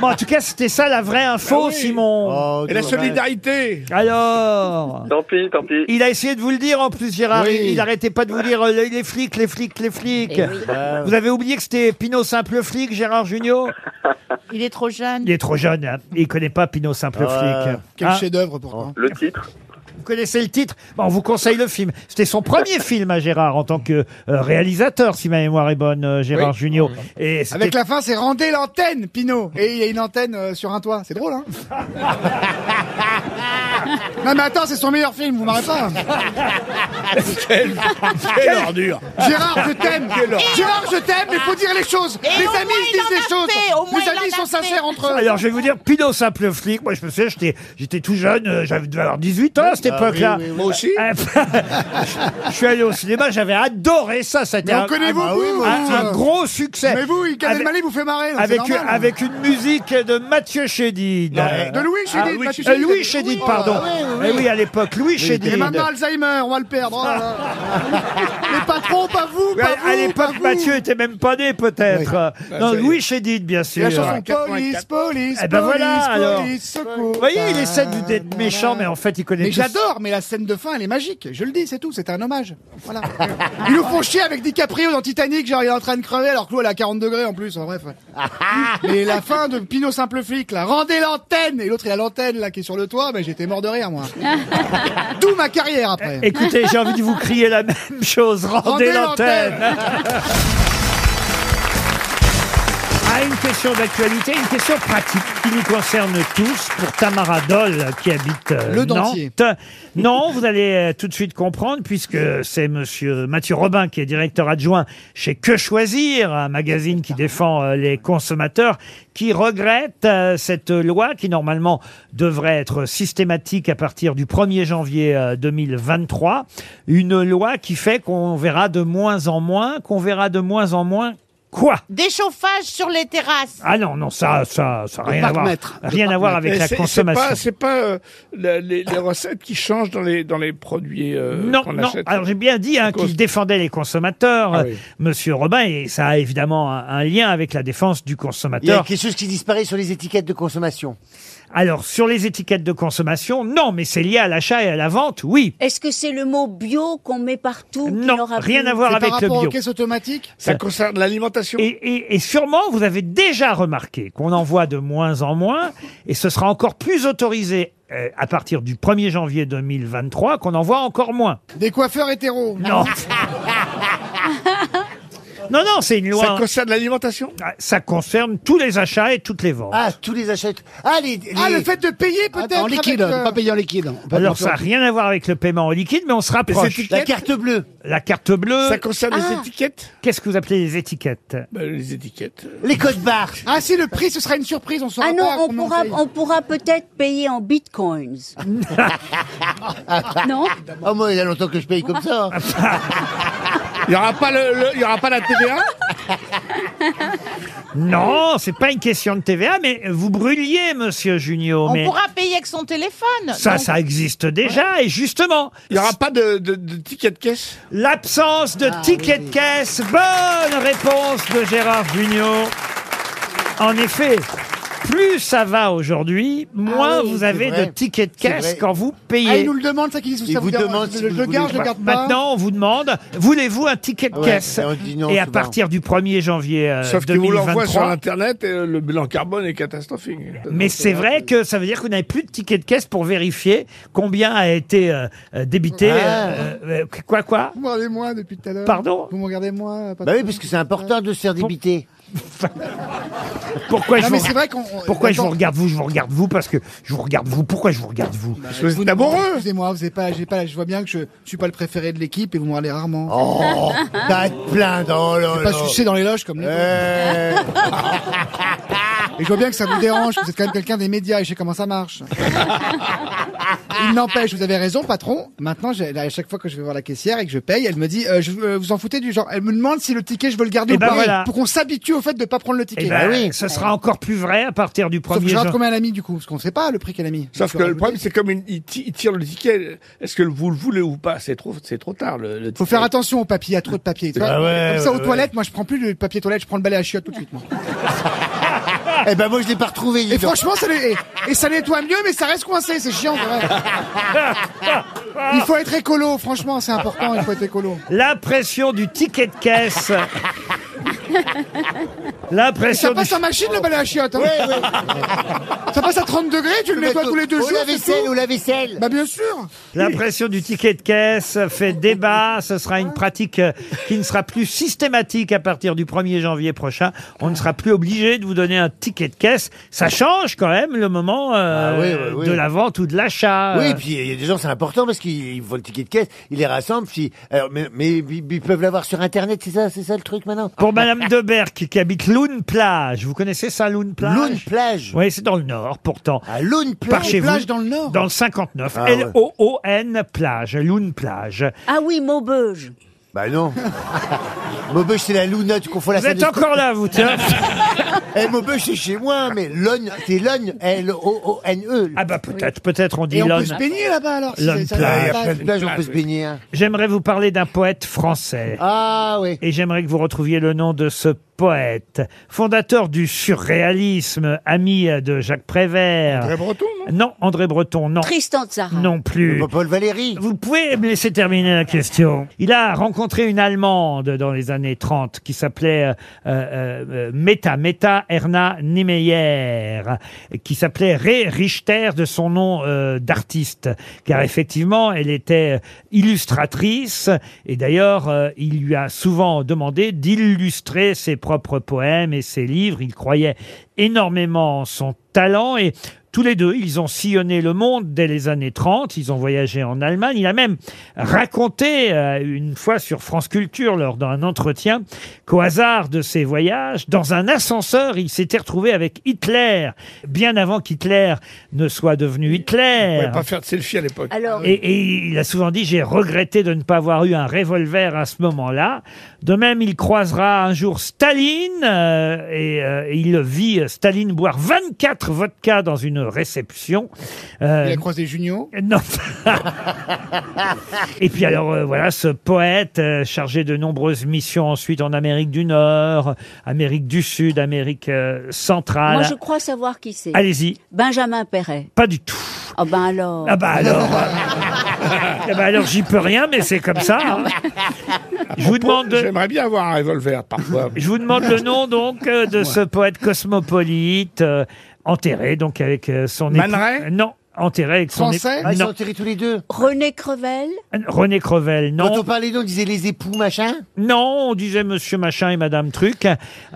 Bon, en tout cas, c'était ça la vraie info, Simon.
Et la solidarité
Alors
Tant pis, tant pis.
Il a essayé de vous le dire en plus, Gérard.
Oui.
Il- Il n'arrêtait pas de vous dire euh, les les flics, les flics, les flics.
Eh oui. Ah.
Euh.
Vous avez oublié que c'était Pinot Simple Flic, Gérard Junior
<laughs> Il est trop jeune.
Il est trop jeune, hein. il connaît pas Pinot Simple Flic.
Quel
Ah.
Hein
chef-d'œuvre, pourtant.
Ah Le titre
Vous connaissez le titre Bon, On vous conseille le film. C'était
<laughs>
son premier film à Gérard en tant que euh, réalisateur, si ma mémoire est bonne, euh, Gérard
Oui. Oh,
Junior. Et c'était-
Avec la fin, c'est rendez l'antenne, Pinot. Et il y a une antenne euh, sur un toit. C'est drôle,
<laughs>
hein Non, mais attends, c'est son meilleur film, vous m'arrêtez pas.
Quelle, quelle Ah, ordure
Gérard, je t'aime.
Quelle ordure.
Gérard, je t'aime, mais faut dire les choses.
Et
les
au
amis
moins,
se
il
disent
en
les
a
choses.
fait, au moins,
les
il
amis
en
sont
a fait.
sincères entre eux.
Alors je vais vous dire, Pinot simple flic, moi je me souviens, j'étais, j'étais tout jeune, euh, j'avais dû avoir 18 ans à cette
Ah
époque-là.
oui, oui, oui.
Moi aussi. Euh, <laughs> je suis allé au cinéma, j'avais adoré ça, ça a été
Mais on
un-
connaît
un-
beaucoup, moi,
un,
ça.
un gros succès.
Mais vous, Gad Elmaleh vous fait marrer, là, c'est
Avec,
normal.
avec une musique de Mathieu Chédid. Euh,
de Louis Chédid,
ah, Louis,
Mathieu
euh,
Chédid.
Louis Chédid,
Oui,
pardon.
oui, oui,
Eh
oui.
oui, à l'époque, Louis Chédid.
Et maintenant Alzheimer, on va le perdre. oh là là.
<laughs>
Mais pas trop, pas vous,
À-
pas vous.
à l'époque, Mathieu était même pas né, peut-être.
Oui.
Non,
Ah, ça y est.
Louis Chédid, bien
Et
sûr.
la chanson Police, police,
Eh ben voilà,
police,
alors.
police, secours. Ah.
Vous voyez, il essaie de- d'être méchant, mais en fait, il connaît
Mais
tous-
j'adore, mais la scène de fin, elle est magique. Je le dis, c'est tout, c'est un hommage. Voilà. <laughs> Ils nous font chier avec DiCaprio dans Titanic, genre il est en train de crever alors que l'eau elle est à 40 degrés en plus, en bref.
<laughs>
Et la fin de Pinot Simple Flic, là, rendez l'antenne Et l'autre, il a l'antenne, là, qui est sur le toit, mais j'étais mort de rire,
<laughs>
moi. D'où ma carrière, après.
Euh, Écoutez,
<laughs>
j'ai envie de vous crier la même chose. Rendez,
Rendez
l'antenne.
l'antenne.
Ah, une question d'actualité, une question pratique qui nous concerne tous pour Tamara Doll qui habite euh,
Le
Nantes.
dentier.
Non, vous allez euh, tout de suite comprendre puisque c'est monsieur Mathieu Robin qui est directeur adjoint chez Que Choisir, un magazine qui défend euh, les consommateurs qui regrette euh, cette loi qui normalement devrait être systématique à partir du 1er janvier euh, 2023, une loi qui fait qu'on verra de moins en moins, qu'on verra de moins en moins quoi
Des chauffages sur les terrasses.
ah non, non, ça, ça, ça n'a rien à voir, rien à voir avec
Mais
la
c'est-
consommation.
C'est pas, c'est pas, euh, la- les, les recettes qui changent dans les, dans les produits euh,
non,
qu'on
non.
achète.
Alors j'ai bien dit hein, qu'il défendait les consommateurs,
Ah
euh,
oui.
Monsieur Robin, et ça a évidemment un, un lien avec la défense du
Il y a
consommateur.
quelque chose qui disparaît sur les étiquettes de consommation.
Alors sur les étiquettes de consommation, non, mais c'est lié à l'achat et à la vente, oui.
Est-ce que c'est le mot bio qu'on met partout
Non, rien à voir avec le bio.
automatiques
Ça concerne l'alimentation.
Et, et- et sûrement, vous avez déjà remarqué qu'on en voit de moins en moins, et ce sera encore plus autorisé euh, à partir du 1er janvier 2023, qu'on en voit encore moins.
Des coiffeurs hétéros.
Non. Non, non, c'est une loi. hein. Ah,
Ça concerne l'alimentation
Ça concerne tous les achats et toutes les ventes.
Ah, tous les achats. Ah, les,
Ah, le fait de payer peut-être.
En liquide,
avec, euh,
pas payé en liquide.
Alors ça n'a rien à voir avec le paiement en liquide, mais on se rapproche.
étiquettes La carte
bleue.
La carte bleue.
Ça concerne les
Ah.
étiquettes
Qu'est-ce que vous appelez les étiquettes
Bah, Les étiquettes.
Les codes barres.
Ah si, le prix, ce sera une surprise, on saura
Ah non,
pas
on
combien
pourra,
paye.
on pourra peut-être payer en <laughs> bitcoins. non
Oh, moi, il y a longtemps que je paye comme ça.
hein.
Il n'y aura, pas le- le- il y aura pas la TVA
<laughs> Non, c'est pas une question de TVA, mais vous brûliez, Monsieur Junio.
On
mais
pourra payer avec son téléphone.
ça,
Donc,
ça existe déjà, et justement.
Il n'y aura pas de, de- de ticket de caisse
L'absence
Ah,
de ticket de caisse. Bonne réponse de Gérard Junior. En effet, plus ça va aujourd'hui, moins
Ah oui,
vous
c'est
avez
vrai.
de tickets de
C'est
caisse
vrai.
quand vous
Ah, ils
payez.
nous le demandent, ça qu'ils disent,
Ils
ça
vous
demandent,
demandent
je
si
le
vous
je le garde, je
voulez
le
pas.
garde pas.
Maintenant, on vous demande, voulez-vous un ticket de
Ouais,
caisse
et on dit non
Et à
souvent.
partir du 1er janvier euh,
Sauf qu'ils vous l'envoient sur
2023,
Internet et euh, le bilan carbone est catastrophique. euh,
mais c'est vrai que ça veut dire que vous n'avez plus de ticket de caisse pour vérifier combien a été euh, euh, débité.
Ah.
euh, euh, quoi, quoi
Vous me regardez moins depuis tout à l'heure.
Pardon
Vous me regardez moins.
Bah oui, parce que c'est important de se faire débiter.
<laughs> Pourquoi
Non,
je
mais
vous...
c'est vrai qu'on-
Pourquoi je vous
Attends.
regarde vous Je vous regarde vous parce que je vous regarde vous. Pourquoi je vous regarde vous
que vous êtes amoureux.
Bah, Excusez-moi, vous n'êtes pas, j'ai pas, je vois bien que je, je suis pas le préféré de l'équipe et vous me regardez rarement. <laughs>
Oh, t'as te plaindre, oh là
Je suis pas
là.
sucé dans les loges comme les
Eh.
autres. Et je vois bien que ça vous dérange, vous êtes quand même quelqu'un des médias et je sais comment ça marche. Il n'empêche, vous avez raison, patron. Maintenant, j'ai- à chaque fois que je vais voir la caissière et que je paye, elle me dit, euh, je, euh, vous en foutez du genre. Elle me demande si le ticket, je veux le garder
Eh
ou
ben
pas.
voilà.
Pour qu'on s'habitue au fait de pas prendre le
Eh
ticket.
ben, ce sera encore plus vrai à partir du
Sauf que
1er
je regarde
janvier.
combien elle a mis du coup, parce qu'on sait pas le prix qu'elle a mis.
Sauf
Faut
que le
rajouter.
problème, c'est comme une- il ti- il tire le ticket. Est-ce que vous le voulez ou pas C'est trop, c'est trop tard. Le, le
Faut
ticket.
faire attention au papier, il y a trop de papier. tu vois.
Ah ouais,
Comme ça, aux
ouais,
toilettes, moi je prends plus le papier toilette, je prends le balai à chiottes tout de suite. moi.
Eh ben, moi, je l'ai pas retrouvé. dis
Et
donc.
franchement, ça, les- et, et ça nettoie mieux, mais ça reste coincé, c'est chiant. c'est vrai.
<laughs>
Il faut être écolo, franchement, c'est important, il faut être écolo.
La pression du ticket de caisse.
Et ça
L'impression
passe en machine le balai à chiottes. hein. Ça passe à 30 degrés, tu le nettoies tous les deux
Au
jours. c'est
lave-vaisselle,
tout.
au lave-vaisselle.
Bah bien sûr.
La pression du ticket de caisse fait débat. Ce sera une pratique euh, qui ne sera plus systématique à partir du 1er janvier prochain. On ne sera plus obligé de vous donner un ticket de caisse. Ça change quand même le moment euh,
Ah oui, oui, oui.
de la vente ou de l'achat.
Oui, et puis il y a des gens, c'est important parce qu'ils ils voient le ticket de caisse, ils les rassemblent, puis, alors, mais, mais ils ils peuvent l'avoir sur Internet, c'est ça, c'est ça le truc maintenant
Pour Madame Debert qui, qui habite Loune Plage, vous connaissez ça, Loune Plage
Lune plage.
Oui, c'est dans le Nord pourtant.
À Lune plage.
Par chez vous,
Plage dans le Nord.
dans le 59.
Ah ouais.
L-O-O-N plage, Loune Plage.
<laughs> Ah oui, Maubeuge.
<laughs>
Bah non. Maubeuge, c'est la Luna, tu confonds la
Vous êtes encore là, vous, tiens
<laughs> Eh, Maubeuge, c'est chez moi, mais Lone, c'est Lone, L-O-O-N-E.
Ah bah peut-être, peut-être on dit
Et on peut
Lone.
se baigner là-bas alors. si
L'homme <laughs>
c'est- ça-
plage.
Il y a
ça-
plein de plages, on peut se baigner. hein.
J'aimerais vous parler d'un poète français.
Ah oui.
Et j'aimerais que vous retrouviez le nom de ce poète, fondateur du surréalisme, ami de Jacques Prévert.
Très breton, non
Non, André Breton, non.
Tristan de Sarah.
Non plus.
Paul Valéry.
Vous pouvez me laisser terminer la question. Il a rencontré une Allemande dans les années 30 qui s'appelait euh, euh, euh, Meta, Meta Erna Niemeyer, qui s'appelait Ray Richter de son nom euh, d'artiste, car effectivement, elle était illustratrice et d'ailleurs, euh, il lui a souvent demandé d'illustrer ses propres poèmes et ses livres. Il croyait énormément en son talent et tous les deux, ils ont sillonné le monde dès les années 30, ils ont voyagé en Allemagne. Il a même raconté euh, une fois sur France Culture, lors d'un entretien, qu'au hasard de ses voyages, dans un ascenseur, il s'était retrouvé avec Hitler, bien avant qu'Hitler ne soit devenu Hitler.
On pouvait pas faire de selfie à l'époque.
Et, et il a souvent dit j'ai regretté de ne pas avoir eu un revolver à ce moment-là. De même, il croisera un jour Staline euh, et euh, il le vit euh, Staline boire 24 vodkas dans une réception. Euh,
Il a croisé Junio.
Non. <laughs> et puis alors euh, voilà ce poète euh, chargé de nombreuses missions ensuite en Amérique du Nord, Amérique du Sud, Amérique euh, centrale.
Moi, je crois savoir qui c'est.
Allez-y.
Benjamin Perret.
Pas du
<laughs>
tout.
Ah ben alors.
Ah bah
<laughs>
alors. Ah bah alors j'y peux rien, mais c'est comme
Ah,
ça.
ben
hein. Je vous demande.
J'aimerais bien avoir un revolver parfois.
Je vous demande le nom donc euh, de ce poète cosmopolite euh, enterré donc avec euh, son époux-
Manet
Non, enterré avec son époux-
Ah, Ils sont
Non.
enterrés tous les deux.
René Crevel.
René Crevel, non.
Quand on parlait d'eux, on disait les époux, machin.
Non, on disait Monsieur Machin et Madame Truc.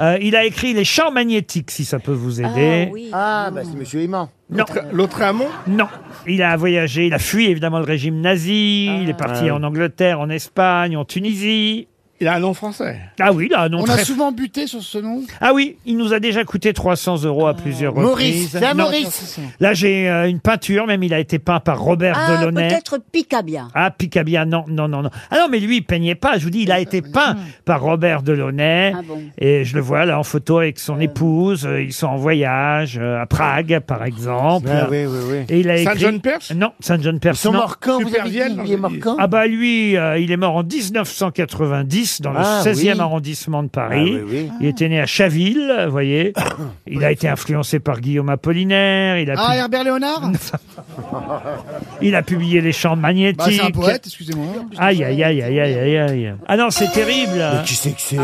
Euh, il a écrit les champs magnétiques, si ça peut vous aider.
Ah, bah c'est monsieur Aimant.
Non. L'autre amont Non. Il a voyagé, il a fui évidemment le régime nazi, il est parti
Ah.
en Angleterre, en Espagne, en Tunisie.
Il a un nom français.
Ah oui, il a un nom
On
très-
a souvent buté sur ce nom.
Ah oui, il nous a déjà coûté 300 euros à plusieurs
Maurice,
reprises.
c'est un
Non.
Maurice.
Là, j'ai euh, une peinture, même il a été peint par Robert
Ah,
Delaunay.
peut-être Picabia.
Ah, Picabia, non, non, non, non. Ah non, mais lui, il peignait pas. Je vous dis, il a été peint par Robert Delaunay.
Euh, Ah bon.
Et je le vois là en photo avec son épouse. Euh, Ils sont en voyage euh, à Prague, par exemple.
Ah oui, oui, oui.
Et il a
Saint
écrit...
John
Perse Non, Saint John Perse.
Ils sont
non.
morts quand, vous avez dit qu'il est mort quand
Ah bah lui, euh, il est mort en 1990 dans
Ah,
le 16e
oui.
arrondissement de Paris.
Ah, oui, oui.
Il était né à Chaville, vous voyez. Il a été influencé par Guillaume Apollinaire. Il a,
Ah,
pub-
Herbert
<laughs>
Léonard
il a publié Les Champs magnétiques.
Bah, c'est un poète, excusez-moi.
Aïe, aïe, aïe, aïe, aïe, aïe, aïe. Ah non, c'est terrible.
Mais qui c'est que c'est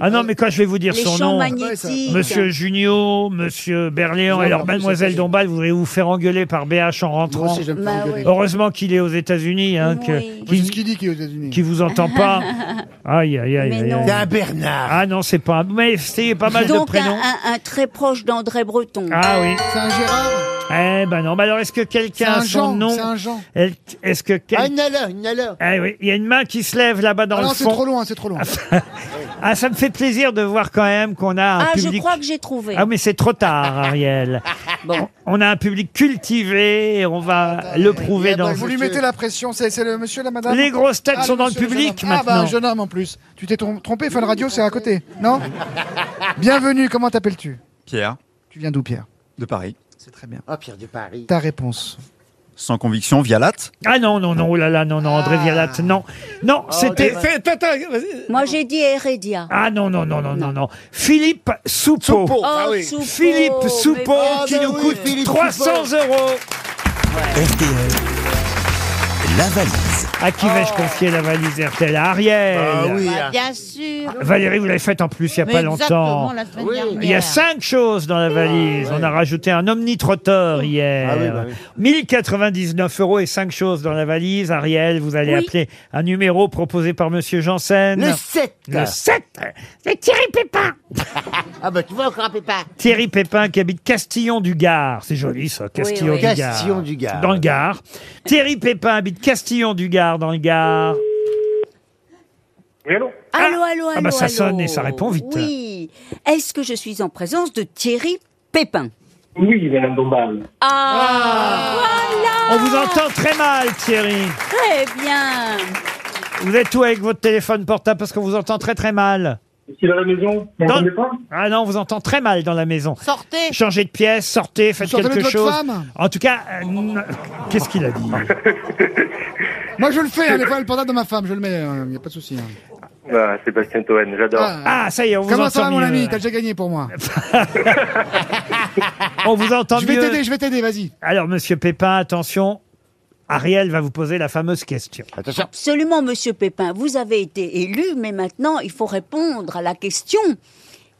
Ah non, mais quand je vais vous dire
Les
son
champs
nom,
magnétiques.
Monsieur Junio, Monsieur Berléand,
Non,
et alors
non, plus,
Mademoiselle
c'est-
Dombal, vous allez vous faire engueuler par BH en rentrant.
Moi aussi, je vais me faire Bah engueuler. oui.
Heureusement qu'il est aux États-Unis, hein, que- qu'il-
Qui dit qu'il est aux États-Unis
qui vous entend
<laughs>
pas. Aïe, aïe, aïe,
Mais
aïe.
non.
aïe.
C'est un
Bernard.
Ah non, c'est pas un. Mais c'est pas mal de
Donc
prénoms.
un, un- un très proche d'André Breton.
Ah oui.
C'est un Gérard
Eh ben non. Mais alors, est-ce que
C'est
quelqu'un a
un
son
Jean
nom
C'est un Jean
Elle- Est-ce que
Ah,
quelqu'un.
Nala, Nala.
Ah oui, il y a une main qui se lève là-bas dans
Ah
le
non, c'est
fond.
trop loin, c'est trop loin.
<laughs> Ah, ça me fait plaisir de voir quand même qu'on a un
Ah,
public.
je crois que j'ai trouvé.
Ah mais c'est trop
<laughs>
tard, Ariel.
Bon.
On a un public cultivé, et on va
Ah,
le prouver dans
bah, eh ben, Vous lui mettez la pression, c'est c'est le monsieur, la madame
Les grosses têtes sont dans le
monsieur, jeune
public,
homme. Ah bah
maintenant.
un jeune homme en plus. Tu t'es trom- trompé, Fun Radio c'est à côté,
<laughs>
non Bienvenue, comment t'appelles-tu
Pierre,
Tu viens d'où Pierre
de Paris.
C'est très bien.
Ah,
Oh, Pierre de Paris.
Ta réponse.
Sans conviction, via latte.
Ah non, non, non, oh là là, non, non, André
Ah.
Vialat, non.
Oh,
Non, <laughs>
Oh,
c'était...
Moi, j'ai dit Heredia.
Ah non, non, non, non, non, non. Philippe Soupeau.
Oh, ah oui. Soupeau,
Philippe
mais
Soupeau
bien
qui nous
oui,
coûte
Philippe
300 euros.
RTL, la valise.
À qui vais-je confier la valise RTL À Ariel.
Ah hein.
Bah, bien sûr.
Valérie, vous l'avez faite en plus il n'y a
Mais
pas
exactement,
longtemps.
la semaine
Oui.
dernière.
Il y a cinq choses dans la valise. On a rajouté un omnitrotteur hier.
Ah oui, bah oui.
1099 euros et cinq choses dans la valise. Ariel, vous allez
Oui.
appeler un numéro proposé par Monsieur Janssen.
Le 7.
Le 7 C'est Thierry Pépin
<laughs> Ah, bah tu vois encore
<laughs>
un pépin.
Thierry Pépin qui habite Castillon du Gard. C'est joli ça, Castillon
oui.
du Gard.
Castillon du Gard.
Dans le Gard. Thierry Pépin habite Castillon du Gard dans le Gard.
Oui, allô
Allô, allô, allô.
Ah bah, ça
allô.
sonne et ça répond vite.
Oui. Est-ce que je suis en présence de Thierry Pépin
Oui, madame Dombal.
Ah,
On vous entend très mal Thierry.
Très bien.
Vous êtes où avec votre téléphone portable parce qu'on vous entend très très mal.
Ici dans la maison,
Dans-
vous m'entendez pas
Ah non, on vous entend très mal dans la maison.
Sortez.
Changez de pièce, sortez, faites
sortez
quelque
avec votre
chose.
femme
En tout cas, euh, n- qu'est-ce qu'il a dit
Moi je le fais, hein, des fois, le portable de ma femme, je le mets, il n'y a pas de souci. hein.
Ah, Sébastien Toen, j'adore.
Ah, ça y est, on vous
Comment ça
entend
va mon
mieux.
ami T'as déjà gagné pour
<laughs>
moi.
On vous entend
Je vais
mieux.
t'aider, je vais t'aider, vas-y.
Alors, Monsieur Pépin, attention. Ariel va vous poser la fameuse question.
Attention.
Absolument, Monsieur Pépin. Vous avez été élu, mais maintenant, il faut répondre à la question.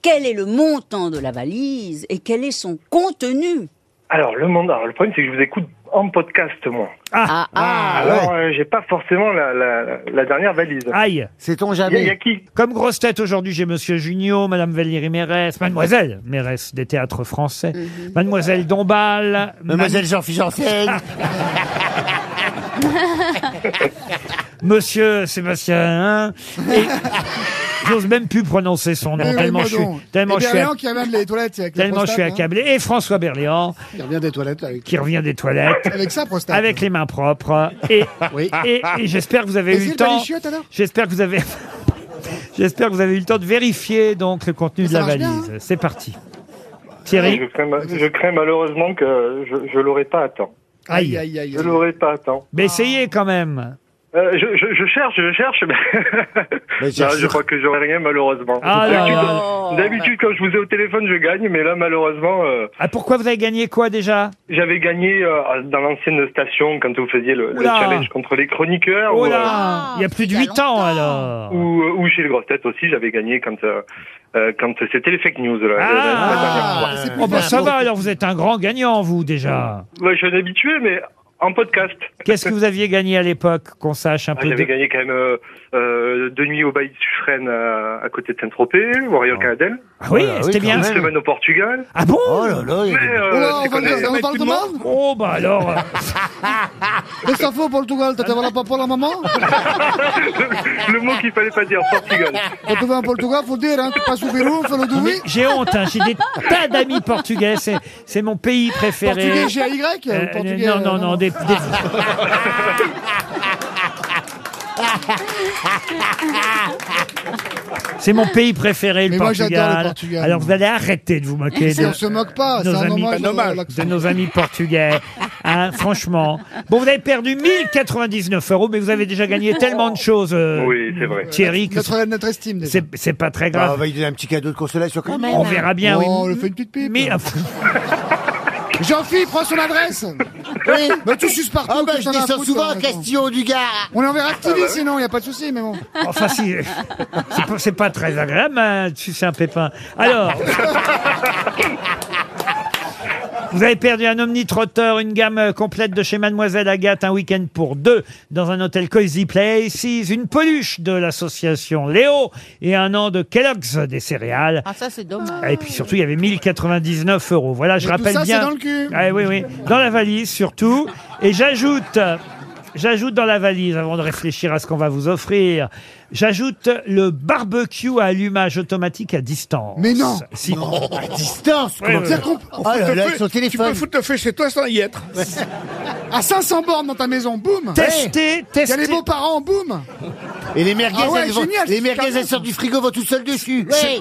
Quel est le montant de la valise et quel est son contenu
Alors, le mandat, le problème, c'est que je vous écoute en podcast, moi.
Ah,
Alors, euh, j'ai pas forcément la, la- la dernière valise.
Aïe. Sait-on
jamais. Y a- y a qui
Comme grosse tête aujourd'hui, j'ai Monsieur Junio, Madame Valérie Mérès, Mademoiselle Mérès des théâtres français,
Mhm.
Mademoiselle Dombal,
Mademoiselle Jean-Philippe
<laughs>
Janssen.
Monsieur Sébastien Hain, et
<laughs>
j'ose même plus prononcer son nom,
Eh oui,
tellement
moi
je suis,
donc.
tellement
Et
je suis
Berléand
acc-
qui amène les toilettes. avec la
tellement je suis
prostate, hein.
accablé, et François Berléand,
Il revient des toilettes avec.
qui revient des
hein.
toilettes.
<laughs> Avec sa prostate.
Avec les mains propres. Et, et, et j'espère que vous avez
Et
eu
c'est
le
le
temps.
balichiotte, alors
J'espère que vous avez. <laughs> J'espère que vous avez eu le temps de vérifier donc le contenu de
Ça
la
marche bien,
valise. C'est parti. Thierry
je crains, ma- je crains malheureusement que je, je l'aurai pas à temps.
Aïe. Aïe, aïe, aïe,
Je
aïe.
l'aurai pas à temps.
Mais
Ah.
essayez quand même.
Euh, je, je- je cherche, je cherche,
<laughs>
mais
c'est
Non, je
sûr.
crois que j'aurai rien malheureusement.
Ah là
D'habitude,
là.
D'habitude, quand je vous ai au téléphone, je gagne, mais là, malheureusement, euh,
Ah, pourquoi vous avez gagné quoi déjà
j'avais gagné euh, dans l'ancienne station quand vous faisiez le, le
Oula.
challenge contre les chroniqueurs.
Oh
ou,
là Il y a plus de 8 ans alors.
euh, ou, ou chez les grosses têtes aussi, j'avais gagné quand euh, euh, quand c'était les fake news. Là, la- la- la dernière fois. Ah,
Oh bah Ah, ça va alors, vous êtes un grand gagnant vous déjà.
Ouais, je suis un habitué, mais en podcast.
Qu'est-ce que vous aviez gagné à l'époque qu'on sache un
Ah,
peu
J'avais
de...
gagné quand même euh, euh, deux nuits au bail de Suffren euh, à, à côté de Saint-Tropez, au Royal Canadel.
Ah oui, Ah oui, c'était quand bien.
Une
même.
semaine au Portugal.
Ah bon
Oh
là là,
Mais, euh,
Oh là, on
c'est
va
connu.
le- on parle de merde
Oh bah alors euh,
Mais ça fait au Portugal, t'as voilà pas pour la
<laughs>
maman
<laughs> le mot qu'il fallait pas dire, Portugal.
Quand tu vas en Portugal, faut dire, hein, tu passes au Pérou, fais le douille.
J'ai honte, hein, j'ai des tas d'amis portugais, c'est, c'est mon pays préféré.
Portugais, j'ai un Y, ou portugais,
Non, non,
euh,
non, des- des- c'est mon pays préféré, le
Mais moi,
Portugal.
j'adore le Portugal.
Alors vous allez arrêter de vous moquer
Si
de,
on se moque pas,
nos
c'est un
amis,
hommage au- à
de nos amis portugais. Hein, franchement. Bon, vous avez perdu 1099 euros, mais vous avez déjà gagné tellement de choses, euh,
Oui, c'est vrai.
Thierry, que
Notre, notre estime, déjà.
c'est, c'est pas
Bah,
très grave.
Ah, on va
lui donner un petit cadeau de consolation
quand même.
On verra bien,
Oh,
oui.
on lui fait une petite pipe.
Mais, euh,
Jean-Philippe, prends son adresse
Oui.
Bah, tu suces partout.
Ah, bah,
qu'est-ce
je
qu'on a à
descends
foutre,
souvent
toi,
à
maintenant
Castillon du Gard.
On enverra
Ah, bah
activé
oui.
sinon, y a pas de souci, mais bon.
Enfin, si. C'est pas, c'est pas très agréable, hein, de sucer un pépin. Alors. Vous avez perdu un omnitrotteur, une gamme euh, complète de chez Mademoiselle Agathe, un week-end pour deux dans un hôtel Cozy Places, une peluche de l'association Léo et un an de Kellogg's des céréales.
Ah, ça, c'est dommage.
Et puis surtout, il y avait 1099 euros. Voilà, je
Mais tout
rappelle
ça, c'est
bien.
dans le cul.
Ah, oui, oui. Dans la valise, surtout. Et j'ajoute, j'ajoute dans la valise, avant de réfléchir à ce qu'on va vous offrir, j'ajoute le barbecue à allumage automatique à distance.
Mais non.
Si.
À distance,
Ouais, ouais.
Oh là là, avec son téléphone.
Tu peux
foutre le feu chez toi sans y être. À 500 bornes dans ta maison, boum
Testez,
Il y a les beaux-parents, boum
Et les merguez,
Ah ouais,
elles, vont-
génial,
les
c'est
merguez,
carrément.
elles sortent du frigo, vont tout seules dessus.
C'est-
Ouais.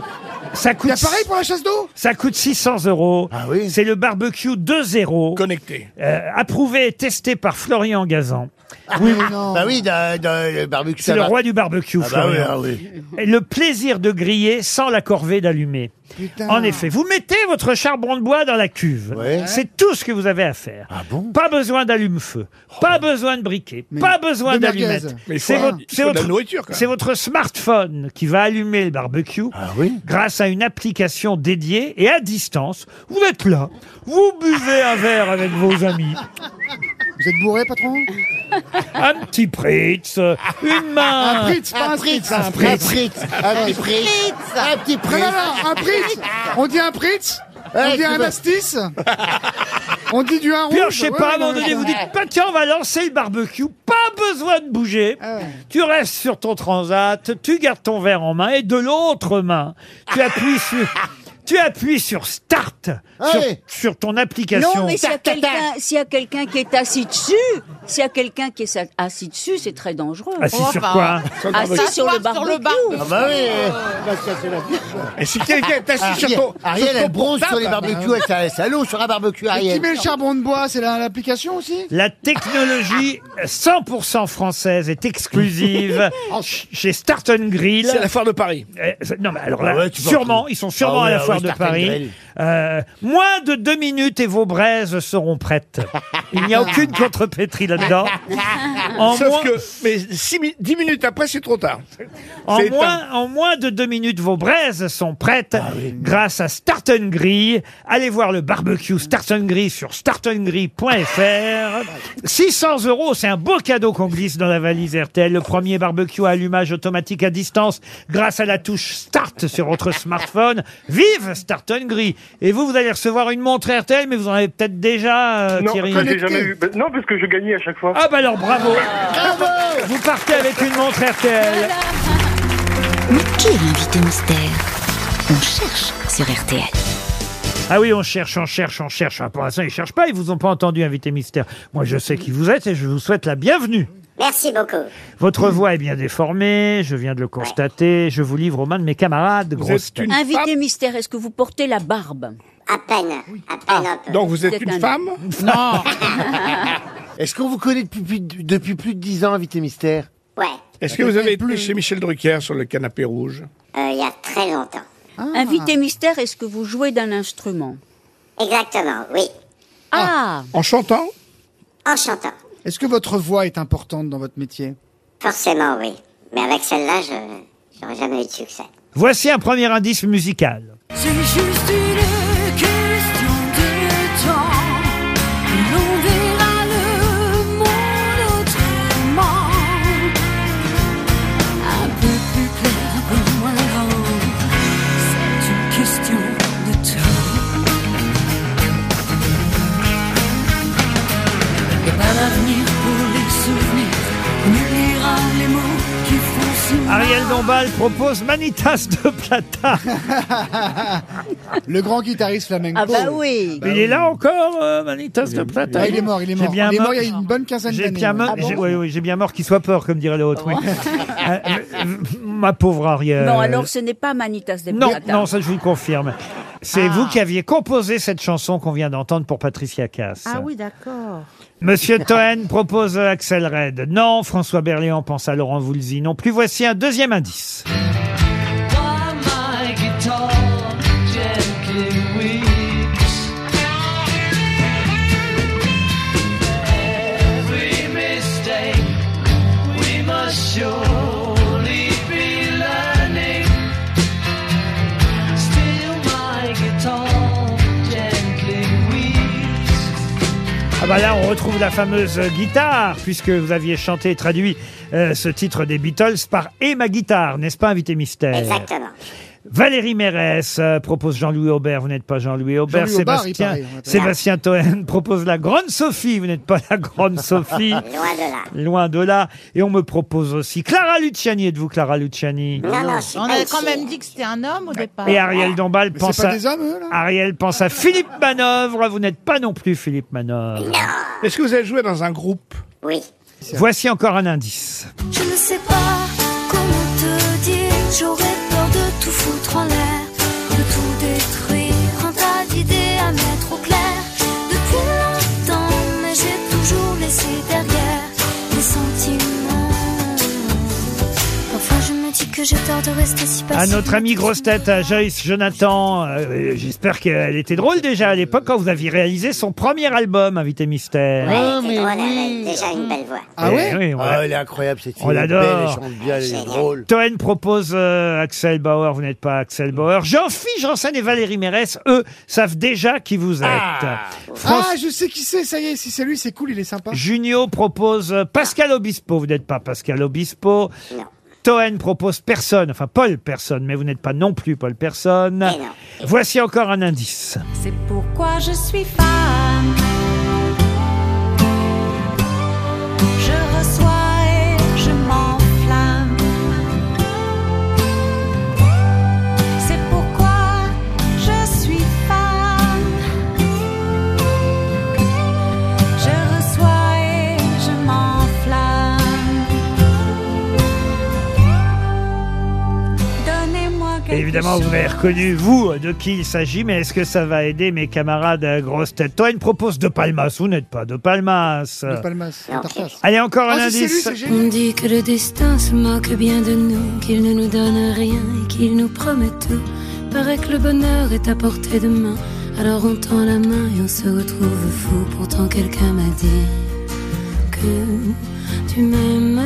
Ça coûte.
Il y a pareil
pour la chasse d'eau
Ça coûte 600 euros.
Ah
C'est le barbecue 2-0.
Connecté.
Euh, approuvé et testé par Florian Gazan.
Oui, Bah oui, dans, dans le barbecue.
C'est
ça
le
va.
roi du barbecue,
Ah bah oui,
Florian.
ah oui.
Et Le plaisir de griller sans la corvée d'allumer.
Putain.
En effet, vous mettez votre charbon de bois dans la cuve. C'est tout ce que vous avez à faire.
Ah
pas besoin d'allume-feu,
Oh.
pas besoin de briquet, pas besoin
de merguez.
d'allumettes.
Mais il faut
C'est
un-
votre,
il faut
c'est
de la
votre-
nourriture, quand même. Ah
c'est votre smartphone qui va allumer le barbecue grâce à une application dédiée et à distance. Vous êtes là, vous buvez un verre avec vos amis.
Vous êtes bourré, patron
Un petit Pritz, une main.
Un Pritz, pas un Spritz
un Spritz.
Un petit Pritz
Un petit
Non, non, non, un Pritz On dit un Pritz On
Ouais,
dit
tu
un
vas- <laughs>
Mastis On dit du 1 rouge
Puis alors, je sais
Ouais,
pas, à
ouais,
un moment
ouais,
donné,
ouais.
vous dites, bah, tiens, on va lancer le barbecue, pas besoin de bouger.
Ah
Tu restes sur ton transat, tu gardes ton verre en main et de l'autre main,
<laughs>
tu appuies sur, tu appuies sur Start,
Ah
sur,
Ouais.
sur ton application.
Non, mais s'il y a quelqu'un s'il y a quelqu'un qui est assis dessus, s'il y a quelqu'un qui est sa- assis dessus, c'est très dangereux.
Assis sur quoi
Assis sur le
hein. Sur le
barbecue.
barbecue. Euh.
Ah bah oui.
Et si quelqu'un est assis sur ton-
Ariel,
sur ton
elle bronze sur les
portable.
barbecues, elle, ça- ça l'eau sur un barbecue,
Et qui
Ariel.
met le charbon de bois C'est la- l'application aussi
La technologie 100% française est exclusive
<laughs>
ch- chez Start and Grill.
C'est la foire de Paris.
Eh, ça- Non, mais alors là,
Ah ouais, tu
sûrement, ils sont sûrement
Ah ouais,
à la
ah
foire de Paris. Euh, moins de deux minutes et vos braises seront prêtes. Il n'y
<laughs>
a aucune contrepétrie
<laughs>
là-dedans. En
Sauf
moins-
que, mais six mi- dix minutes après, c'est trop tard. <laughs>
En
C'est
moins, en moins de deux minutes, vos braises sont prêtes
Ah
grâce à Start and Grill. Allez voir le barbecue Start and Grill sur startandgrill.fr. 600 euros, c'est un beau cadeau qu'on glisse dans la valise RTL. Le premier barbecue à allumage automatique à distance grâce à la touche Start sur votre smartphone. Vive Start and Grill Et vous, vous allez recevoir une montre RTL, mais vous en avez peut-être déjà, euh,
Non,
Thierry.
ça, j'ai jamais eu. Bah, Non, parce que je gagnais à chaque fois.
Ah bah alors, bravo Vous partez avec une montre RTL.
Mais qui est l'invité mystère On cherche sur RTL.
Ah oui, on cherche, on cherche, on cherche. Ah, Pour l'instant, ils cherchent pas, ils vous ont pas entendu, invité mystère. Moi, je sais qui vous êtes et je vous souhaite la bienvenue.
Merci beaucoup.
Votre voix est bien déformée, je viens de le constater, je vous livre aux mains de mes camarades. grosses têtes.
Invité mystère, est-ce que vous portez la barbe
À peine. À peine un peu.
Ah, donc vous êtes une femme
Ah. Non <laughs> Est-ce qu'on vous connaît depuis, plus de- depuis plus de 10 ans, Invité Mystère
<laughs> Ouais.
Est-ce que vous avez été chez Michel Drucker sur le canapé rouge
Euh, il y a très longtemps.
Invité mystère, est-ce que vous jouez d'un instrument
Exactement, oui.
Ah
En chantant
En chantant.
Est-ce que votre voix est importante dans votre métier <laughs>
Forcément, oui. Mais avec celle-là, je j'aurais jamais eu de succès.
Voici un premier indice musical.
C'est juste une question de temps. L'on verra le monde autrement. Un peu plus clair, un peu moins grand. C'est une question de temps. Et pas l'avenir pour les souvenirs. On oubliera les mots qui font si mal.
Ariel Dombal propose Manitas
<laughs>
de Plata.
Le grand guitariste flamenco.
Ah bah oui.
il est là encore, euh, Manitas de Plata
Ah, il est mort, il est
J'ai
mort.
bien
il est
mort-
mort il y a une bonne quinzaine
J'ai
d'années.
bien,
ouais. Ah
mort- j'ai- oui, oui, j'ai bien mort qu'il soit peur, comme dirait l'autre.
<laughs>
oui. Euh, euh, ma pauvre Ariel.
Non, alors ce n'est pas Manitas des
Euh, Non,
Plata. Ah.
non, ça je vous le confirme. C'est vous qui aviez composé cette chanson qu'on vient d'entendre pour Patricia Cass.
Ah oui, d'accord.
Monsieur Toen propose Axel Red. Non, François Berléand pense à Laurent Voulzy. Non plus, voici un deuxième indice.
Why my guitar gently weeps. Every mistake we must surely be learning. Still my guitar gently weeps.
Ah bah là, on retrouve la fameuse guitare, puisque vous aviez chanté et traduit euh, ce titre des Beatles par Et ma guitare, n'est-ce pas, invité mystère
Exactement.
Valérie Mérès euh, propose Jean-Louis Aubert, vous n'êtes pas Jean-Louis Aubert.
Jean-Louis Aubert, il
Sébastien,
paraît, on appelle.
Sébastien Toen <laughs> propose la grande Sophie, vous n'êtes pas la grande
<laughs>
Sophie.
Loin de là.
Loin de là. Et on me propose aussi Clara Luciani. Êtes-vous Clara Luciani
On a quand même dit que c'était un homme au départ.
Et Ariel Dombal
Mais
pense
c'est pas
à...
des hommes, eux, là
Ariel pense à Philippe Manœuvre. Vous n'êtes pas non plus Philippe Manœuvre.
Est-ce que vous avez joué dans un groupe
Oui.
Voici encore un indice.
Je ne sais pas comment te dire, j'aurais peur de tout foutre en l'air, de tout détruire, un tas d'idées à mettre au clair. Depuis longtemps, mais j'ai toujours laissé derrière les sentiments. Parfois je me dis que j'ai tort de rester si
À
passif.
notre amie grosse tête, à Joyce Jonathan. Euh, J'espère qu'elle était drôle déjà à l'époque quand vous aviez réalisé son premier album, Invité Mystère.
Ouais, elle était drôle, elle avait déjà une belle voix.
Ah ouais oui, on l'a-
Elle est incroyable, cette fille.
On
Elle est
l'adore.
belle, Elle chante bien, elle est
Bah
drôle.
Toen propose euh, Axel Bauer, vous n'êtes pas Axel Bauer. Jean-Philippe Janssen et Valérie Mérès, eux, savent déjà qui vous êtes. France-
Ah, je sais qui c'est, ça y est, si c'est lui, c'est cool, il est sympa.
Junio propose euh, Pascal Obispo. Vous n'êtes pas Pascal Obispo. Toen propose personne, enfin Paul personne, mais vous n'êtes pas non plus Paul personne. Voici encore un indice.
C'est pourquoi je suis femme. Je reçois et je m'enflamme. C'est pourquoi je suis femme. Je reçois et je m'enflamme. Donnez-moi quelque
Et évidemment, vous
chose.
avez reconnu, vous, de qui il s'agit, mais est-ce que ça va aider mes camarades à grosse tête Toen propose De Palmas, vous n'êtes pas De Palmas.
De Palmas, Tartas.
Allez, encore un
Ah, si, c'est lui,
indice.
c'est génial.
On dit que le destin se moque bien de nous, qu'il ne nous donne rien et qu'il nous promet tout.
Paraît que le bonheur est à portée de main. Alors on tend la main et on se retrouve fou. Pourtant quelqu'un m'a dit que tu m'aimes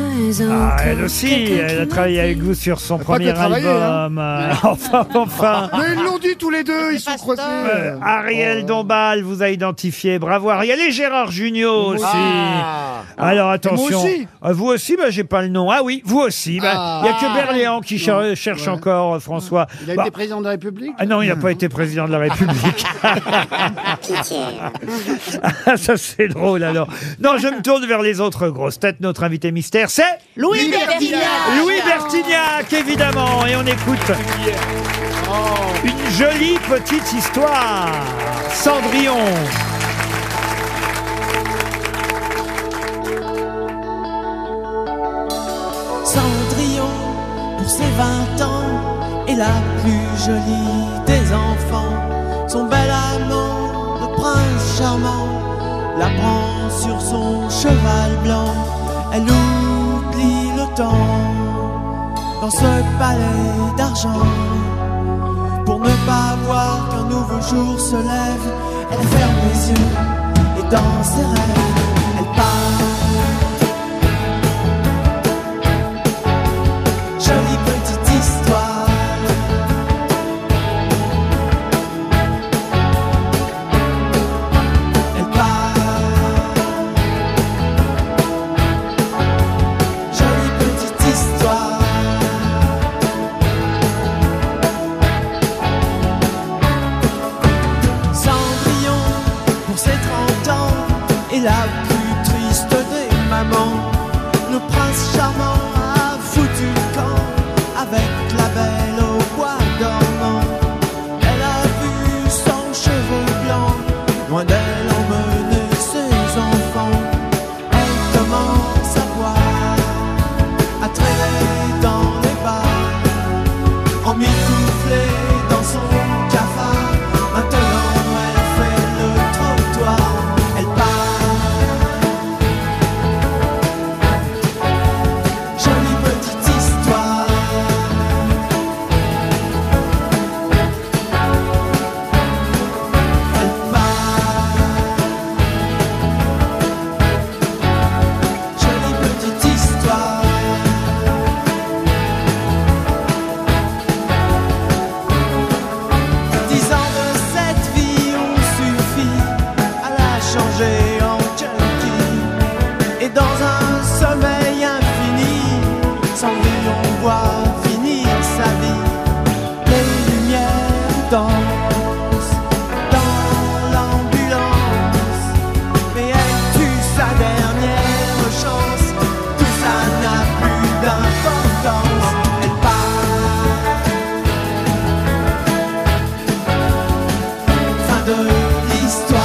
Ah, elle aussi, elle a travaillé avec vous sur son
pas
premier
que travailler,
hein.
album. euh, <laughs> Enfin, enfin.
Mais ils l'ont dit tous les deux, ils sont croisés.
Euh, Ariel
Oh.
Dombal vous a identifié. Bravo Ariel et Gérard Junior aussi.
Ah.
Alors
Et moi
attention.
aussi.
Euh, Vous aussi, bah, j'ai pas le nom. Ah oui, vous aussi. bah, Il y a que Berléand qui cher-
Ouais.
cherche
Ah. Ouais.
encore euh, François.
Il a
Bah,
été président de la République
ah non, il n'a <laughs> pas été président de
<laughs>
la République. Ah, Ça, c'est drôle, alors. Non, je me tourne vers les autres grosses têtes. Notre invité mystère, c'est...
Louis Bertignac.
Louis Bertignac, évidemment Et on écoute une jolie petite histoire. Cendrillon
Cendrillon pour ses vingt ans est la plus jolie des enfants. Son bel amant, le prince charmant, la prend sur son cheval blanc. Elle oublie le temps dans ce palais d'argent. Pour ne pas voir qu'un nouveau jour se lève, elle ferme les yeux et dans ses rêves, elle part. jolie petite histoire. Elle part. Jolie petite histoire. Cendrillon, pour ses 30 ans, est la plus triste des mamans. Le prince charmant a foutu le camp avec la belle au bois dormant. Elle a vu son chevaux blanc, loin d'elle emmener ses enfants. Elle commence à boire, à traîner dans les bars, en mitouflée dans son cafard. Maintenant elle fait le trottoir, elle part. Jolie petite histoire. Elle part. Jolie petite histoire. Dix ans de cette vie ont suffi à la changer en junkie. Et dans un sommeil infini, sans lui on voit finir sa vie. Les lumières dansent dans l'ambulance, mais elle tue sa dernière chance. Tout ça n'a plus d'importance. Elle part. fin de l'histoire.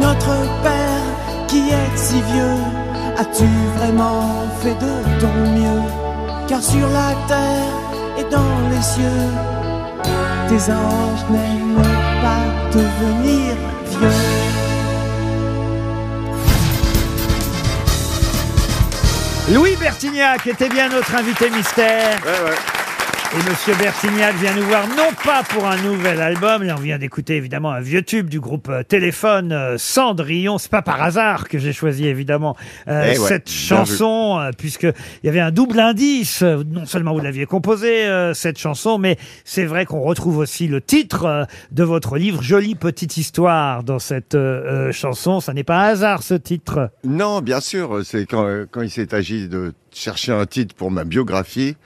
Notre père, qui est si vieux, as-tu vraiment fait de ton mieux Car sur la terre et dans les cieux, tes anges n'aiment pas devenir vieux.
Louis Bertignac était bien notre invité mystère. Et Monsieur Bertignac vient nous voir non pas pour un nouvel album, là on vient d'écouter évidemment un vieux tube du groupe euh, Téléphone, euh, Cendrillon. C'est pas par hasard que j'ai choisi évidemment euh,
Eh ouais,
cette
bien
chanson, euh, puisque il y avait un double indice. Euh, Non seulement vous l'aviez composée euh, cette chanson, mais c'est vrai qu'on retrouve aussi le titre euh, de votre livre, jolie petite histoire, dans cette euh, euh, chanson. Ça n'est pas un hasard ce titre.
Non, bien sûr, c'est quand, euh, quand il s'est agi de chercher un titre pour ma biographie,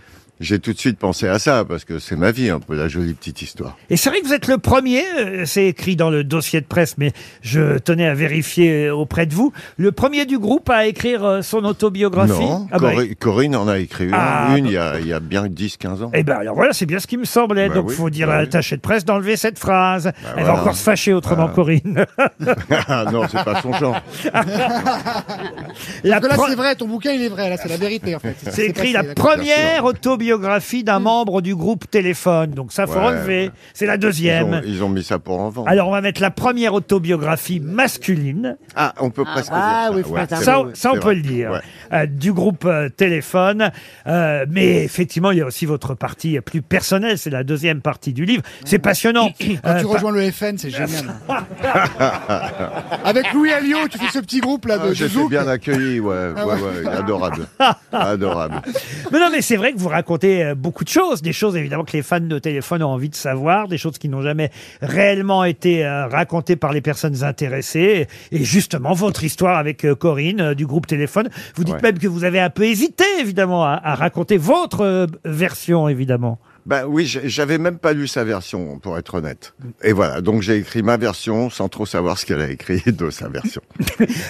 j'ai tout de suite pensé à ça, parce que c'est ma vie, un peu la jolie petite histoire.
Et c'est vrai que vous êtes le premier, euh, c'est écrit dans le dossier de presse, mais je tenais à vérifier euh, auprès de vous, le premier du groupe à écrire euh, son autobiographie.
Non,
Ah bah,
Cori- Corinne en a écrit une,
Ah,
une il, y a, il y a bien 10-15 ans.
Eh ben alors voilà, c'est bien ce qui me semblait.
Bah
Donc
oui,
faut dire
bah
à
oui. Bah
l'attaché de presse d'enlever cette phrase. Elle va
voilà.
encore se fâcher autrement,
Ah.
Corinne.
<laughs>
<laughs>
Ah non, c'est pas son genre.
La
Parce que là,
pro-
c'est vrai, ton bouquin, il est vrai. Là, c'est la vérité, en fait.
C'est écrit la
passé,
première autobiographie
Mm.
d'un membre du groupe Téléphone. Donc ça, faut
Ouais,
relever.
ouais.
C'est la deuxième.
Ils ont, ils ont mis ça pour en vendre.
Alors on va mettre la première autobiographie masculine.
Ah, on peut
bah
presque Ah, dire ça, oui, ouais, c'est
ça,
vrai,
ça, on
c'est
peut
<laughs> vrai,
le dire.
ouais.
Euh, du groupe euh, Téléphone. Euh, mais effectivement, il y a aussi votre partie plus personnelle. C'est la deuxième partie du livre. C'est passionnant.
Quand tu
Euh,
rejoins le FN, c'est génial.
Ah,
Avec Louis Alliot, tu fais ce petit groupe là de, de
je suis
Zouk.
bien accueilli, ouais,
Ah
ouais,
ouais.
ouais, adorable. <laughs> Adorable.
Mais non, mais c'est vrai que vous racontez euh, beaucoup de choses, des choses évidemment que les fans de téléphone ont envie de savoir, des choses qui n'ont jamais réellement été euh, racontées par les personnes intéressées. Et justement, votre histoire avec euh, Corinne euh, du groupe Téléphone, vous dites
Ouais.
même que vous avez un peu hésité évidemment à, à raconter votre euh, version évidemment.
Ben oui, j'- j'avais même pas lu sa version, pour être honnête. Et voilà, donc j'ai écrit ma version sans trop savoir ce qu'elle a écrit <laughs> de sa version.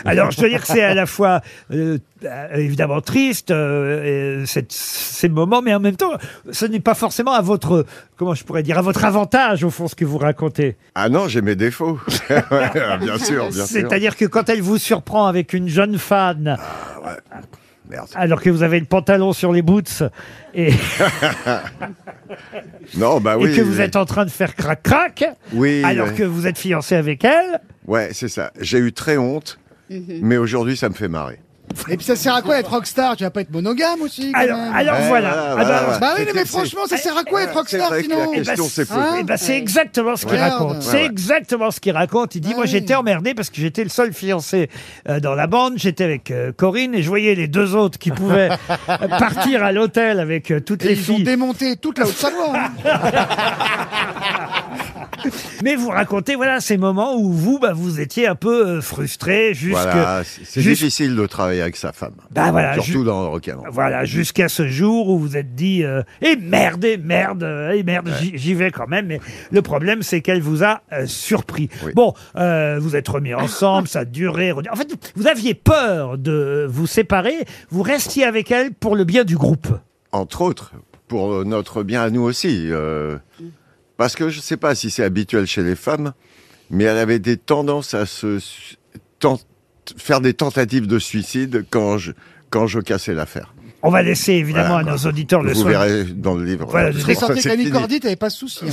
Alors, je dois dire que c'est à la fois euh, euh, évidemment triste euh, et cette- ces moments, mais en même temps, ce n'est pas forcément à votre comment je pourrais dire à votre avantage au fond ce que vous racontez.
Ah non, j'ai mes défauts. <laughs> Ouais, Ah, bien
Ah,
sûr, bien sûr. Ah,
C'est-à-dire que quand elle vous surprend avec une jeune fan, alors que vous avez le pantalon sur les boots
<laughs>
et,
non, bah
et
oui.
que vous
oui.
êtes en train de faire crac crac,
Oui,
alors
oui.
que vous êtes fiancé avec elle,
Ouais, c'est ça. J'ai eu très honte, mais aujourd'hui, ça me fait marrer.
Et puis ça sert à quoi être rockstar Tu vas pas être monogame aussi quand
Alors-
même.
alors
Ouais, voilà. voilà,
Ah bah-
voilà.
Bah oui,
C'est-
mais
c'est-
franchement, ça sert à quoi être
c'est
rockstar
vrai que la
sinon
Eh ben,
question,
c'est
c'est faux.
eh ben, c'est exactement ce qu'il
Merde.
raconte.
Ouais,
C'est
ouais.
exactement ce qu'il raconte. Il dit Moi, j'étais emmerdé parce que j'étais le seul fiancé euh, dans la bande. J'étais avec euh, Corinne et je voyais les deux autres qui
<laughs>
pouvaient euh, partir à l'hôtel avec euh, toutes
Et
les
ils ont
filles.
démonté toute la Haute-Savoie. hein.
Mais vous racontez voilà ces moments où vous, bah, vous étiez un peu euh, frustré jusque.
Voilà, c'est c'est
jusque-
difficile de travailler avec sa femme.
Bah voilà,
Surtout
ju-
dans le rock'n'roll.
Voilà, jusqu'à ce jour où vous êtes dit euh, Eh merde, eh merde, euh, eh merde, j'y- j'y vais quand même. Mais le problème, c'est qu'elle vous a euh, surpris. Bon, euh, vous êtes remis ensemble, ça a duré. redu- En fait, vous aviez peur de vous séparer. Vous restiez avec elle pour le bien du groupe.
Entre autres, pour notre bien à nous aussi. euh, parce que je ne sais pas si c'est habituel chez les femmes, mais elle avait des tendances à se su- ten- faire des tentatives de suicide quand je, quand je cassais l'affaire.
On va laisser évidemment à nos auditeurs le
Vous
soin.
verrez dans le livre.
Voilà,
Ça,
je
T'es
vais
c'est
sorti avec Annie
fini.
Cordy, t'avais pas de soucis.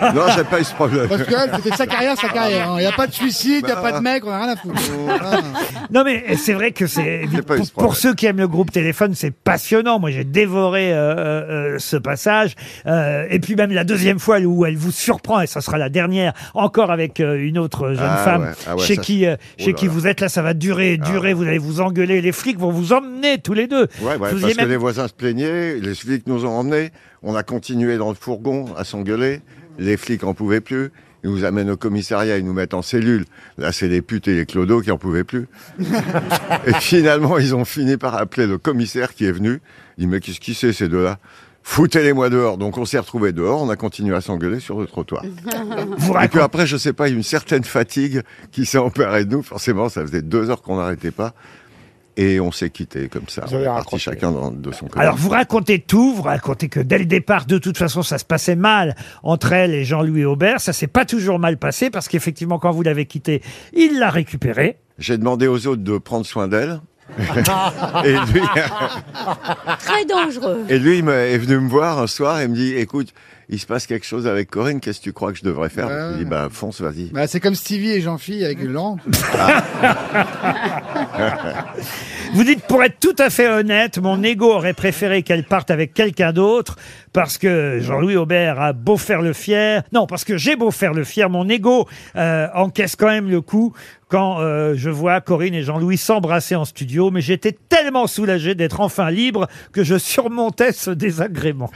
à mon avis.
Non, j'ai pas eu ce problème.
Parce qu'elle, c'était sa carrière, sa carrière. hein. Il n'y a pas de suicide, il a pas de mec, on a rien à foutre.
Oh.
Voilà.
Non mais c'est vrai que c'est
pas eu
pour,
ce problème.
pour ceux qui aiment le groupe Téléphone, c'est passionnant. Moi, j'ai dévoré euh, euh, euh, ce passage. Euh, et puis même la deuxième fois où elle vous surprend, et ça sera la dernière, encore avec euh, une autre jeune
Ah
femme
ouais, ah ouais,
chez
ça,
qui euh,
c'est-
chez
Oh là
qui
là. Ah
vous êtes là, ça va durer, durer. Vous allez vous engueuler, les flics vont vous emmener tous les deux.
Ouais, ouais,
Vous y
parce que
même-
les voisins se plaignaient, les flics nous ont emmenés, on a continué dans le fourgon à s'engueuler, les flics en pouvaient plus, ils nous amènent au commissariat, ils nous mettent en cellule. Là, c'est les putes et les clodos qui en
<laughs>
pouvaient plus. et finalement, ils ont fini par appeler le commissaire qui est venu. Il dit, mais qu'est-ce qui c'est ces deux-là Foutez-les-moi dehors. Donc on s'est retrouvés dehors, on a continué à s'engueuler sur le trottoir. Et puis après, je sais pas, une certaine fatigue qui s'est emparée de nous. Forcément, ça faisait deux heures qu'on n'arrêtait pas. Et on s'est quittés comme ça.
Vous
On
avez
est partis
raccroché.
chacun dans- de son côté.
Alors vous racontez tout, vous racontez que dès le départ, de toute façon, ça se passait mal entre elle et Jean-Louis Aubert. Ça s'est pas toujours mal passé parce qu'effectivement, quand vous l'avez quitté, il l'a récupérée.
J'ai demandé aux autres de prendre soin d'elle. <laughs> et, lui,
Très
<laughs>
dangereux.
et lui, il m'a- est venu me voir un soir et me dit Écoute, il se passe quelque chose avec Corinne, qu'est-ce que tu crois que je devrais faire Je lui
Ah.
ai dit Bah, fonce,
<laughs>
vas-y.
Bah, c'est comme Stevie et Jean-Phil avec Laurent.
Ah. Vous dites, pour être tout à fait honnête, mon ego aurait préféré qu'elle parte avec quelqu'un d'autre parce que Jean-Louis Aubert a beau faire le fier, non, parce que j'ai beau faire le fier, mon ego euh, encaisse quand même le coup quand euh, je vois Corinne et Jean-Louis s'embrasser en studio, mais j'étais tellement soulagé d'être enfin libre que je surmontais ce désagrément.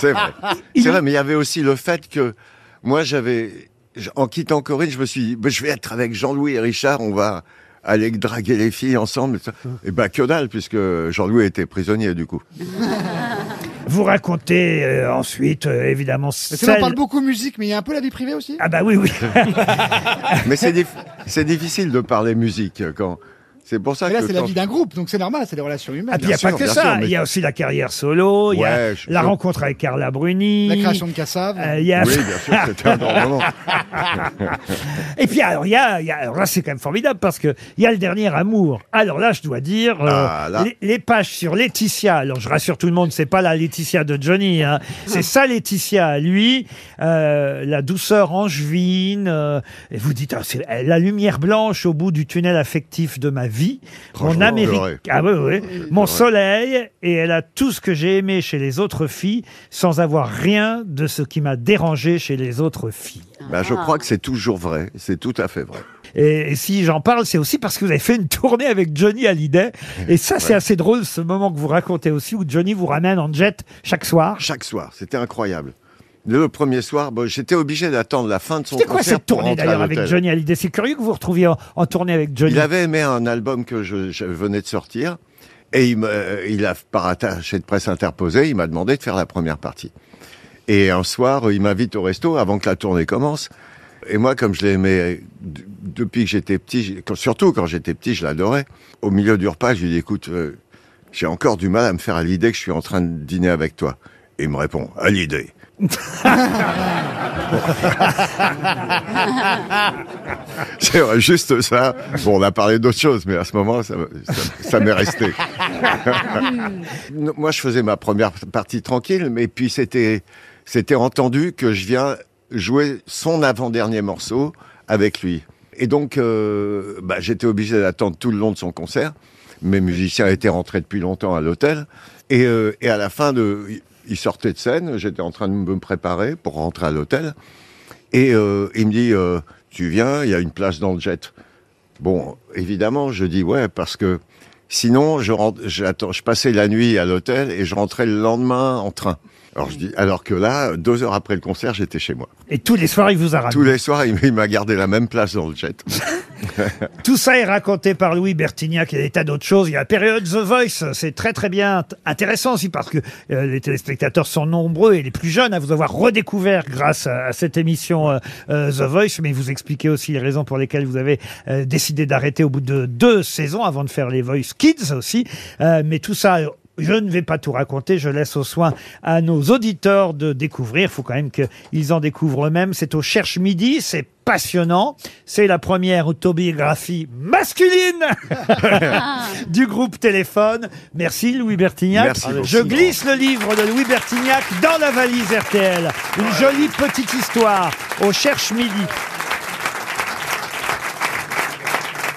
c'est vrai. C'est vrai, mais il y avait aussi le fait que moi, j'avais, j- en quittant Corinne, je me suis dit, ben, je vais être avec Jean-Louis et Richard, on va aller draguer les filles ensemble.
Mmh.
Et ben, que dalle, puisque Jean-Louis était prisonnier, du coup.
Vous racontez euh, ensuite, euh, évidemment,
Parce que là, on
celle-
parle beaucoup musique, mais il y a un peu la vie privée aussi.
Ah bah oui, oui.
<laughs> mais c'est dif- c'est difficile de parler musique quand. C'est pour ça
Mais là,
que.
c'est la
quand
vie d'un groupe, donc c'est normal, c'est des relations humaines.
Ah, puis il n'y a pas que ça. Il y a aussi la carrière solo, il y a
Ouais, je-
la
je-
rencontre avec Carla Bruni.
La création de Cassave.
Euh, il y a-
Oui,
<laughs>
bien sûr, c'était un grand moment. <laughs>
Et puis alors, il y a, il y a- alors là, c'est quand même formidable parce que il y a le dernier amour. Alors là, je dois dire, euh,
Ah, là.
les, les pages sur Laetitia. Alors je rassure tout le monde, c'est pas la Laetitia de Johnny,
Ah.
hein. c'est ça Laetitia, à lui, euh, la douceur angevine. euh, et vous dites, ah, c'est la lumière blanche au bout du tunnel affectif de ma vie, mon
Franchement,
Amérique,
j'aurais.
ah oui, oui, oui. mon soleil. Et elle a tout ce que j'ai aimé chez les autres filles, sans avoir rien de ce qui m'a dérangé chez les autres filles.
Ben, je crois que c'est toujours vrai. C'est tout à fait vrai.
Et, et si j'en parle, c'est aussi parce que vous avez fait une tournée avec Johnny Hallyday. Et ça, c'est assez drôle, ce moment que vous racontez aussi, où Johnny vous ramène en jet chaque soir.
Chaque soir, c'était incroyable. Le premier soir, bon, j'étais obligé d'attendre la fin de son
C'était quoi
concert.
cette
pour
tournée
rentrer à
d'ailleurs avec
l'hôtel.
Johnny Hallyday C'est curieux que vous vous retrouviez en, en tournée avec Johnny.
Il avait aimé un album que je, je venais de sortir et il, me- euh, il a, par attaché de presse interposé, il m'a demandé de faire la première partie. Et un soir, il m'invite au resto avant que la tournée commence. Et moi, comme je l'aimais d- depuis que j'étais petit, j'ai- quand- surtout quand j'étais petit, je l'adorais. Au milieu du repas, je lui dis, écoute, euh, j'ai encore du mal à me faire à l'idée que je suis en train de dîner avec toi. Et il me répond, à l'idée. C'est vrai, juste ça. Bon, on a parlé d'autre chose, mais à ce moment, ça, ça- ça m'est <laughs> resté. <laughs> Non, Moi, je faisais ma première partie tranquille, mais puis c'était, c'était entendu que je viens jouer son avant-dernier morceau avec lui. Et donc, euh, bah, j'étais obligé d'attendre tout le long de son concert. Mes musiciens étaient rentrés depuis longtemps à l'hôtel. Et, euh, et à la fin de, il sortait de scène, j'étais en train de me préparer pour rentrer à l'hôtel. Et euh, il me dit, euh, tu viens, il y a une place dans le jet. Bon, évidemment, je dis ouais, parce que sinon, je, rentre- j'attends- je passais la nuit à l'hôtel et je rentrais le lendemain en train. Alors, je dis, alors que là, deux heures après le concert, j'étais chez moi.
Et tous les soirs, il vous a ramené.
Tous les soirs, il m'a gardé la même place dans le
<laughs>
jet.
Tout ça est raconté par Louis Bertignac et des tas d'autres choses. Il y a la période The Voice, c'est très très bien int- intéressant aussi parce que euh, les téléspectateurs sont nombreux et les plus jeunes à vous avoir redécouvert grâce à, à cette émission euh, euh, The Voice. Mais vous expliquez aussi les raisons pour lesquelles vous avez euh, décidé d'arrêter au bout de deux saisons avant de faire les Voice Kids aussi. Euh, mais tout ça euh, je ne vais pas tout raconter, je laisse au soin à nos auditeurs de découvrir. Il faut quand même qu'ils en découvrent eux-mêmes. C'est au Cherche Midi, c'est passionnant. C'est la première autobiographie masculine <laughs> du groupe Téléphone. Merci Louis Bertignac.
Merci beaucoup.
je glisse le livre de Louis Bertignac dans la valise RTL. Une jolie petite histoire au Cherche Midi.